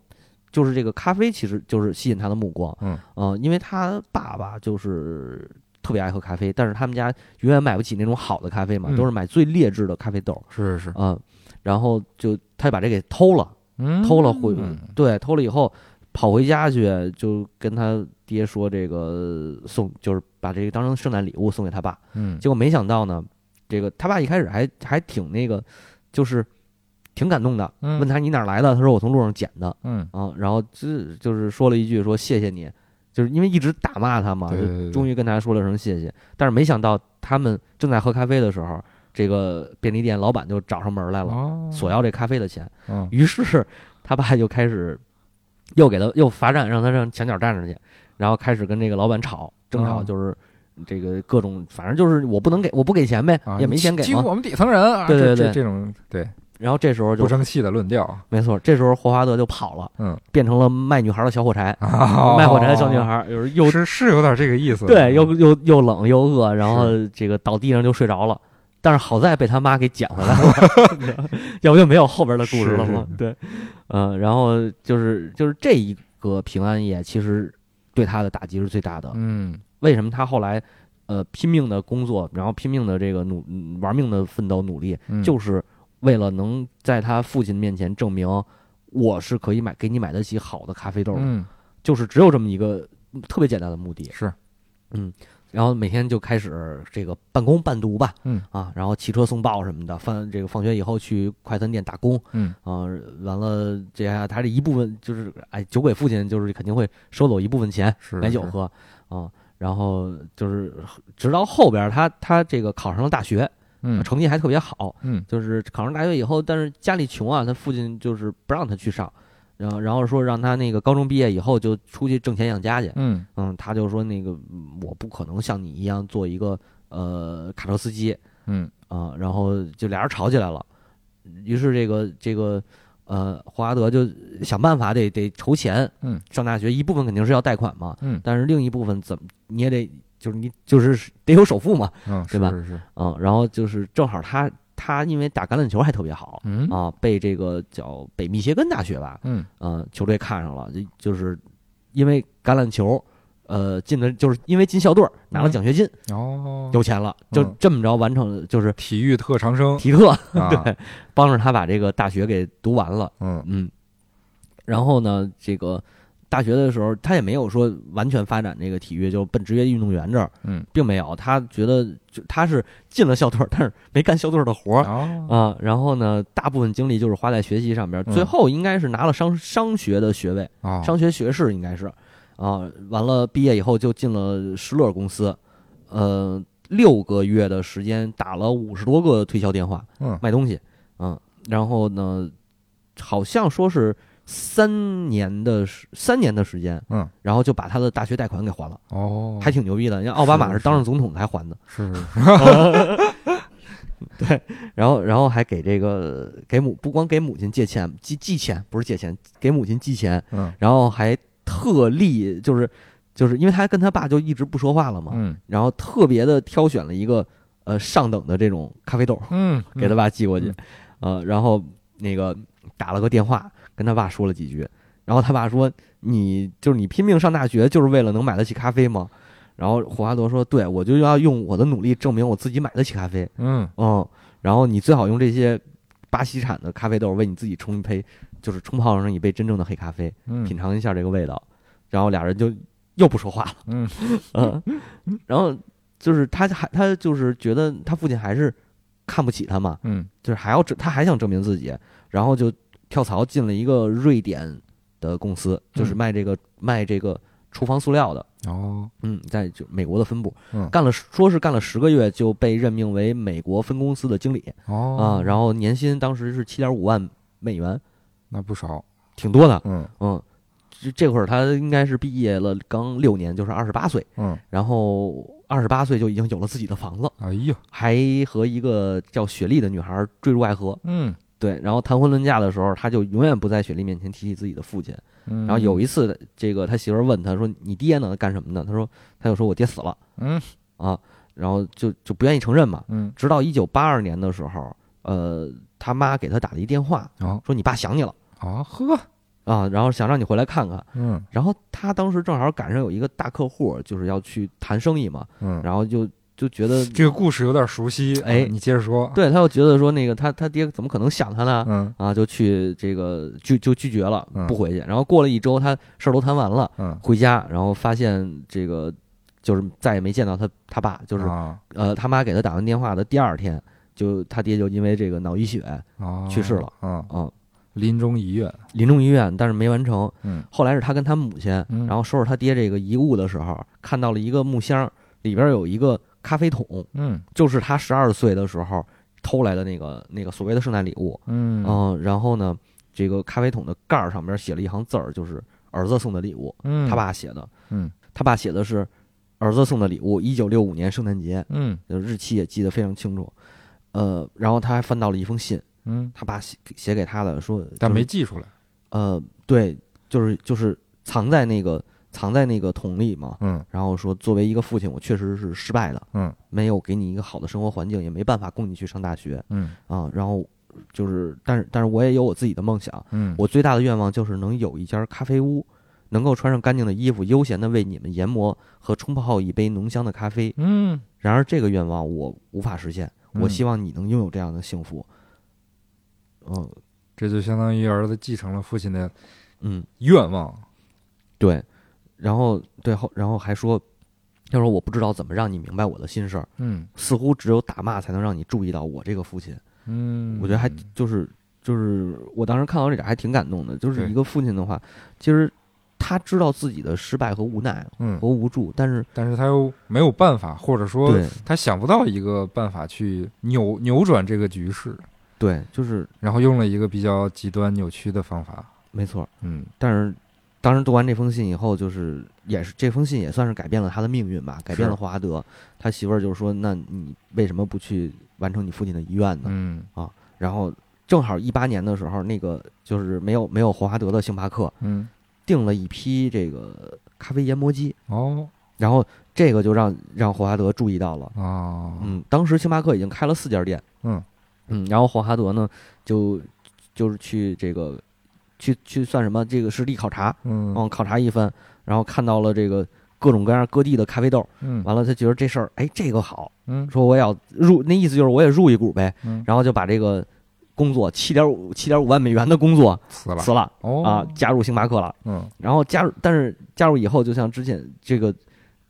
Speaker 2: 就是这个咖啡，其实就是吸引他的目光。
Speaker 1: 嗯
Speaker 2: 啊、因为他爸爸就是特别爱喝咖啡，但是他们家永远买不起那种好的咖啡嘛，
Speaker 1: 嗯
Speaker 2: 都是买最劣质的咖啡豆
Speaker 1: 是是，
Speaker 2: 啊、然后就他就把这给偷了，
Speaker 1: 嗯，
Speaker 2: 偷了回、
Speaker 1: 嗯
Speaker 2: 对，偷了以后跑回家去，就跟他爹说这个呃送，就是把这个当成圣诞礼物送给他爸。
Speaker 1: 嗯，
Speaker 2: 结果没想到呢，这个他爸一开始还还挺那个，就是挺感动的，
Speaker 1: 嗯
Speaker 2: 问他你哪儿来的？他说我从路上捡的
Speaker 1: 嗯，
Speaker 2: 啊，然后这就是说了一句说谢谢你，就是因为一直打骂他嘛，
Speaker 1: 对对
Speaker 2: 就
Speaker 1: 对
Speaker 2: 终于跟他说了声谢谢。但是没想到他们正在喝咖啡的时候，这个便利店老板就找上门来了，
Speaker 1: 哦，
Speaker 2: 索要这咖啡的钱。
Speaker 1: 嗯，
Speaker 2: 于是他爸就开始又给他又罚站，让他让墙角站着去，然后开始跟这个老板吵争吵，
Speaker 1: 啊
Speaker 2: 就是这个各种，反正就是我不能给，我不给钱呗，
Speaker 1: 啊
Speaker 2: 也没钱给
Speaker 1: 欺负
Speaker 2: 嘛。
Speaker 1: 我们底层人啊，
Speaker 2: 对
Speaker 1: 这
Speaker 2: 对对
Speaker 1: 这这种对
Speaker 2: 然后这时候
Speaker 1: 不
Speaker 2: 就
Speaker 1: 争气的论调啊，
Speaker 2: 没错，这时候霍华德就跑了，
Speaker 1: 嗯，
Speaker 2: 变成了卖女孩的小火柴，
Speaker 1: 哦
Speaker 2: 卖火柴的小女孩，就是 又
Speaker 1: 是是有点这个意思，
Speaker 2: 对又又又冷又饿，然后这个倒地上就睡着了。但是好在被他妈给捡回来了， 要不就没有后边的故事了嘛。对，嗯、然后就是就是这一个平安夜，其实对他的打击是最大的。
Speaker 1: 嗯
Speaker 2: 为什么他后来呃拼命的工作，然后拼命的这个努嗯玩命的奋斗努力，
Speaker 1: 嗯，
Speaker 2: 就是为了能在他父亲面前证明我是可以买给你买得起好的咖啡豆的，
Speaker 1: 嗯
Speaker 2: 就是只有这么一个嗯特别简单的目的。
Speaker 1: 是，
Speaker 2: 嗯，然后每天就开始这个半工半读吧，
Speaker 1: 嗯
Speaker 2: 啊，然后骑车送报什么的，放这个放学以后去快餐店打工，
Speaker 1: 嗯
Speaker 2: 啊，完了这样他这一部分就是哎，酒鬼父亲就是肯定会收走一部分钱
Speaker 1: 是
Speaker 2: 买酒
Speaker 1: 是
Speaker 2: 喝啊。然后就是，直到后边儿他他这个考上了大学，
Speaker 1: 嗯
Speaker 2: 成绩还特别好，
Speaker 1: 嗯
Speaker 2: 就是考上大学以后，但是家里穷啊，他父亲就是不让他去上，然后然后说让他那个高中毕业以后就出去挣钱养家去。
Speaker 1: 嗯
Speaker 2: 嗯，他就说那个嗯我不可能像你一样做一个呃卡车司机
Speaker 1: 嗯
Speaker 2: 啊、然后就俩人吵起来了。于是这个这个呃霍华德就想办法得得筹钱，
Speaker 1: 嗯，
Speaker 2: 上大学一部分肯定是要贷款嘛，
Speaker 1: 嗯
Speaker 2: 但是另一部分怎么你也得就是你就是得有首付嘛，
Speaker 1: 嗯，
Speaker 2: 对吧
Speaker 1: 是是是，
Speaker 2: 嗯，然后就是正好他他因为打橄榄球还特别好
Speaker 1: 嗯
Speaker 2: 啊，被这个叫北密歇根大学吧，
Speaker 1: 嗯
Speaker 2: 嗯，球队看上了，就就是因为橄榄球，呃，进的就是因为进校队儿拿了
Speaker 1: 嗯
Speaker 2: 奖学金，
Speaker 1: 哦，
Speaker 2: 有钱了，就
Speaker 1: 嗯
Speaker 2: 这么着完成了，就是
Speaker 1: 体育特长生，
Speaker 2: 提克、
Speaker 1: 啊
Speaker 2: 对，帮着他把这个大学给读完了，
Speaker 1: 嗯
Speaker 2: 嗯，然后呢，这个大学的时候他也没有说完全发展这个体育，就奔职业运动员这儿，
Speaker 1: 嗯，
Speaker 2: 并没有，他觉得就他是进了校队儿，但是没干校队儿的活儿，
Speaker 1: 哦，
Speaker 2: 啊，然后呢，大部分精力就是花在学习上边儿，
Speaker 1: 嗯
Speaker 2: 最后应该是拿了商商学的学位，
Speaker 1: 哦
Speaker 2: 商学学士应该是，啊，完了毕业以后就进了施乐公司，呃，六个月的时间打了五十多个推销电话
Speaker 1: 嗯
Speaker 2: 卖东西，嗯，然后呢，好像说是三年的时三年的时间，
Speaker 1: 嗯，
Speaker 2: 然后就把他的大学贷款给还了，
Speaker 1: 哦，
Speaker 2: 还挺牛逼的，人家奥巴马
Speaker 1: 是
Speaker 2: 是
Speaker 1: 是
Speaker 2: 当上总统才还的。
Speaker 1: 是是
Speaker 2: 对，然后然后还给这个给母不光给母亲借钱寄寄钱，不是借钱，给母亲寄钱，
Speaker 1: 嗯
Speaker 2: 然后还特例就是就是因为他跟他爸就一直不说话了嘛，
Speaker 1: 嗯
Speaker 2: 然后特别的挑选了一个呃上等的这种咖啡豆
Speaker 1: 嗯，
Speaker 2: 给他
Speaker 1: 吧，
Speaker 2: 爸寄过去，呃，然后那个打了个电话跟他爸说了几句，然后他爸说你就是你拼命上大学就是为了能买得起咖啡吗？然后霍华德说：“对，我就要用我的努力证明我自己买得起咖啡。”
Speaker 1: 嗯
Speaker 2: 嗯，然后你最好用这些巴西产的咖啡豆为你自己冲一杯，就是冲泡上一杯真正的黑咖啡，品
Speaker 1: 嗯
Speaker 2: 尝一下这个味道。然后俩人就又不说话了，
Speaker 1: 嗯
Speaker 2: 嗯，然后就是他还他就是觉得他父亲还是看不起他嘛，
Speaker 1: 嗯
Speaker 2: 就是还要证他还想证明自己，然后就跳槽进了一个瑞典的公司，就是
Speaker 1: 嗯
Speaker 2: 卖这个、卖这个厨房塑料的，
Speaker 1: 哦，
Speaker 2: 嗯，在就美国的分部，
Speaker 1: 嗯
Speaker 2: 干了说是干了十个月就被任命为美国分公司的经理，啊，
Speaker 1: 哦
Speaker 2: 然后年薪当时是七点五万美元，
Speaker 1: 那不少，
Speaker 2: 挺多的。
Speaker 1: 嗯
Speaker 2: 嗯，这这会儿他应该是毕业了刚六年，就是二十八岁，
Speaker 1: 嗯，
Speaker 2: 然后二十八岁就已经有了自己的房子，
Speaker 1: 哎呀，
Speaker 2: 还和一个叫雪莉的女孩坠入爱河。
Speaker 1: 嗯
Speaker 2: 对，然后谈婚论嫁的时候，他就永远不在雪莉面前提起自己的父亲。
Speaker 1: 嗯，
Speaker 2: 然后有
Speaker 1: 一
Speaker 2: 一次，这个他媳妇儿问他说：“你爹呢？干什么呢？”他说：“他就说我爹死了
Speaker 1: 嗯
Speaker 2: 啊。”然后就就不愿意承认嘛。
Speaker 1: 嗯
Speaker 2: 直到一九八二年的时候，呃，他他妈给他打了一电话，
Speaker 1: 哦
Speaker 2: 说你爸想你了
Speaker 1: 啊呵，
Speaker 2: 啊，然后想让你回来看看。
Speaker 1: 嗯
Speaker 2: 然后他当时正好赶上有一个大客户，就是要去谈生意嘛，
Speaker 1: 嗯，
Speaker 2: 然后就就觉得，
Speaker 1: 这个故事有点熟悉，
Speaker 2: 哎
Speaker 1: 你接着说，
Speaker 2: 对，他又觉得说那个他他爹怎么可能想他呢？
Speaker 1: 嗯
Speaker 2: 啊，就去这个拒就拒绝了
Speaker 1: 嗯，
Speaker 2: 不回去。然后过了一周，他事儿都谈完了，
Speaker 1: 嗯，
Speaker 2: 回家，然后发现这个就是再也没见到他他爸，就是、
Speaker 1: 啊
Speaker 2: 呃他妈给他打完电话的第二天，就他爹就因为这个脑溢血啊、
Speaker 1: 啊
Speaker 2: 去世了，
Speaker 1: 嗯，临终遗愿，
Speaker 2: 临终医院，但是没完成。
Speaker 1: 嗯
Speaker 2: 后来是他跟他母亲，
Speaker 1: 嗯
Speaker 2: 然后收拾他爹这个遗物的时候，看到了一个木箱，里边有一个咖啡桶，
Speaker 1: 嗯
Speaker 2: 就是他十二岁的时候偷来的那个那个所谓的圣诞礼物。
Speaker 1: 嗯
Speaker 2: 嗯，然后呢，这个咖啡桶的盖儿上边写了一行字儿，就是儿子送的礼物，
Speaker 1: 嗯，
Speaker 2: 他爸写的。
Speaker 1: 嗯，
Speaker 2: 他爸写的是儿子送的礼物，一九六五年圣诞节，
Speaker 1: 嗯
Speaker 2: 呃日期也记得非常清楚。呃，然后他还翻到了一封信，
Speaker 1: 嗯，
Speaker 2: 他爸写写给他的，说
Speaker 1: 但没
Speaker 2: 就是
Speaker 1: 记出来，
Speaker 2: 呃，对，就是就是藏在那个藏在那个桶里嘛。
Speaker 1: 嗯
Speaker 2: 然后说，作为一个父亲，我确实是失败的，
Speaker 1: 嗯，
Speaker 2: 没有给你一个好的生活环境，也没办法供你去上大学
Speaker 1: 嗯
Speaker 2: 啊。然后就是，但是但是我也有我自己的梦想，
Speaker 1: 嗯，
Speaker 2: 我最大的愿望就是能有一家咖啡屋，能够穿上干净的衣服，悠闲地为你们研磨和冲泡一杯浓香的咖啡。
Speaker 1: 嗯
Speaker 2: 然而，这个愿望我无法实现。
Speaker 1: 嗯
Speaker 2: 我希望你能拥有这样的幸福。嗯
Speaker 1: 这就相当于儿子继承了父亲的
Speaker 2: 嗯，
Speaker 1: 愿望，
Speaker 2: 对。然后对后，然后还说，他说我不知道怎么让你明白我的心事儿，
Speaker 1: 嗯
Speaker 2: 似乎只有打骂才能让你注意到我这个父亲。
Speaker 1: 嗯，
Speaker 2: 我觉得还就是就是我当时看到这点还挺感动的，就是
Speaker 1: 对
Speaker 2: 一个父亲的话，其实他知道自己的失败和无奈
Speaker 1: 嗯
Speaker 2: 和，无助，但是
Speaker 1: 但是他又没有办法，或者说
Speaker 2: 对
Speaker 1: 他想不到一个办法去扭扭转这个局势，
Speaker 2: 对，就是
Speaker 1: 然后用了一个比较极端扭曲的方法，
Speaker 2: 没错。
Speaker 1: 嗯
Speaker 2: 但是当时读完这封信以后，就是也是这封信也算是改变了他的命运吧，改变了霍华德。他媳妇儿就是说：“那你为什么不去完成你父亲的遗愿呢？”
Speaker 1: 嗯
Speaker 2: 然后正好一八年的时候，那个就是没有没有霍华德的星巴克
Speaker 1: 嗯，
Speaker 2: 订了一批这个咖啡研磨机，
Speaker 1: 哦
Speaker 2: 然后这个就让让霍华德注意到了。
Speaker 1: 哦，
Speaker 2: 嗯，当时星巴克已经开了四家店，
Speaker 1: 嗯
Speaker 2: 嗯，然后霍华德呢，就就是去这个去去算什么？这个实地考察，
Speaker 1: 嗯
Speaker 2: 嗯，考察一番，然后看到了这个各种各样各地的咖啡豆，
Speaker 1: 嗯
Speaker 2: 完了他觉得这事儿，哎，这个好，
Speaker 1: 嗯
Speaker 2: 说我也要入，那意思就是我也入一股呗，
Speaker 1: 嗯，
Speaker 2: 然后就把这个工作七点五七点五万美元的工作
Speaker 1: 死了
Speaker 2: 辞了
Speaker 1: 哦
Speaker 2: 啊，加入星巴克了。
Speaker 1: 嗯
Speaker 2: 然后加入，但是加入以后，就像之前这个，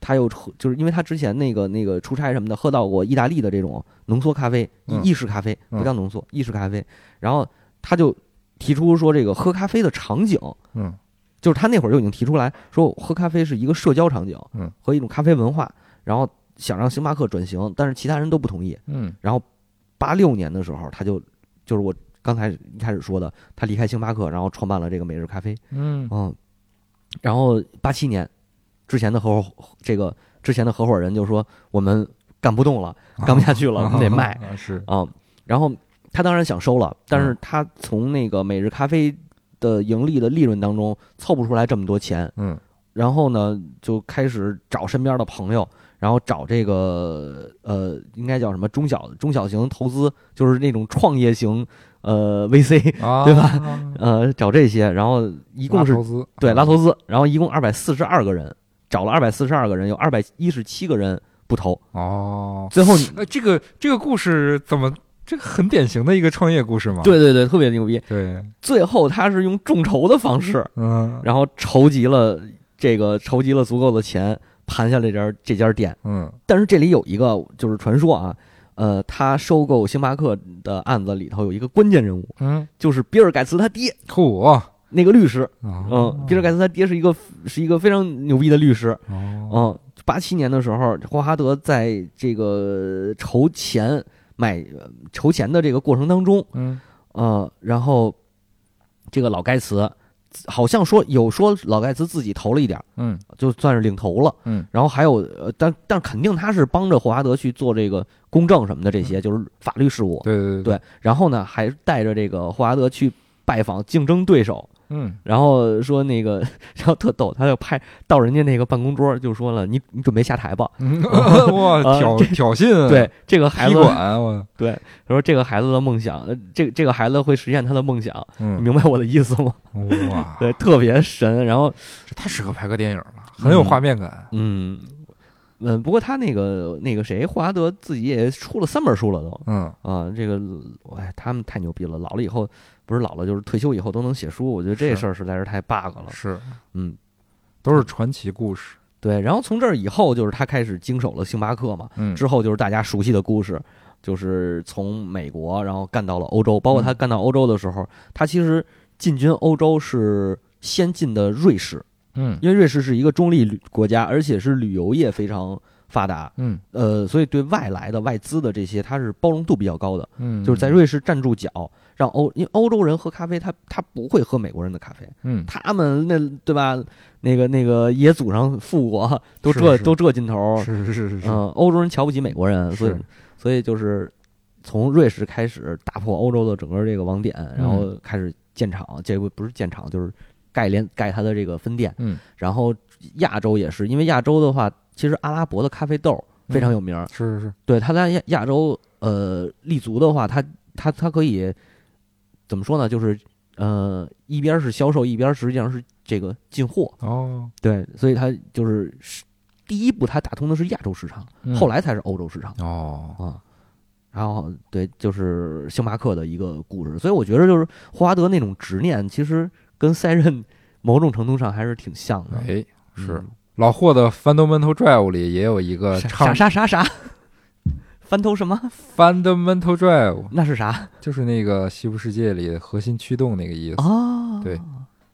Speaker 2: 他又喝，就是因为他之前那个那个出差什么的，喝到过意大利的这种浓缩咖啡，
Speaker 1: 嗯
Speaker 2: 意意式咖啡，
Speaker 1: 嗯
Speaker 2: 不叫浓缩，意式咖啡。然后他就提出说，这个喝咖啡的场景，
Speaker 1: 嗯
Speaker 2: 就是他那会儿就已经提出来说，喝咖啡是一个社交场景，
Speaker 1: 嗯，
Speaker 2: 和一种咖啡文化。然后想让星巴克转型，但是其他人都不同意。
Speaker 1: 嗯
Speaker 2: 八六年的时候，他就就是我刚才一开始说的，他离开星巴克，然后创办了这个每日咖啡。
Speaker 1: 嗯
Speaker 2: 嗯，然后八七年之前的合伙这个之前的合伙人就说我们干不动了，干不下去了，我们得卖
Speaker 1: 啊 是
Speaker 2: 啊、嗯然后他当然想收了，但是他从那个每日咖啡的盈利的利润当中凑不出来这么多钱，
Speaker 1: 嗯
Speaker 2: 然后呢就开始找身边的朋友。然后找这个呃，应该叫什么中小中小型投资，就是那种创业型呃 VC，
Speaker 1: 啊
Speaker 2: 对吧
Speaker 1: 吧？
Speaker 2: 呃，找这些。然后一
Speaker 1: 一
Speaker 2: 共是
Speaker 1: 投资
Speaker 2: 对，拉投资，然后一共二百四十二个人，找了二百四十二个人，有二百一十七个人不投，
Speaker 1: 哦，
Speaker 2: 最后
Speaker 1: 呃，这个这个故事怎么这个很典型的一个创业故事嘛？
Speaker 2: 对对对，特别牛逼。
Speaker 1: 对，
Speaker 2: 最后他是用众筹的方式，
Speaker 1: 嗯
Speaker 2: 然后筹集了这个筹集了足够的钱，盘下这家这家店。
Speaker 1: 嗯
Speaker 2: 但是这里有一个就是传说啊，呃，他收购星巴克的案子里头有一个关键人物，
Speaker 1: 嗯，
Speaker 2: 就是比尔盖茨他爹
Speaker 1: 酷啊，
Speaker 2: 那个律师。嗯
Speaker 1: 嗯，
Speaker 2: 比尔盖茨他爹是一个是一个非常牛逼的律师。
Speaker 1: 哦，
Speaker 2: 嗯，八七年的时候，霍华德在这个筹钱买呃筹钱的这个过程当中，
Speaker 1: 嗯
Speaker 2: 呃，然后这个老盖茨好像说有说老盖茨自己投了一点儿，
Speaker 1: 嗯
Speaker 2: 就算是领头了，
Speaker 1: 嗯，
Speaker 2: 然后还有，呃、但但肯定他是帮着霍华德去做这个公证什么的这些，就是法律事务，
Speaker 1: 嗯对对，
Speaker 2: 对，然后呢还带着这个霍华德去拜访竞争对手，
Speaker 1: 嗯，
Speaker 2: 然后说那个， 然后特逗，他就拍到人家那个办公桌，就说了：“你你准备下台吧。
Speaker 1: 嗯 哇，
Speaker 2: 啊
Speaker 1: 挑
Speaker 2: 这
Speaker 1: 挑衅，
Speaker 2: 对，这个孩
Speaker 1: 踢
Speaker 2: 子，
Speaker 1: 馆，啊我，
Speaker 2: 对他说这个孩子的梦想，呃这这个孩子会实现他的梦想，你
Speaker 1: 嗯，
Speaker 2: 明白我的意思 吗？
Speaker 1: 哇，
Speaker 2: 对，特别神。然后，
Speaker 1: 这太适合拍个电影了，很有画面感。
Speaker 2: 嗯嗯，不过他那个那个谁，霍华德自己也出了三本书了都
Speaker 1: 嗯，
Speaker 2: 啊。这个，哎，他们太牛逼了，老了以后不是老了，就是退休以后都能写书，我觉得这
Speaker 1: 是
Speaker 2: 事儿实在是太 bug 了。
Speaker 1: 是，
Speaker 2: 嗯，
Speaker 1: 都是传奇故事。
Speaker 2: 对。然后从这儿以后，就是他开始经手了星巴克嘛。
Speaker 1: 嗯，
Speaker 2: 之后就是大家熟悉的故事，就是从美国然后干到了欧洲，包括
Speaker 1: 嗯
Speaker 2: 他干到欧洲的时候，他其实进军欧洲是先进的瑞士，
Speaker 1: 嗯
Speaker 2: 因为瑞士是一个中立旅国家，而且是旅游业非常发达，
Speaker 1: 嗯
Speaker 2: 呃，所以对外来的外资的这些，它是包容度比较高的，
Speaker 1: 嗯，
Speaker 2: 就是在，瑞士站住脚。让欧，因为欧洲人喝咖啡，他他不会喝美国人的咖啡，
Speaker 1: 嗯，
Speaker 2: 他们那对吧？那个那个也祖上富国，都
Speaker 1: 是
Speaker 2: 这
Speaker 1: 是
Speaker 2: 都这劲头，
Speaker 1: 是是是是是，
Speaker 2: 嗯，欧洲人瞧不起美国人，所以
Speaker 1: 是
Speaker 2: 所以就是从瑞士开始打破欧洲的整个这个网点，然后
Speaker 1: 嗯
Speaker 2: 开始建厂，这不不是建厂就是盖连盖它的这个分店，
Speaker 1: 嗯，
Speaker 2: 然后亚洲也是，因为亚洲的话，其实阿拉伯的咖啡豆
Speaker 1: 嗯
Speaker 2: 非常有名儿，
Speaker 1: 是是是，
Speaker 2: 对，它在亚亚洲呃立足的话，它它它可以怎么说呢？就是呃一边是销售，一边实际上是这个进货，
Speaker 1: 哦，
Speaker 2: 对，所以它就是是第一步，它打通的是亚洲市场。
Speaker 1: 嗯
Speaker 2: 后来才是欧洲市场
Speaker 1: 哦，
Speaker 2: 啊。然后对，就是星巴克的一个故事，所以我觉得就是霍华德那种执念，其实跟赛任某种程度上还是挺像的。
Speaker 1: 哎，是
Speaker 2: 嗯
Speaker 1: 老霍的《Fundamental Drive》里也有一个
Speaker 2: 啥
Speaker 1: 唱《
Speaker 2: 啥啥 啥啥，翻头什么？
Speaker 1: Fundamental Drive》，
Speaker 2: 那是啥
Speaker 1: 就是那个《西部世界》里的核心驱动那个意思。
Speaker 2: 哦，
Speaker 1: 对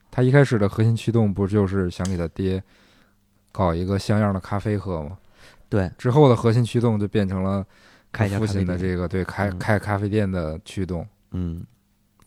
Speaker 1: 他一开始的核心驱动不就是想给他爹搞一个像样的咖啡喝吗？
Speaker 2: 对，
Speaker 1: 之后的核心驱动就变成了
Speaker 2: 开一家
Speaker 1: 父
Speaker 2: 咖啡
Speaker 1: 亲的
Speaker 2: 店，
Speaker 1: 这个对开
Speaker 2: 嗯
Speaker 1: 开咖啡店的驱动。
Speaker 2: 嗯，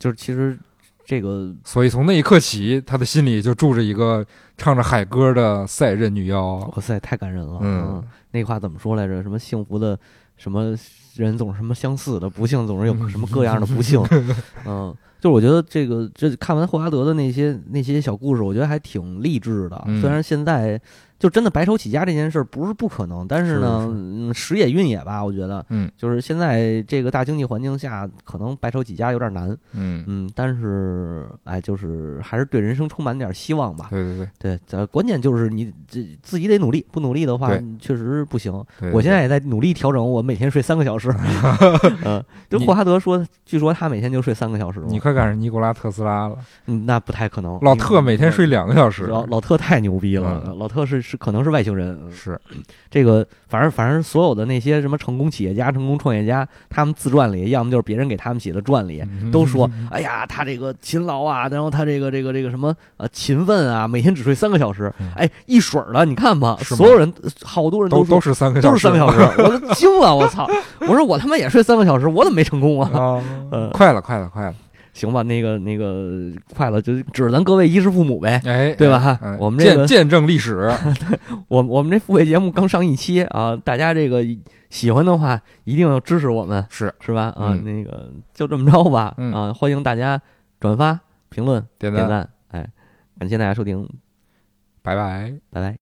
Speaker 2: 就是其实这个
Speaker 1: 所以从那一刻起，他的心里就住着一个唱着海歌的赛任女妖。
Speaker 2: 哇塞太感人了，
Speaker 1: 嗯，
Speaker 2: 那话怎么说来着？什么幸福的什么人总是什么相似的，不幸总是有什么各样的不幸。 嗯，就是我觉得这个这看完霍华德的那些那些小故事，我觉得还挺励志的。
Speaker 1: 嗯
Speaker 2: 虽然现在就真的白手起家这件事儿不是不可能，但是呢，
Speaker 1: 是是
Speaker 2: 嗯时也运也吧，我觉得，
Speaker 1: 嗯，
Speaker 2: 就是现在这个大经济环境下，可能白手起家有点难。
Speaker 1: 嗯，
Speaker 2: 嗯，但是哎，就是还是对人生充满点希望吧。
Speaker 1: 对嗯对对
Speaker 2: 对，咱关键就是你自自己得努力，不努力的话
Speaker 1: 对
Speaker 2: 确实不行。
Speaker 1: 对。
Speaker 2: 我现在也在努力调整，我每天睡三个 小时。嗯，就
Speaker 1: 你
Speaker 2: 霍华德说，据说他每天就睡三个小时嘛。
Speaker 1: 你快赶上尼古拉特斯拉了，
Speaker 2: 嗯那不太可能。
Speaker 1: 老特每天睡
Speaker 2: 嗯
Speaker 1: 两个小时。
Speaker 2: 老老特太牛逼了，
Speaker 1: 嗯
Speaker 2: 老特是是可能是外星人。嗯
Speaker 1: 是，
Speaker 2: 这个反正反正所有的那些什么成功企业家、成功创业家，他们自传里，要么就是别人给他们写的传
Speaker 1: 嗯
Speaker 2: 里，都说，哎呀，他这个勤劳啊，然后他这个这个这个什么呃勤奋啊，每天只睡三个小时
Speaker 1: 嗯，
Speaker 2: 哎，一水儿的，你看吧，
Speaker 1: 是吗
Speaker 2: 所有人好多 人
Speaker 1: 都
Speaker 2: 都说
Speaker 1: 是三个小
Speaker 2: 都
Speaker 1: 时，
Speaker 2: 是三个小时， 我都惊了，我操！我说我他妈也睡三个小时，我怎么没成 功啊？
Speaker 1: 啊
Speaker 2: 嗯！
Speaker 1: 快了，快了，快了！
Speaker 2: 行吧，那个那个快了，就指着咱各位衣食父母呗。
Speaker 1: 哎，
Speaker 2: 对吧
Speaker 1: 嗯
Speaker 2: 我们这个
Speaker 1: 见见证历 史，
Speaker 2: 我我们这付费节目刚上一期啊，大家这个喜欢的话一定要支持我们，
Speaker 1: 是
Speaker 2: 是吧？啊，
Speaker 1: 嗯
Speaker 2: 那个就这么着吧，
Speaker 1: 嗯
Speaker 2: 啊，欢迎大家转发、评论、
Speaker 1: 点
Speaker 2: 点
Speaker 1: 赞，
Speaker 2: 赞，哎，感谢大家收听，
Speaker 1: 拜拜。
Speaker 2: 拜拜。